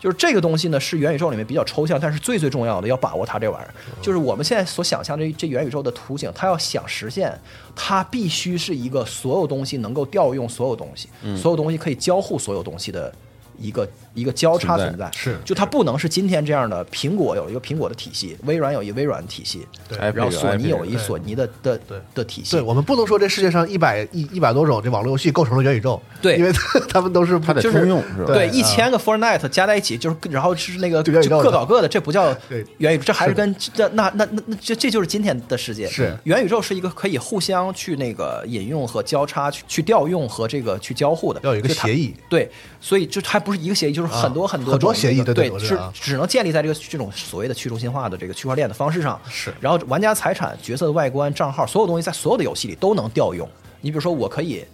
E: 就是这个东西呢，是元宇宙里面比较抽象，但是最最重要的要把握它这玩意儿。就是我们现在所想象这这元宇宙的图景，它要想实现，它必须是一个所有东西能够调用所有东西，所有东西可以交互所有东西的一个一个交叉
C: 存
E: 存
C: 在
E: 在。
B: 是
E: 就它不能是今天这样的，苹果有一个苹果的体系，微软有一微软的体系，
C: Epic
E: 然后索尼
C: Epic
E: 有一索尼的的
B: 对
E: 的体系
B: 对。我们不能说这世界上一百一一百多种这网络游戏构成了元宇宙，
E: 对
B: 因为他 [LAUGHS] 他们都是
C: 它得
E: 就是
C: 通用是吧？
E: 对，
B: 对啊
E: 一千个 Fortnite 加在一起，就是然后是那个
B: 就元宇
E: 就
B: 宙
E: 各
B: 的
E: 搞各的，这不叫
B: 对
E: 元宇宙，这还是跟这那那那那这这就是今天的世界。
B: 是
E: 元宇宙是一个可以互相去那个引用和交叉去去调用和这个去交互的，
B: 要有一个
E: 就它
B: 协议。
E: 对，所以就还不是一个协议，就是很多
B: 啊
E: 很多
B: 很多
E: 种
B: 协议
E: 那个
B: 对对
E: 对，
B: 我知
E: 是
B: 道啊
E: 只能建立在这个这种所谓的去中心化的这个区块链的方式上。
B: 是
E: 然后玩家财产、角色的外观、账号，所有东西在所有的游戏里都能调用。你比如说，我可以，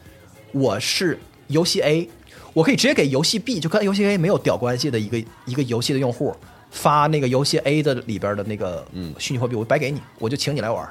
E: 我是游戏 A，我可以直接给游戏 B，就跟游戏 A 没有屌关系的一个一个游戏的用户发那个游戏 A 的里边的那个虚拟货币，我白给你，我就请你来玩儿。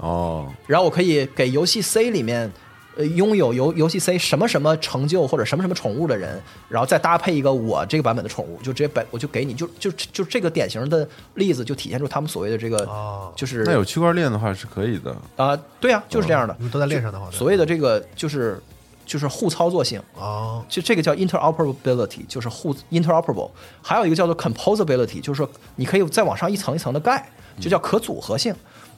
C: 哦，
E: 然后我可以给游戏 C 里面，呃，拥有游游戏 C 什么什么成就或者什么什么宠物的人，然后再搭配一个我这个版本的宠物，就直接把我就给你，就就就这个典型的例子，就体现出他们所谓的这个，
B: 哦
E: 就是
C: 那有区块链的话是可以的，
E: 啊、对啊，就是这样的，
B: 哦你们都在链上的话，对
E: 所谓的这个就是就是互操作性，
B: 哦，
E: 就这个叫 interoperability，就是互 interoperable，还有一个叫做 composability，就是说你可以再往上一层一层的盖，就叫可组合性。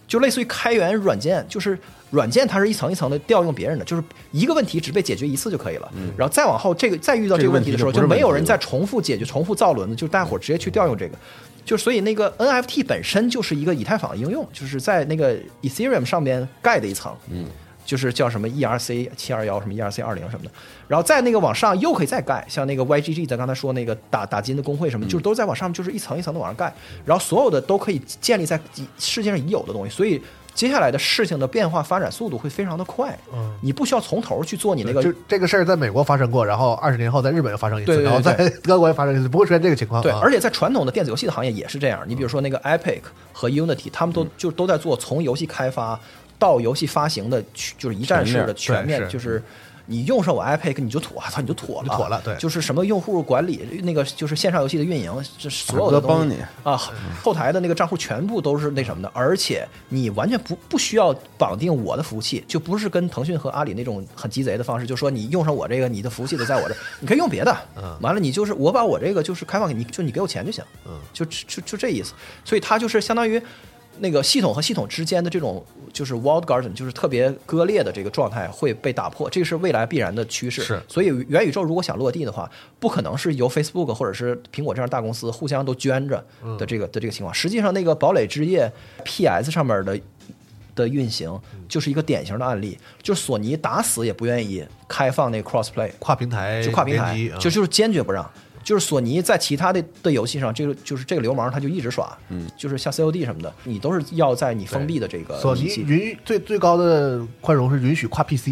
E: 就类似于开源软件，就是软件它是一层一层的调用别人的，就是一个问题只被解决一次就可以了。然后再往后，这个再遇到这个问题的时候，
C: 嗯这个问题就不是
E: 就没有人
C: 问题
E: 再重复解决、重复造轮子，就是大家伙直接去调用这个。就所以那个 NFT 本身就是一个以太坊的应用，就是在那个 Ethereum 上面盖的一层，嗯，就是叫什么 ERC 七二幺、什么 ERC 二零什么的，然后在那个往上又可以再盖，像那个 YGG 咱刚才说那个打打金的工会什么，就是都在往上就是一层一层的往上盖，然后所有的都可以建立在世界上已有的东西，所以。接下来的事情的变化发展速度会非常的快，
B: 嗯
E: 你不需要从头去做你那个
B: 就这个事儿在美国发生过，然后二十年后在日本又发生一
E: 对
B: 次，
E: 对对
B: 然后在 [LAUGHS] 德国也发生一次，不会出现这个情况啊。
E: 对，而且在传统的电子游戏的行业也是这样。你比如说那个 Epic 和 Unity，他
B: 嗯
E: 们都就都在做从游戏开发到游戏发行的去，就是一站式的全
B: 全面对是
E: 面，
B: 嗯
E: 就是。你用上我 Epic，你就妥，操，你就妥了，
B: 就妥了对
E: 就是什么用户管理，那个就是线上游戏的运营，这所有的
C: 大哥
E: 东西
C: 帮你
E: 啊，后台的那个账户全部都是那什么的，而且你完全不不需要绑定我的服务器，就不是跟腾讯和阿里那种很鸡贼的方式，就说你用上我这个，你的服务器得在我这儿，你可以用别的。
C: 嗯
E: 完了你就是我把我这个就是开放给你，就你给我钱就行。嗯，就就就这意思。所以它就是相当于。那个系统和系统之间的这种就是 walled garden，就是特别割裂的这个状态会被打破，这个是未来必然的趋势。
B: 是
E: 所以元宇宙如果想落地的话，不可能是由 Facebook 或者是苹果这样大公司互相都捐着的这个、的这个情况。实际上，那个堡垒之夜 PS 上面的的运行就是一个典型的案例，就是索尼打死也不愿意开放那个 crossplay，
B: 跨平台啊
E: 就跨平台
B: 哎联机，嗯
E: 就就是坚决不让。就是索尼在其他的的游戏上，这个就是这个流氓，他就一直耍，嗯，就是像 COD 什么的，你都是要在你封闭的这个
B: 索尼
E: 体系
B: 允许最最高的宽容是允许跨 PC，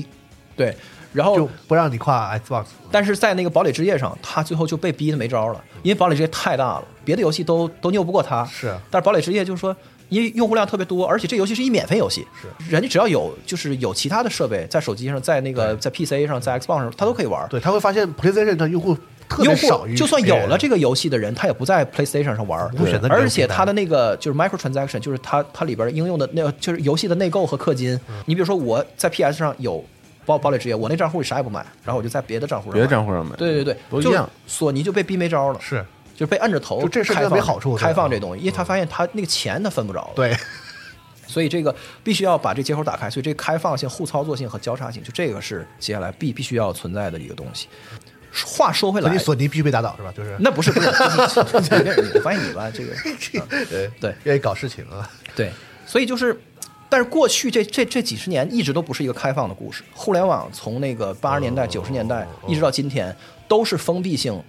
E: 对，然后
B: 就不让你跨 Xbox。
E: 但是在那个堡垒之夜上，他最后就被逼得没招了，因为堡垒之夜太大了，别的游戏都都拗不过他。
B: 是啊
E: 但是堡垒之夜就是说，因为用户量特别多，而且这游戏是一免费游戏，是人家只要有就是有其他的设备，在手机上，在那个在 PC 上，在 Xbox 上，他都可以玩。
B: 对，他会发现 PlayStation 的用户特别
E: 用
B: 少
E: 户
B: 于别人，
E: 就算有了这个游戏的人，他也不在 PlayStation 上玩，
B: 不选择别的平台
E: 而且它的那个就是 microtransaction，就是它它里边应用的那个就是游戏的内购和氪金。
C: 嗯
E: 你比如说我在 PS 上有堡堡垒之夜，我那账户里啥也不买，然后我就在别的账户上买
C: 别的账户上买，
E: 对对对，
C: 都一
E: 就
C: 样。
E: 索尼就被逼没招了，
B: 是
E: 就是被摁着头
B: 就这
E: 开放，
B: 事儿对他没好处对
E: 开放这东西，因为他发现他那个钱他分不
B: [LAUGHS]
E: 着，，
B: 对，
E: 所以这个必须要把这接口打开，所以这开放性、互操作性和交叉性，就这个是接下来必必须要存在的一个东西。话说回
B: 所
E: 来
B: 以，索尼必须被打倒是吧？就是
E: [LAUGHS] 那不是不是，不是你我发现你吧，这个啊
B: 呃
E: 对
B: 愿意搞事情啊，
E: 对，所以就是，但是过去这这这几十年一直都不是一个开放的故事。互联网从那个八十年代、九十年代一直到今天，都是封闭性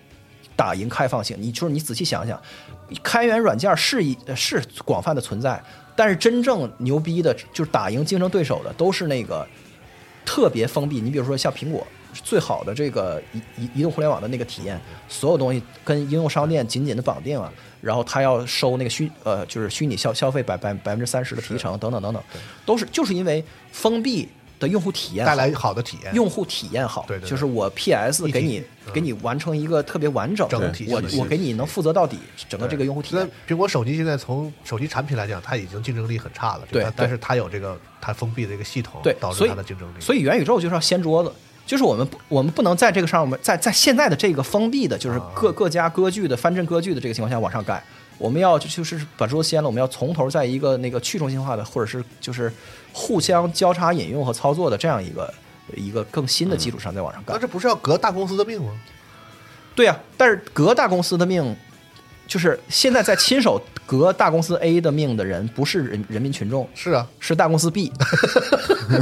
E: 打赢开放性。你就是你仔细想想，开源软件是一呃是广泛的存在，但是真正牛逼的，就是打赢竞争对手的，都是那个特别封闭。你比如说像苹果，最好的这个移移移动互联网的那个体验，所有东西跟应用商店紧紧的绑定啊，然后它要收那个虚呃就是虚拟消消费百百百分之三十的提成等等等等，都是就是因为封闭的用户体验好
B: 带来好的体验。
E: 用户体验好，
B: 对对对
E: 就是我 PS
B: 一体嗯
E: 给你、给你完成一个特别完整的
B: 整体
E: 我
B: 系
E: 我给你能负责到底整个这个用户体
B: 那
E: 验。
B: 苹果手机现在从手机产品来讲，它已经竞争力很差了，
E: 对
B: 吧
E: 对
B: 但是它有这个它封闭的一个系统，
E: 对，
B: 导致
E: 所以
B: 它的竞争力。
E: 所以元宇宙就是要掀桌子，就是我们不我们不能在这个上面，在在现在的这个封闭的，就是
B: 啊
E: 各各家割据的藩镇割据的这个情况下往上盖。我们要就就是把桌子掀了，我们要从头在一个那个去中心化的，或者是就是互相交叉引用和操作的这样一个一个更新的基础上再往上
B: 嗯
E: 盖
B: 那。这不是要革大公司的命吗？
E: 对呀、但是革大公司的命，就是现在在亲手革大公司 A 的命的人，不是人人民群众，
B: 是啊， [LAUGHS]
E: 是大公司 B，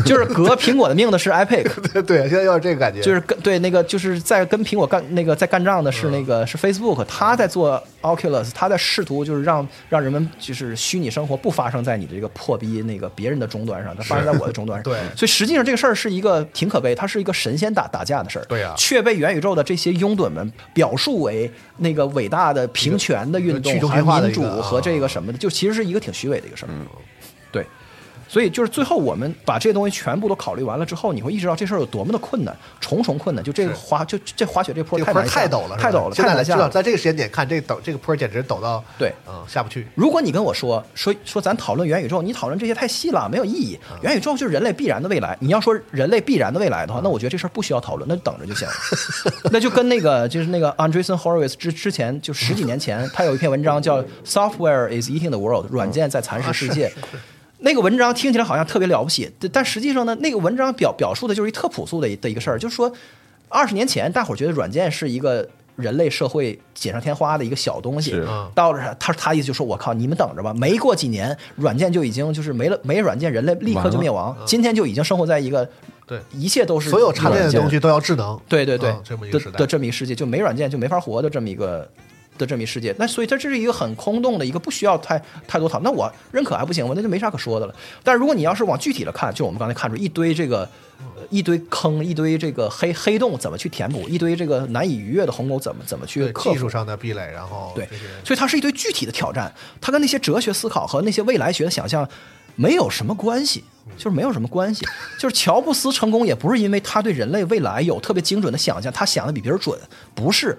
E: 就是革苹果的命的是 Epic，
B: 对，现在要是这个感觉，
E: 就是跟对那个就是在跟苹果干那个在干仗
B: 嗯
E: 的是那个、是 Facebook，他在做 Oculus，他在试图就是让让人们就是虚拟生活不发生在你的这个破逼那个别人的终端上，它发生在我的终端上。
B: [LAUGHS] 对
E: 所以实际上这个事儿是一个挺可悲，它是一个神仙打打架的事儿。
B: 对啊
E: 却被元宇宙的这些拥趸们表述为那个伟大的平权的运
B: 一个去
E: 动、
B: 中
E: 还
B: 心化
E: 有
B: 的
E: 民
B: 一个啊嗯
E: 主和这个什么的，就其实是一个挺虚伪的一个事儿。对。所以就是最后我们把这些东西全部都考虑完了之后，你会意识到这事儿有多么的困难，重重困难。就这个滑，就这滑雪这坡
B: 这
E: 太
B: 个坡
E: 难
B: 儿
E: 下
B: 太陡了，是吧
E: 太陡了，
B: 现在
E: 太难
B: 来
E: 下
B: 知道，
E: 了。
B: 在这个时间点看，这陡这个坡儿简直陡到
E: 对
B: 嗯，下不去。
E: 如果你跟我说说说咱讨论元宇宙，你讨论这些太细了，没有意义。
B: 嗯
E: 元宇宙就是人类必然的未来。你要说人类必然的未来
B: 嗯
E: 的话，那我觉得这事儿不需要讨论，那就等着就行了。 [LAUGHS] 那就跟那个就是那个 Andreessen Horowitz 之之前就十几年前，他有一篇文章叫《Software is Eating the World》，软件在蚕食世界。那个文章听起来好像特别了不起，但但实际上呢，那个文章表表述的就是一特朴素的一的一个事儿，就是说，二十年前大伙儿觉得软件是一个人类社会锦上添花的一个小东西
C: 是，
E: 到了他他意思就说，我靠，你们等着吧，没过几年，软件就已经就是没了，没软件，人类立刻就灭亡，今天就已经生活在一个
B: 对
E: 一切都是
B: 所有插电
E: 软
B: 的
E: 件
B: 东西都要智能，
E: 对对对，
B: 嗯这么一个时
E: 的
B: 代
E: 的，这么一个世界，就没软件就没法活的这么一个的这么一世界。那所以它这是一个很空洞的一个不需要太太多讨论。那我认可还不行吗？那就没啥可说的了。但如果你要是往具体的看，就我们刚才看出一堆这个。呃一堆坑，一堆这个黑黑洞怎么去填补？一堆这个难以逾越的鸿沟怎么怎么去
B: 对
E: 克服？
B: 技术上的壁垒，然后
E: 对
B: 这些，
E: 所以它是一堆具体的挑战，它跟那些哲学思考和那些未来学的想象没有什么关系，就是没有什么关系。 [LAUGHS] 就是乔布斯成功也不是因为他对人类未来有特别精准的想象，他想的比别人准，不是。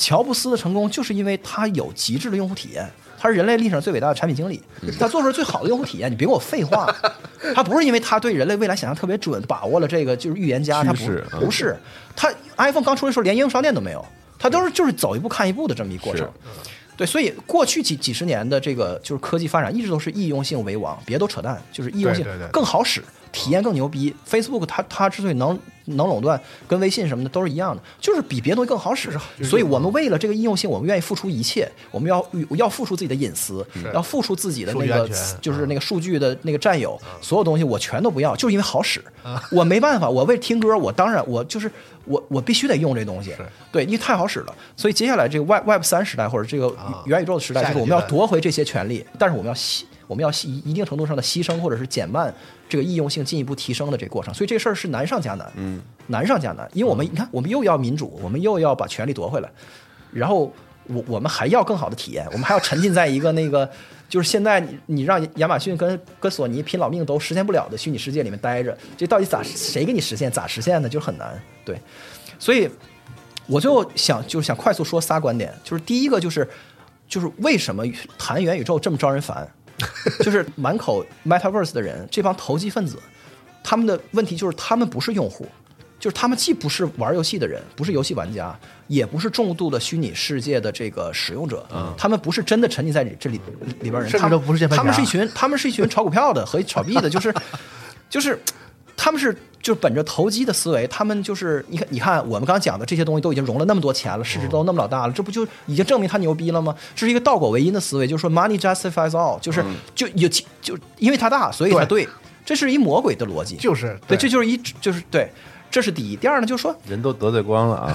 E: 乔布斯的成功就是因为他有极致的用户体验，他是人类历史上最伟大的产品经理，他做出了最好的用户体验。你别跟我废话，他不是因为他对人类未来想象特别准，把握了这个就是预言家，他
C: 趋
E: 不
C: 势嗯
E: 不是。他 iPhone 刚出来的时候连应用商店都没有，他
B: 嗯
E: 都是就是走一步看一步的这么一过程嗯
C: 是。
E: 对，所以过去几几十年的这个就是科技发展，一直都是易用性为王，别都扯淡，就是易用性
B: 对对对
E: 更好使，体验更牛逼。Facebook 它它之所以能能垄断，跟微信什么的都是一样的，就是比别的东西更好
B: 啊
E: 使。所以我们为了这个易用性，我们愿意付出一切，我们要要付出自己的隐私，要付出自己的那
B: 数据安
E: 个
B: 全
E: 就是那个数据的那个占有，
B: 嗯
E: 所有东西我全都不要，就是因为好使。 [LAUGHS] 我没办法，我为了听歌，我当然我就是我我必须得用这东西，对，因为太好使了。所以接下来这个 Web Web 三时代或者这个元宇宙的时代，
B: 啊下一个
E: 就是我们要
B: 阶段
E: 夺回这些权利，但是我们要牺，我们要牺一定程度上的牺牲或者是减慢这个易用性进一步提升的这个过程。所以这事儿是难上加难，嗯，难上加难，因为我们
B: 嗯
E: 你看，我们又要民主，我们又要把权利夺回来，然后我我们还要更好的体验，我们还要沉浸在一个那个。 [LAUGHS] 就是现在你，你让亚马逊跟跟索尼拼老命都实现不了的虚拟世界里面待着，这到底咋谁给你实现，咋实现呢？就是很难。对，所以我就想就是想快速说仨观点，就是第一个就是就是为什么谈元宇宙这么招人烦，
B: [LAUGHS]
E: 就是满口 MetaVerse 的人，这帮投机分子，他们的问题就是他们不是用户，就是他们既不是玩游戏的人，不是游戏玩家，也不是重度的虚拟世界的这个使用者，他们不是真的沉浸在里这里里边
B: 嗯
E: 人，
B: 甚至
E: 他
B: 都
E: 们
B: 不是键盘
E: 他们是
B: 侠
E: 一群他们是一群炒股票的和炒币的，就是就是他们是就是本着投机的思维，他们就是你看你看我们刚刚讲的这些东西都已经融了那么多钱了，市值都那么老大了，这不就已经证明他牛逼了吗？这是一个倒果为因的思维，就是说 money justifies all，就是就有其就因为它大，所以它对，这是一魔鬼的逻辑，
B: 就是
E: 对，这就是一就是对。这是第一，第二呢，就是说，
C: 人都得罪光了
E: [LAUGHS]
C: 啊，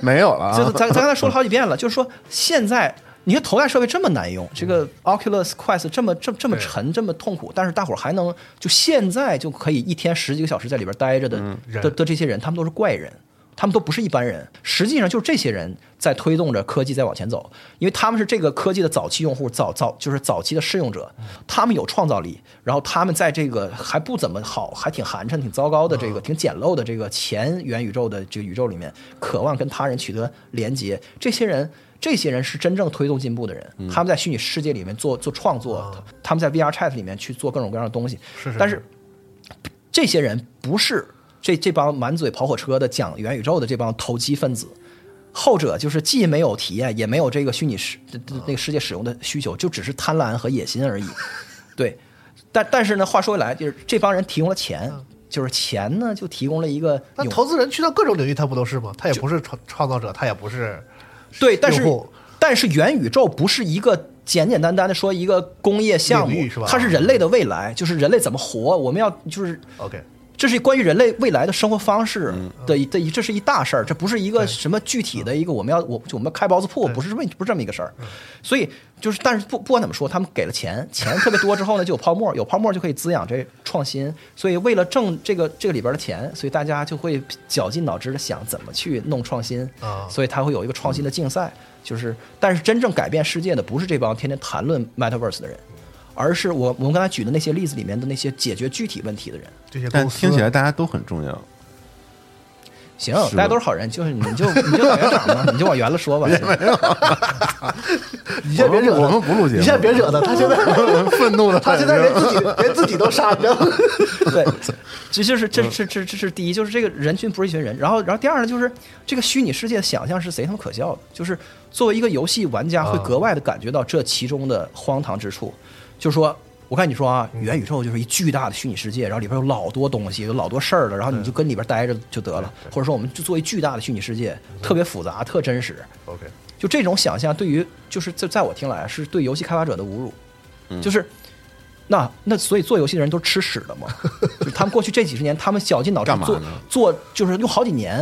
C: 没有了
E: 就是
C: 啊，
E: 咱咱刚才说了好几遍了，就是说现在你看头戴设备这么难用，这个 Oculus Quest 这么这这么沉这么痛苦，但是大伙儿还能就现在就可以一天十几个小时在里边待着的、的的这些人，他们都是怪人。他们都不是一般人，实际上就是这些人在推动着科技在往前走，因为他们是这个科技的早期用户，早早就是早期的试用
B: 嗯
E: 者，他们有创造力，然后他们在这个还不怎么好、还挺寒碜、挺糟糕的这
B: 嗯
E: 个挺简陋的这个前元宇宙的这个宇宙里面，渴望跟他人取得连接，这些人。这些人是真正推动进步的人，
B: 嗯
E: 他们在虚拟世界里面做做创作，他们在 VR Chat 里面去做各种各样的东西。
B: 哦是是
E: 但是这些人不是这这帮满嘴跑火车的讲元宇宙的这帮投机分子，后者就是既没有体验，也没有这个虚拟世这这那个世界使用的需求，就只是贪婪和野心而已。
B: 嗯
E: 对，但但是呢，话说回来，就是这帮人提供了钱，就是钱呢就提供了一个
B: 那
E: 有
B: 投资人去到各种领域，他不都是吗？他也不是创创造者，他也不是
E: 对，但是
B: 用户
E: 但是元宇宙不是一个简简单单的说一个工业项
B: 领
E: 目，
B: 域是吧
E: 它是人类的未来，就是人类怎么活，我们要就是。
B: OK。
E: 这是关于人类未来的生活方式的一的一，这是一大事儿，这不是一个什么具体的一个我们要我就我们开包子铺，不是这么不是这么一个事儿，所以就是但是不不管怎么说，他们给了钱，钱特别多之后呢，就有泡沫，有泡沫就可以滋养这创新，所以为了挣这个这个里边的钱，所以大家就会绞尽脑汁的想怎么去弄创新
B: 啊，
E: 所以它会有一个创新的竞赛，就是但是真正改变世界的不是这帮天天谈论 Metaverse 的人，而是我我们刚才举的那些例子里面的那些解决具体问题的人。
B: 这些
C: 但
B: 公司
C: 听起来大家都很重
E: [LAUGHS]
C: 要。
E: 行，
C: 是
E: 大家都是好人，就是你就 [LAUGHS] 你就往园长嘛，你就往圆了说吧。
B: 你先别惹他
C: 我们不录节目
B: 你先
C: [LAUGHS]
B: 别惹他，他现在愤怒的，他现在连自己连自己都杀不了。
E: 对，这就是这这这这是第一，就是这个人群不是一群人。然后然后第二呢，就是这个虚拟世界的想象是贼他妈可笑的，就是作为一个游戏玩家会格外的感觉到这其中的荒唐之处，就是说我看你说啊，元宇宙就是一巨大的虚拟世界，然后里边有老多东西，有老多事儿了，然后你就跟里边待着就得了，或者说我们就做一巨大的虚拟世界，特别复杂，特真实。
B: [LAUGHS] OK，
E: 就这种想象，对于就是在在我听来啊是对游戏开发者的侮辱，
C: 嗯
E: 就是那那所以做游戏的人都吃屎的
C: [LAUGHS]
E: 嘛，就是他们过去这几十年，他们绞尽脑汁
C: 干嘛
E: 做
C: 呢
E: 做，就是用好几年，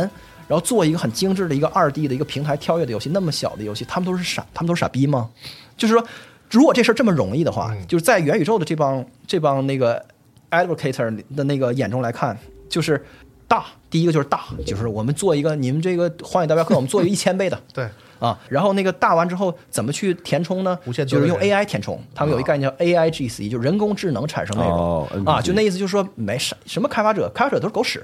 E: 然后做一个很精致的一个二 D 的一个平台跳跃的游戏，那么小的游戏，他们都是傻，他们都是傻逼吗？就是说，如果这事儿这么容易的话，
C: 嗯
E: 就是在元宇宙的这帮这帮那个 advocator 的那个眼中来看，就是大，第一个就是大，就是我们做一个你们这个《荒野大镖客》，我们做一个一
C: [LAUGHS]
E: 千倍的，
B: 对，
E: 啊，然后那个大完之后怎么去填充呢？
B: 无限多
E: 就
B: 的
E: 是用
B: 人
E: AI 填充，他们有一概念叫 AI GC，就是人工智能产生内容、
C: 啊哦
E: 啊，
C: NPC
E: 就那意思就是说没啥什么开发者，开发者都是狗屎，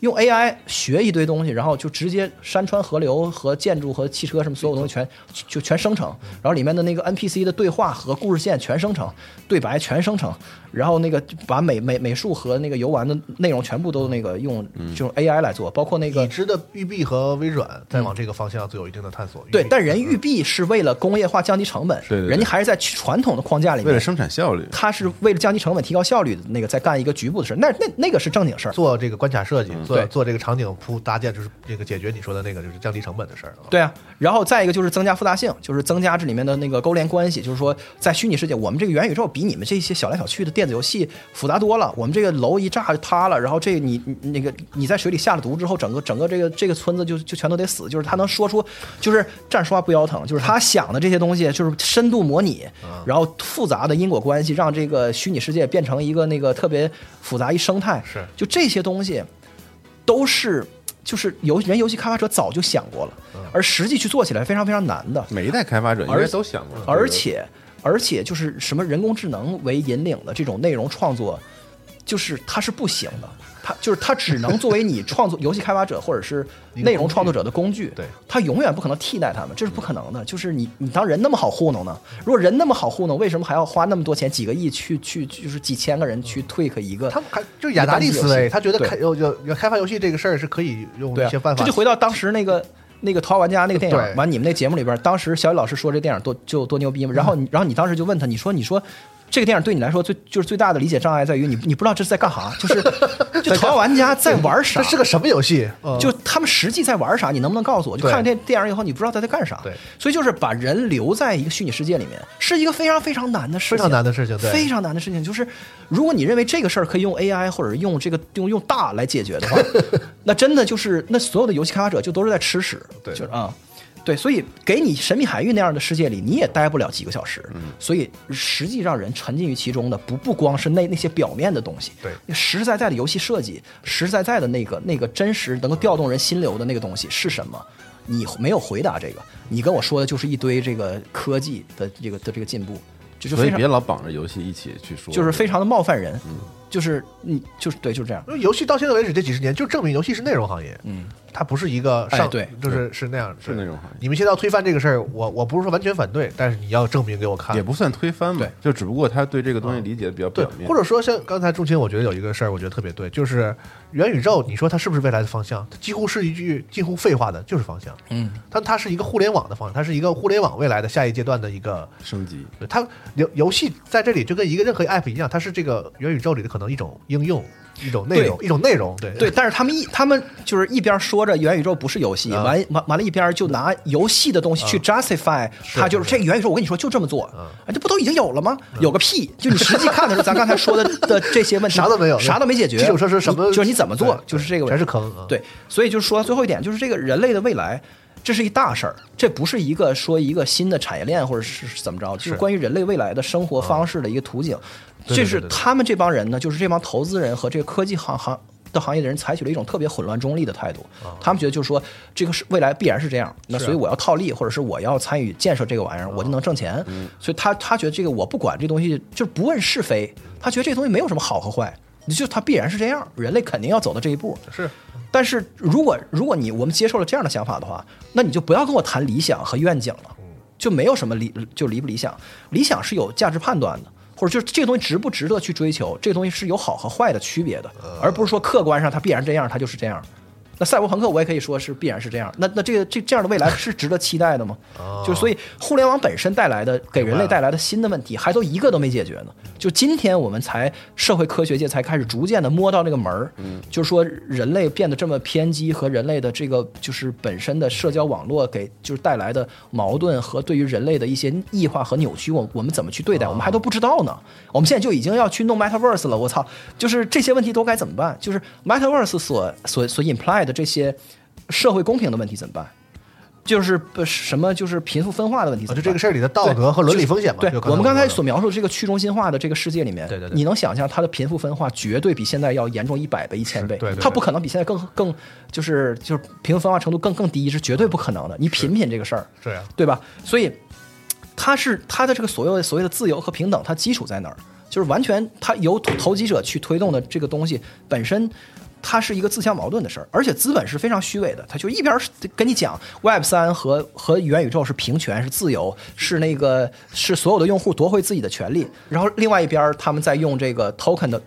E: 用 AI 学一堆东西，然后就直接山川河流和建筑和汽车什么所有东西全就全生成，然后里面的那个 NPC 的对话和故事线全生成，对白全生成，然后那个就把美美美术和那个游玩的内容全部都那个用
C: 嗯
E: 就用 AI 来做，包括那个
B: 已知的育碧和微软在往这个方向都有一定的探索。
E: 对，
B: 育碧嗯
E: 但人育碧是为了工业化降低成本，
C: 对对对
E: 人家还是在传统的框架里
C: 为了
E: 面，
C: 生产效率，
E: 他是为了降低成本、提高效率的那个在干一个局部的事儿，那那那个是正经事儿。
B: 做这个关卡设计，
C: 嗯
B: 做
E: 对
B: 做这个场景铺搭建，就是这个解决你说的那个就是降低成本的事儿。
E: 对啊，然后再一个就是增加复杂性，就是增加这里面的那个勾连关系，就是说在虚拟世界，我们这个元宇宙比你们这些小来小去的电子游戏复杂多了。我们这个楼一炸就塌了，然后这个你你那个你在水里下了毒之后，整个整个这个这个村子就就全都得死。就是他能说出，就是站着说话不腰疼，就是他想的这些东西，就是深度模拟，然后复杂的因果关系，让这个虚拟世界变成一个那个特别复杂一生态。
B: 是
E: 就这些东西。都是就是游人游戏开发者早就想过了，
B: 嗯
E: 而实际去做起来非常非常难的，
C: 每一代开发者应该都想
B: 嗯
C: 过，
E: 而且而且就是什么人工智能为引领的这种内容创作，就是它是不行的。它就是它只能作为你
B: [LAUGHS]
E: 创作游戏开发者或者是内容创作者的工具，
B: 对嗯
E: 它永远不可能替代他们，这是不可能的。就是你你当人那么好糊弄呢？如果人那么好糊弄，为什么还要花那么多钱几个亿去去就是几千个人去 tweak 一个？
B: 嗯他们还就是雅达利思维，他觉得
E: 对
B: 开要要要开发游戏这个事儿是可以用
E: 对、
B: 一
E: 啊
B: 些办，法。
E: 这就回到当时那个那个《头号玩家》那个电
B: 对
E: 影，完你们那节目里边，当时小雨老师说这电影多就多牛逼嘛，然后你然后你当时就问他，你说你说。这个电影对你来说最就是最大的理解障碍在于你你不知道这是在干啥，就是
B: [LAUGHS]
E: 就头号玩家在玩啥，
B: 这是个什么游戏？嗯
E: 就他们实际在玩啥，你能不能告诉我？就看完
B: 对
E: 这电影以后，你不知道他在干啥。
B: 对
E: 所以就是把人留在一个虚拟世界里面，是一个非常非常难的事情，
B: 非常难的事情对
E: 非常难的事情。就是如果你认为这个事儿可以用 AI 或者用这个用用大来解决的话，
B: [LAUGHS]
E: 那真的就是那所有的游戏开发者就都是在吃屎，
B: 对
E: 就是啊。对，所以给你神秘海域那样的世界里，你也待不了几个小时。
C: 嗯
E: 所以实际让人沉浸于其中的不不光是那那些表面的东西，
B: 对
E: 实实在在的游戏设计，实实在在的那个那个真实能够调动人心流的那个东西是什么？你没有回答这个，你跟我说的就是一堆这个科技的这个的这个进步，这就
C: 所
E: 非
C: 以
E: 常
C: 别老绑着游戏一起去说，嗯
E: 就是非常的冒犯人，就是你就是对就是这样，
B: 因为游戏到现在为止这几十年，就证明游戏是内容行业，嗯，它不是一个
E: 哎
B: 上，
E: 对
B: 就是是那样，
C: 是内容行业
B: 你们现在要推翻这个事儿，我我不是说完全反对，但是你要证明给我看
C: 也，不算推翻嘛
E: 对，嗯
C: 就只不过他对这个东西理解的比较
B: 对
C: 表，面，
B: 或者说像刚才钟情，我觉得有一个事儿，我觉得特别对，就是元宇宙，你说它是不是未来的方向？它几乎是一句近乎废话的，就是方向，
E: 嗯，
B: 它它是一个互联网的方向，它是一个互联网未来的下一阶段的一个
C: 升级，
B: 对它游游戏在这里就跟一个任何 app 一样，它是这个元宇宙里的可能一种应用，一种内容，一种内容。对
E: 对，，但是他们一他们就是一边说着元宇宙不是游戏，
B: 啊
E: 完完完了，一边就拿游戏的东西去 justify，
B: 是
E: 他就是
B: 是
E: 这元宇宙，我跟你说就这么做，啊，这不都已经有了吗？有个屁！就你实际看的时候，咱刚才
B: [LAUGHS]
E: 说的的这些问题，
B: 啊啥都没有
E: 啥都没解决。
B: 基础设施什么
E: 你就是你怎么做
B: 对，
E: 就是这个问
B: 全
E: 题
B: 是坑啊
E: 对，所以就是说到最后一点，就是这个人类的未来。这是一大事儿，这不是一个说一个新的产业链或者是是怎么着，就是关于人类未来的生活方式的一个途径。
B: 对对
E: 这
B: 对
E: 是
B: 对对
E: 他们这帮人呢，就是这帮投资人和这个科技行行的行业的人，采取了一种特别混乱中立的态度。他们觉得就是说，这个是未来必然是这样，那所以我要套利，或者是我要参与建设这个玩意儿，我就能挣钱。所以他他觉得这个我不管这东西，就是不问是非，他觉得这东西没有什么好和坏，就是它必然是这样，人类肯定要走到这一步。
B: 是啊
E: 但是如果如果你我们接受了这样的想法的话，那你就不要跟我谈理想和愿景了，就没有什么理就理不理想，理想是有价值判断的。或者就是这个东西值不值得去追求，这个东西是有好和坏的区别的，而不是说客观上它必然这样，它就是这样。那赛博朋克我也可以说是必然是这样。那那这个这这样的未来是值得期待的吗？就是所以互联网本身带来的给人类带来的新的问题，还都一个都没解决呢。就今天我们才社会科学界才开始逐渐的摸到那个门儿，就是说人类变得这么偏激和人类的这个就是本身的社交网络给就是带来的矛盾和对于人类的一些异化和扭曲，我我们怎么去对待，我们还都不知道呢。我们现在就已经要去弄 Metaverse 了，我操，就是这些问题都该怎么办？就是 Metaverse 所所所 imply 的这些社会公平的问题怎么办？就是呃什么就是贫富分化的问题
B: 啊
E: 怎么
B: 就
E: 办，
B: 这个事儿里的道德和伦理风险嘛。
E: 对
B: 就，
E: 我们刚才
B: 说的
E: 所描述的这个去中心化的这个世界里面，
B: 对对对
E: 你能想象它的贫富分化绝对比现在要严重一百倍、一千倍，
B: 对对对
E: 它不可能比现在更更就是就是贫富分化程度更更低，是绝对不可能的。你品品这个事儿，
B: 是呀
E: 对吧？所以它是它的这个所谓的所谓的自由和平等，它基础在哪儿？就是完全它由投投机者去推动的这个东西本身。它是一个自相矛盾的事儿，而且资本是非常虚伪的。它就一边儿是跟你讲 Web 三和和元宇宙是平权、是自由、是那个是所有的用户夺回自己的权利，然后另外一边儿他们在用这个 token 的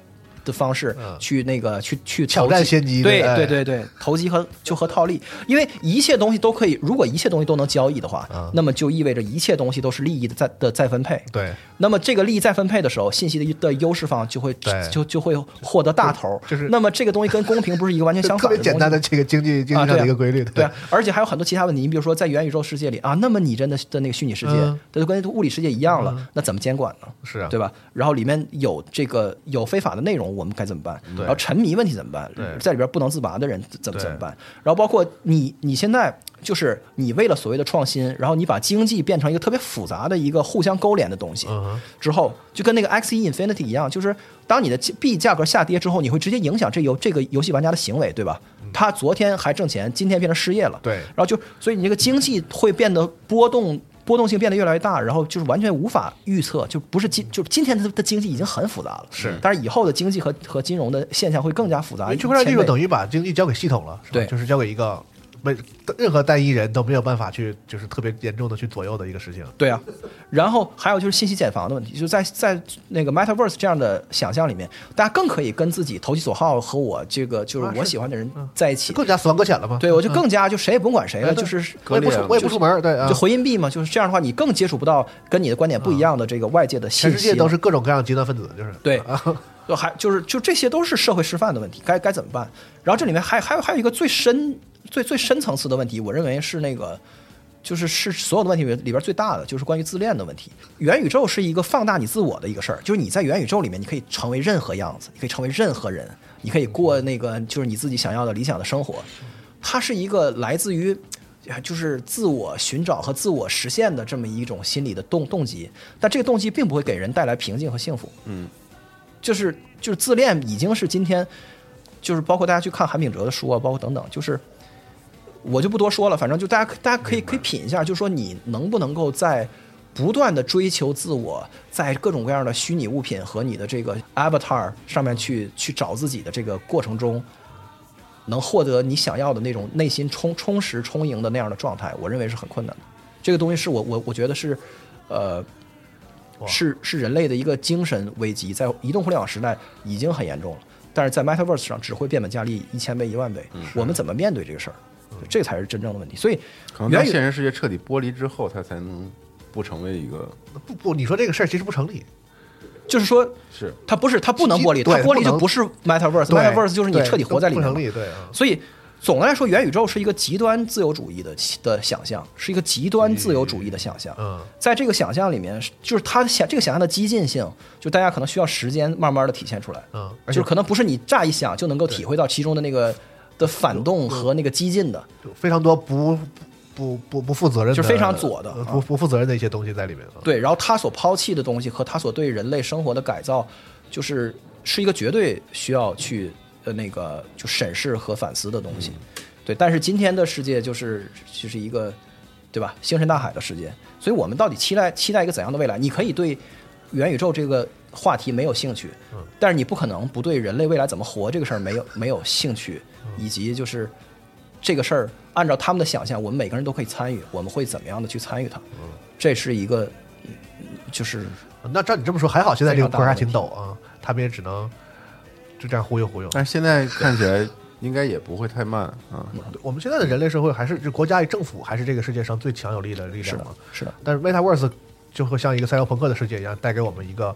E: 的方式去那个去去
B: 挑
E: 投
B: 战
E: 机
B: 嗯先机
E: 对
B: 对哎
E: 对对对，投机和就和套利，因为一切东西都可以，如果一切东西都能交易的话，那么就意味着一切东西都是利益的再的再分配。
B: 嗯对，
E: 那么这个利益再分配的时候，信息的的优势方就会
B: 对
E: 就就会获得大头。
B: 就是
E: 那么这个东西跟公平不是一个完全相
B: 特
E: 反
B: 别
E: 的
B: 简
E: 东
B: 单
E: 西
B: 的这个经济经
E: 啊
B: 济上
E: 对
B: 的
E: 啊
B: 一个规律，
E: 对啊，而且还有很多其他问题。你比如说，在元宇宙世界里啊，那么拟真的的那个虚拟世界，
B: 嗯
E: 它就跟物理世界一样了，那怎么监管呢？
B: 是啊
E: 对吧？然后里面有这个有非法的内容，我们该怎么办？然后沉迷问题怎么办？在里边不能自拔的人怎么怎么办？然后包括你，你现在。就是你为了所谓的创新，然后你把经济变成一个特别复杂的一个互相勾连的东西，之后就跟那个 Xe Infinity 一样，就是当你的 B 价格下跌之后，你会直接影响这游这个游戏玩家的行为，对吧？他昨天还挣钱，今天变成失业了，
B: 对
E: 然后就所以你这个经济会变得波动。波动性变得越来越大，然后就是完全无法预测，就不是今就是今天的的经济已经很复杂了，是，但是以后的经济和和金融的现象会更加复杂。
B: 因为区块链技术
E: 啊千倍
B: 等于把经济交给系统了，是吧
E: 对
B: 就是交给一个没任何单一人都没有办法去，就是特别严重的去左右的一个事情。
E: 对啊，然后还有就是信息茧房的问题，就是在在那个 MetaVerse 这样的想象里面，大家更可以跟自己投其所好和我这个就是
B: 啊
E: 我
B: 是
E: 喜欢的人在一起。
B: 更加死亡搁浅了嘛？
E: 对，我就
B: 嗯
E: 更加就谁也甭管谁了，
B: 哎
E: 就
B: 对
E: 是
B: 我也不出，我也不出门，对啊，
E: 就回音壁嘛，就是这样的话，你更接触不到跟你的观点不一样的这个外界的信
B: 全
E: 息。
B: 世界都是各种各样的极端分子，就是
E: 对
B: 啊，
E: [LAUGHS] 就还就是就这些都是社会示范的问题，该该怎么办？然后这里面还还有还有一个最深最最深层次的问题，我认为是那个就是是所有的问题里里边最大的，就是关于自恋的问题。元宇宙是一个放大你自我的一个事儿，就是你在元宇宙里面，你可以成为任何样子，你可以成为任何人，你可以过那个就是你自己想要的理想的生活。它是一个来自于。就是自我寻找和自我实现的这么一种心理的动动机，但这个动机并不会给人带来平静和幸福。就是就是自恋已经是今天，就是包括大家去看韩炳哲的书啊，包括等等，就是我就不多说了，反正就大家大家可以可以品一下，就是说你能不能够在不断的追求自我，在各种各样的虚拟物品和你的这个 avatar 上面去去找自己的这个过程中。能获得你想要的那种内心充充实、充盈的那样的状态，我认为是很困难的。这个东西是我我我觉得是，呃，是是人类的一个精神危机，在移动互联网时代已经很严重了，但是在 Metaverse 上只会变本加厉一千倍、一万倍。
C: 嗯
E: 我们怎么面对这个事儿？这才是真正的问题。所以
C: 可能在
E: 元宇
C: 现实世界彻底剥离之后，它才能不成为一个
B: 不不，你说这个事儿其实不成立，
E: 就是说，
C: 是
E: 它不是它不能
B: 其
E: 剥离，它
B: 对
E: 剥离
B: 不能
E: 就不是 Metaverse。
B: 对
E: Metaverse 就是你
B: 对
E: 彻底活在里面
B: 不
E: 嘛。
B: 成立，对啊，
E: 所以总的来说，元宇宙是一个极端自由主义的的想象，是一个极端自由主义的想象。
B: 嗯
E: 在这个想象里面，就是它想这个想象的激进性，就大家可能需要时间慢慢的体现出来。
B: 嗯而
E: 就
B: 且
E: 是可能不是你乍一想就能够体会到其中的那个的反动和那个激进的。
B: 就非常多不不不不负责任的，
E: 就非常左的
B: 呃
E: 啊
B: 不不负责任的一些东西在里面啊。
E: 对，然后他所抛弃的东西和他所对人类生活的改造，就是是一个绝对需要去呃那个就审视和反思的东西。对，但是今天的世界就是就是一个对吧星辰大海的世界，所以我们到底期待期待一个怎样的未来？你可以对元宇宙这个话题没有兴趣，但是你不可能不对人类未来怎么活这个事儿没有没有兴趣，以及就是这个事儿按照他们的想象，我们每个人都可以参与，我们会怎么样的去参与它？这是一个，嗯就是
B: 那照你这么说，还好现在这个
E: 非常大
B: 国
E: 的
B: 家
E: 问题
B: 挺陡啊，他们也只能就这样忽悠忽悠。
E: 哎
B: 啊
C: 但是现在看起来应该也不会太慢啊。
B: 我们现在的人类社会还是就国家与政府还是这个世界上最强有力的力量嘛。
E: 是的，
B: 但是 MetaVerse 就会像一个赛博朋克的世界一样，带给我们一个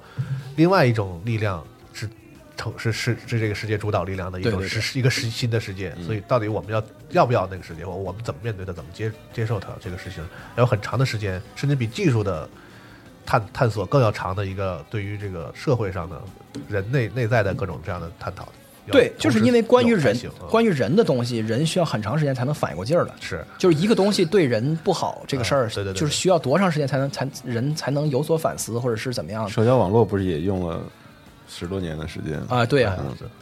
B: 另外一种力量，是成是是是这个世界主导力量的一
E: 对
B: 种
E: 对嗯
B: 是是一个实新的世界。所以到底我们要要不要那个世界？我我们怎么面对它？怎么接接受它这个事情？要有很长的时间，甚至比技术的探探索更要长的一个对于这个社会上的人内内在的各种这样的探讨。要
E: 对，就是因为关于
B: 同时有
E: 人
B: 才行，嗯
E: 关于人的东西，人需要很长时间才能反应过劲儿来。
B: 是
E: 就是一个东西对人不好这个事儿，
B: 啊对对对
E: 就是需要多长时间才能才人才能有所反思，或者是怎么样
C: [LAUGHS]
E: 的
C: 社交网络不是也用了十多年的时间
E: 啊？对呀、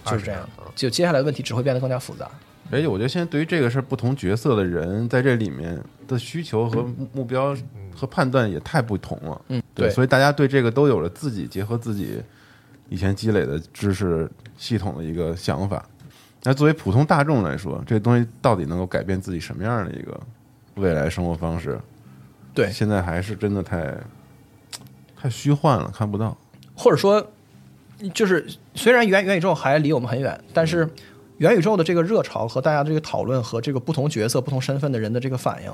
B: 是
E: 就是这样
B: 20年嗯。
E: 就接下来的问题只会变得更加复杂。
C: 而且我觉得现在对于这个事儿，不同角色的人在这里面的需求和目目标和判断也太不同了。
E: 嗯
C: 对，
E: 对
C: 所以大家对这个都有了自己结合自己以前积累的知识系统的一个想法。那作为普通大众来说，这东西到底能够改变自己什么样的一个未来生活方式？
E: 对
C: 现在还是真的太太虚幻了，看不到。
E: 或者说，就是虽然元元宇宙还离我们很远，但
B: 嗯
E: 是元宇宙的这个热潮和大家这个讨论和这个不同角色、不同身份的人的这个反应，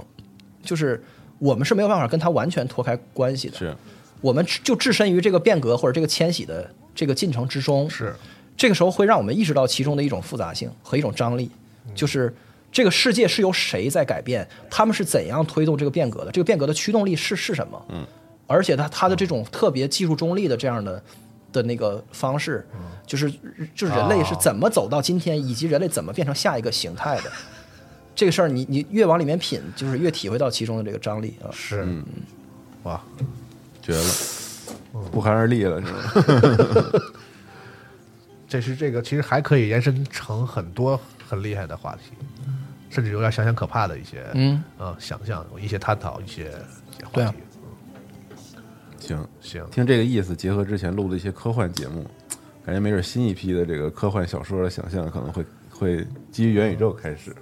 E: 就是我们是没有办法跟它完全脱开关系的。
C: 是，
E: 我们只就置身于这个变革或者这个迁徙的这个进程之中。
B: 是
E: 这个时候会让我们意识到其中的一种复杂性和一种张力，就是这个世界是由谁在改变，他们是怎样推动这个变革的，这个变革的驱动力是是什么？嗯，而且它它的这种特别技术中立的这样的。的那个方式，就是就是人类是怎么走到今天，以及人类怎么变成下一个形态的，这个事儿你你越往里面品，就是越体会到其中的这个张力啊。
B: 是，哇，
C: 绝了，不寒而栗了，是吧？
B: 这是这个其实还可以延伸成很多很厉害的话题，甚至有点想想可怕的一些，
E: 嗯，
B: 啊、想象一些探讨一些一些话题。
E: 对啊
C: 行，
B: 行，
C: 听这个意思，结合之前录的一些科幻节目，感觉没准新一批的这个科幻小说的想象可能会会基于元宇宙开始，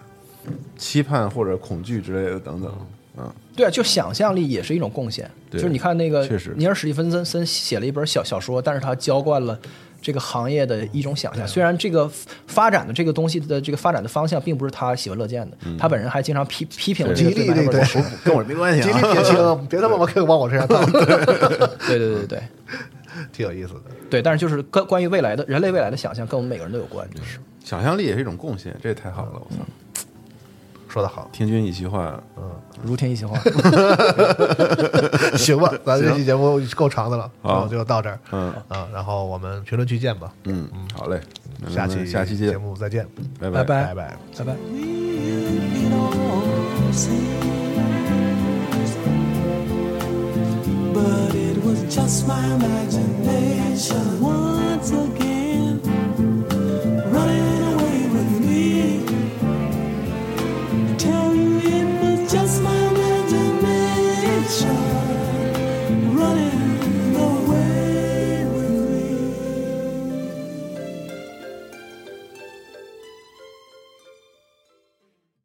C: 期盼或者恐惧之类的等等。嗯，
E: 对啊，就想象力也是一种贡献。
C: 对
E: 就是你看那个
C: 确实
E: 尼尔·史蒂芬森写了一本小小说，但是他浇灌了这个行业的一种想象。虽然这个发展的这个东西的这个发展的方向并不是他喜闻乐见的，他本人还经常批批评这个
B: 吉利
E: 对白
B: 那
E: 本
B: 个
E: 身
C: 跟我没关系
B: 极
C: 啊
B: 力。撇清，别他妈往往我身
C: [LAUGHS]
B: 上套，
E: 对对对对
B: 挺有意思的。
E: 对，但是就是关关于未来的人类未来的想象，跟我们每个人都有关。就是
C: 想象力也是一种贡献，这也太好了！我操，
B: 说的好，
C: 听君一席话，
E: 如天一席话。
B: 行吧，咱这期节目够长的了，
C: 好
B: 然后就到这儿，
C: 啊嗯
B: 啊，然后我们评论区见吧，
C: 嗯，好嘞，那
B: 下
C: 咱们
B: 期
C: 下期
B: 节
C: 见，
B: 目再见，
C: 拜
E: 拜
B: 拜
E: 拜
B: 拜。
E: 拜拜。
D: But it was just my imagination.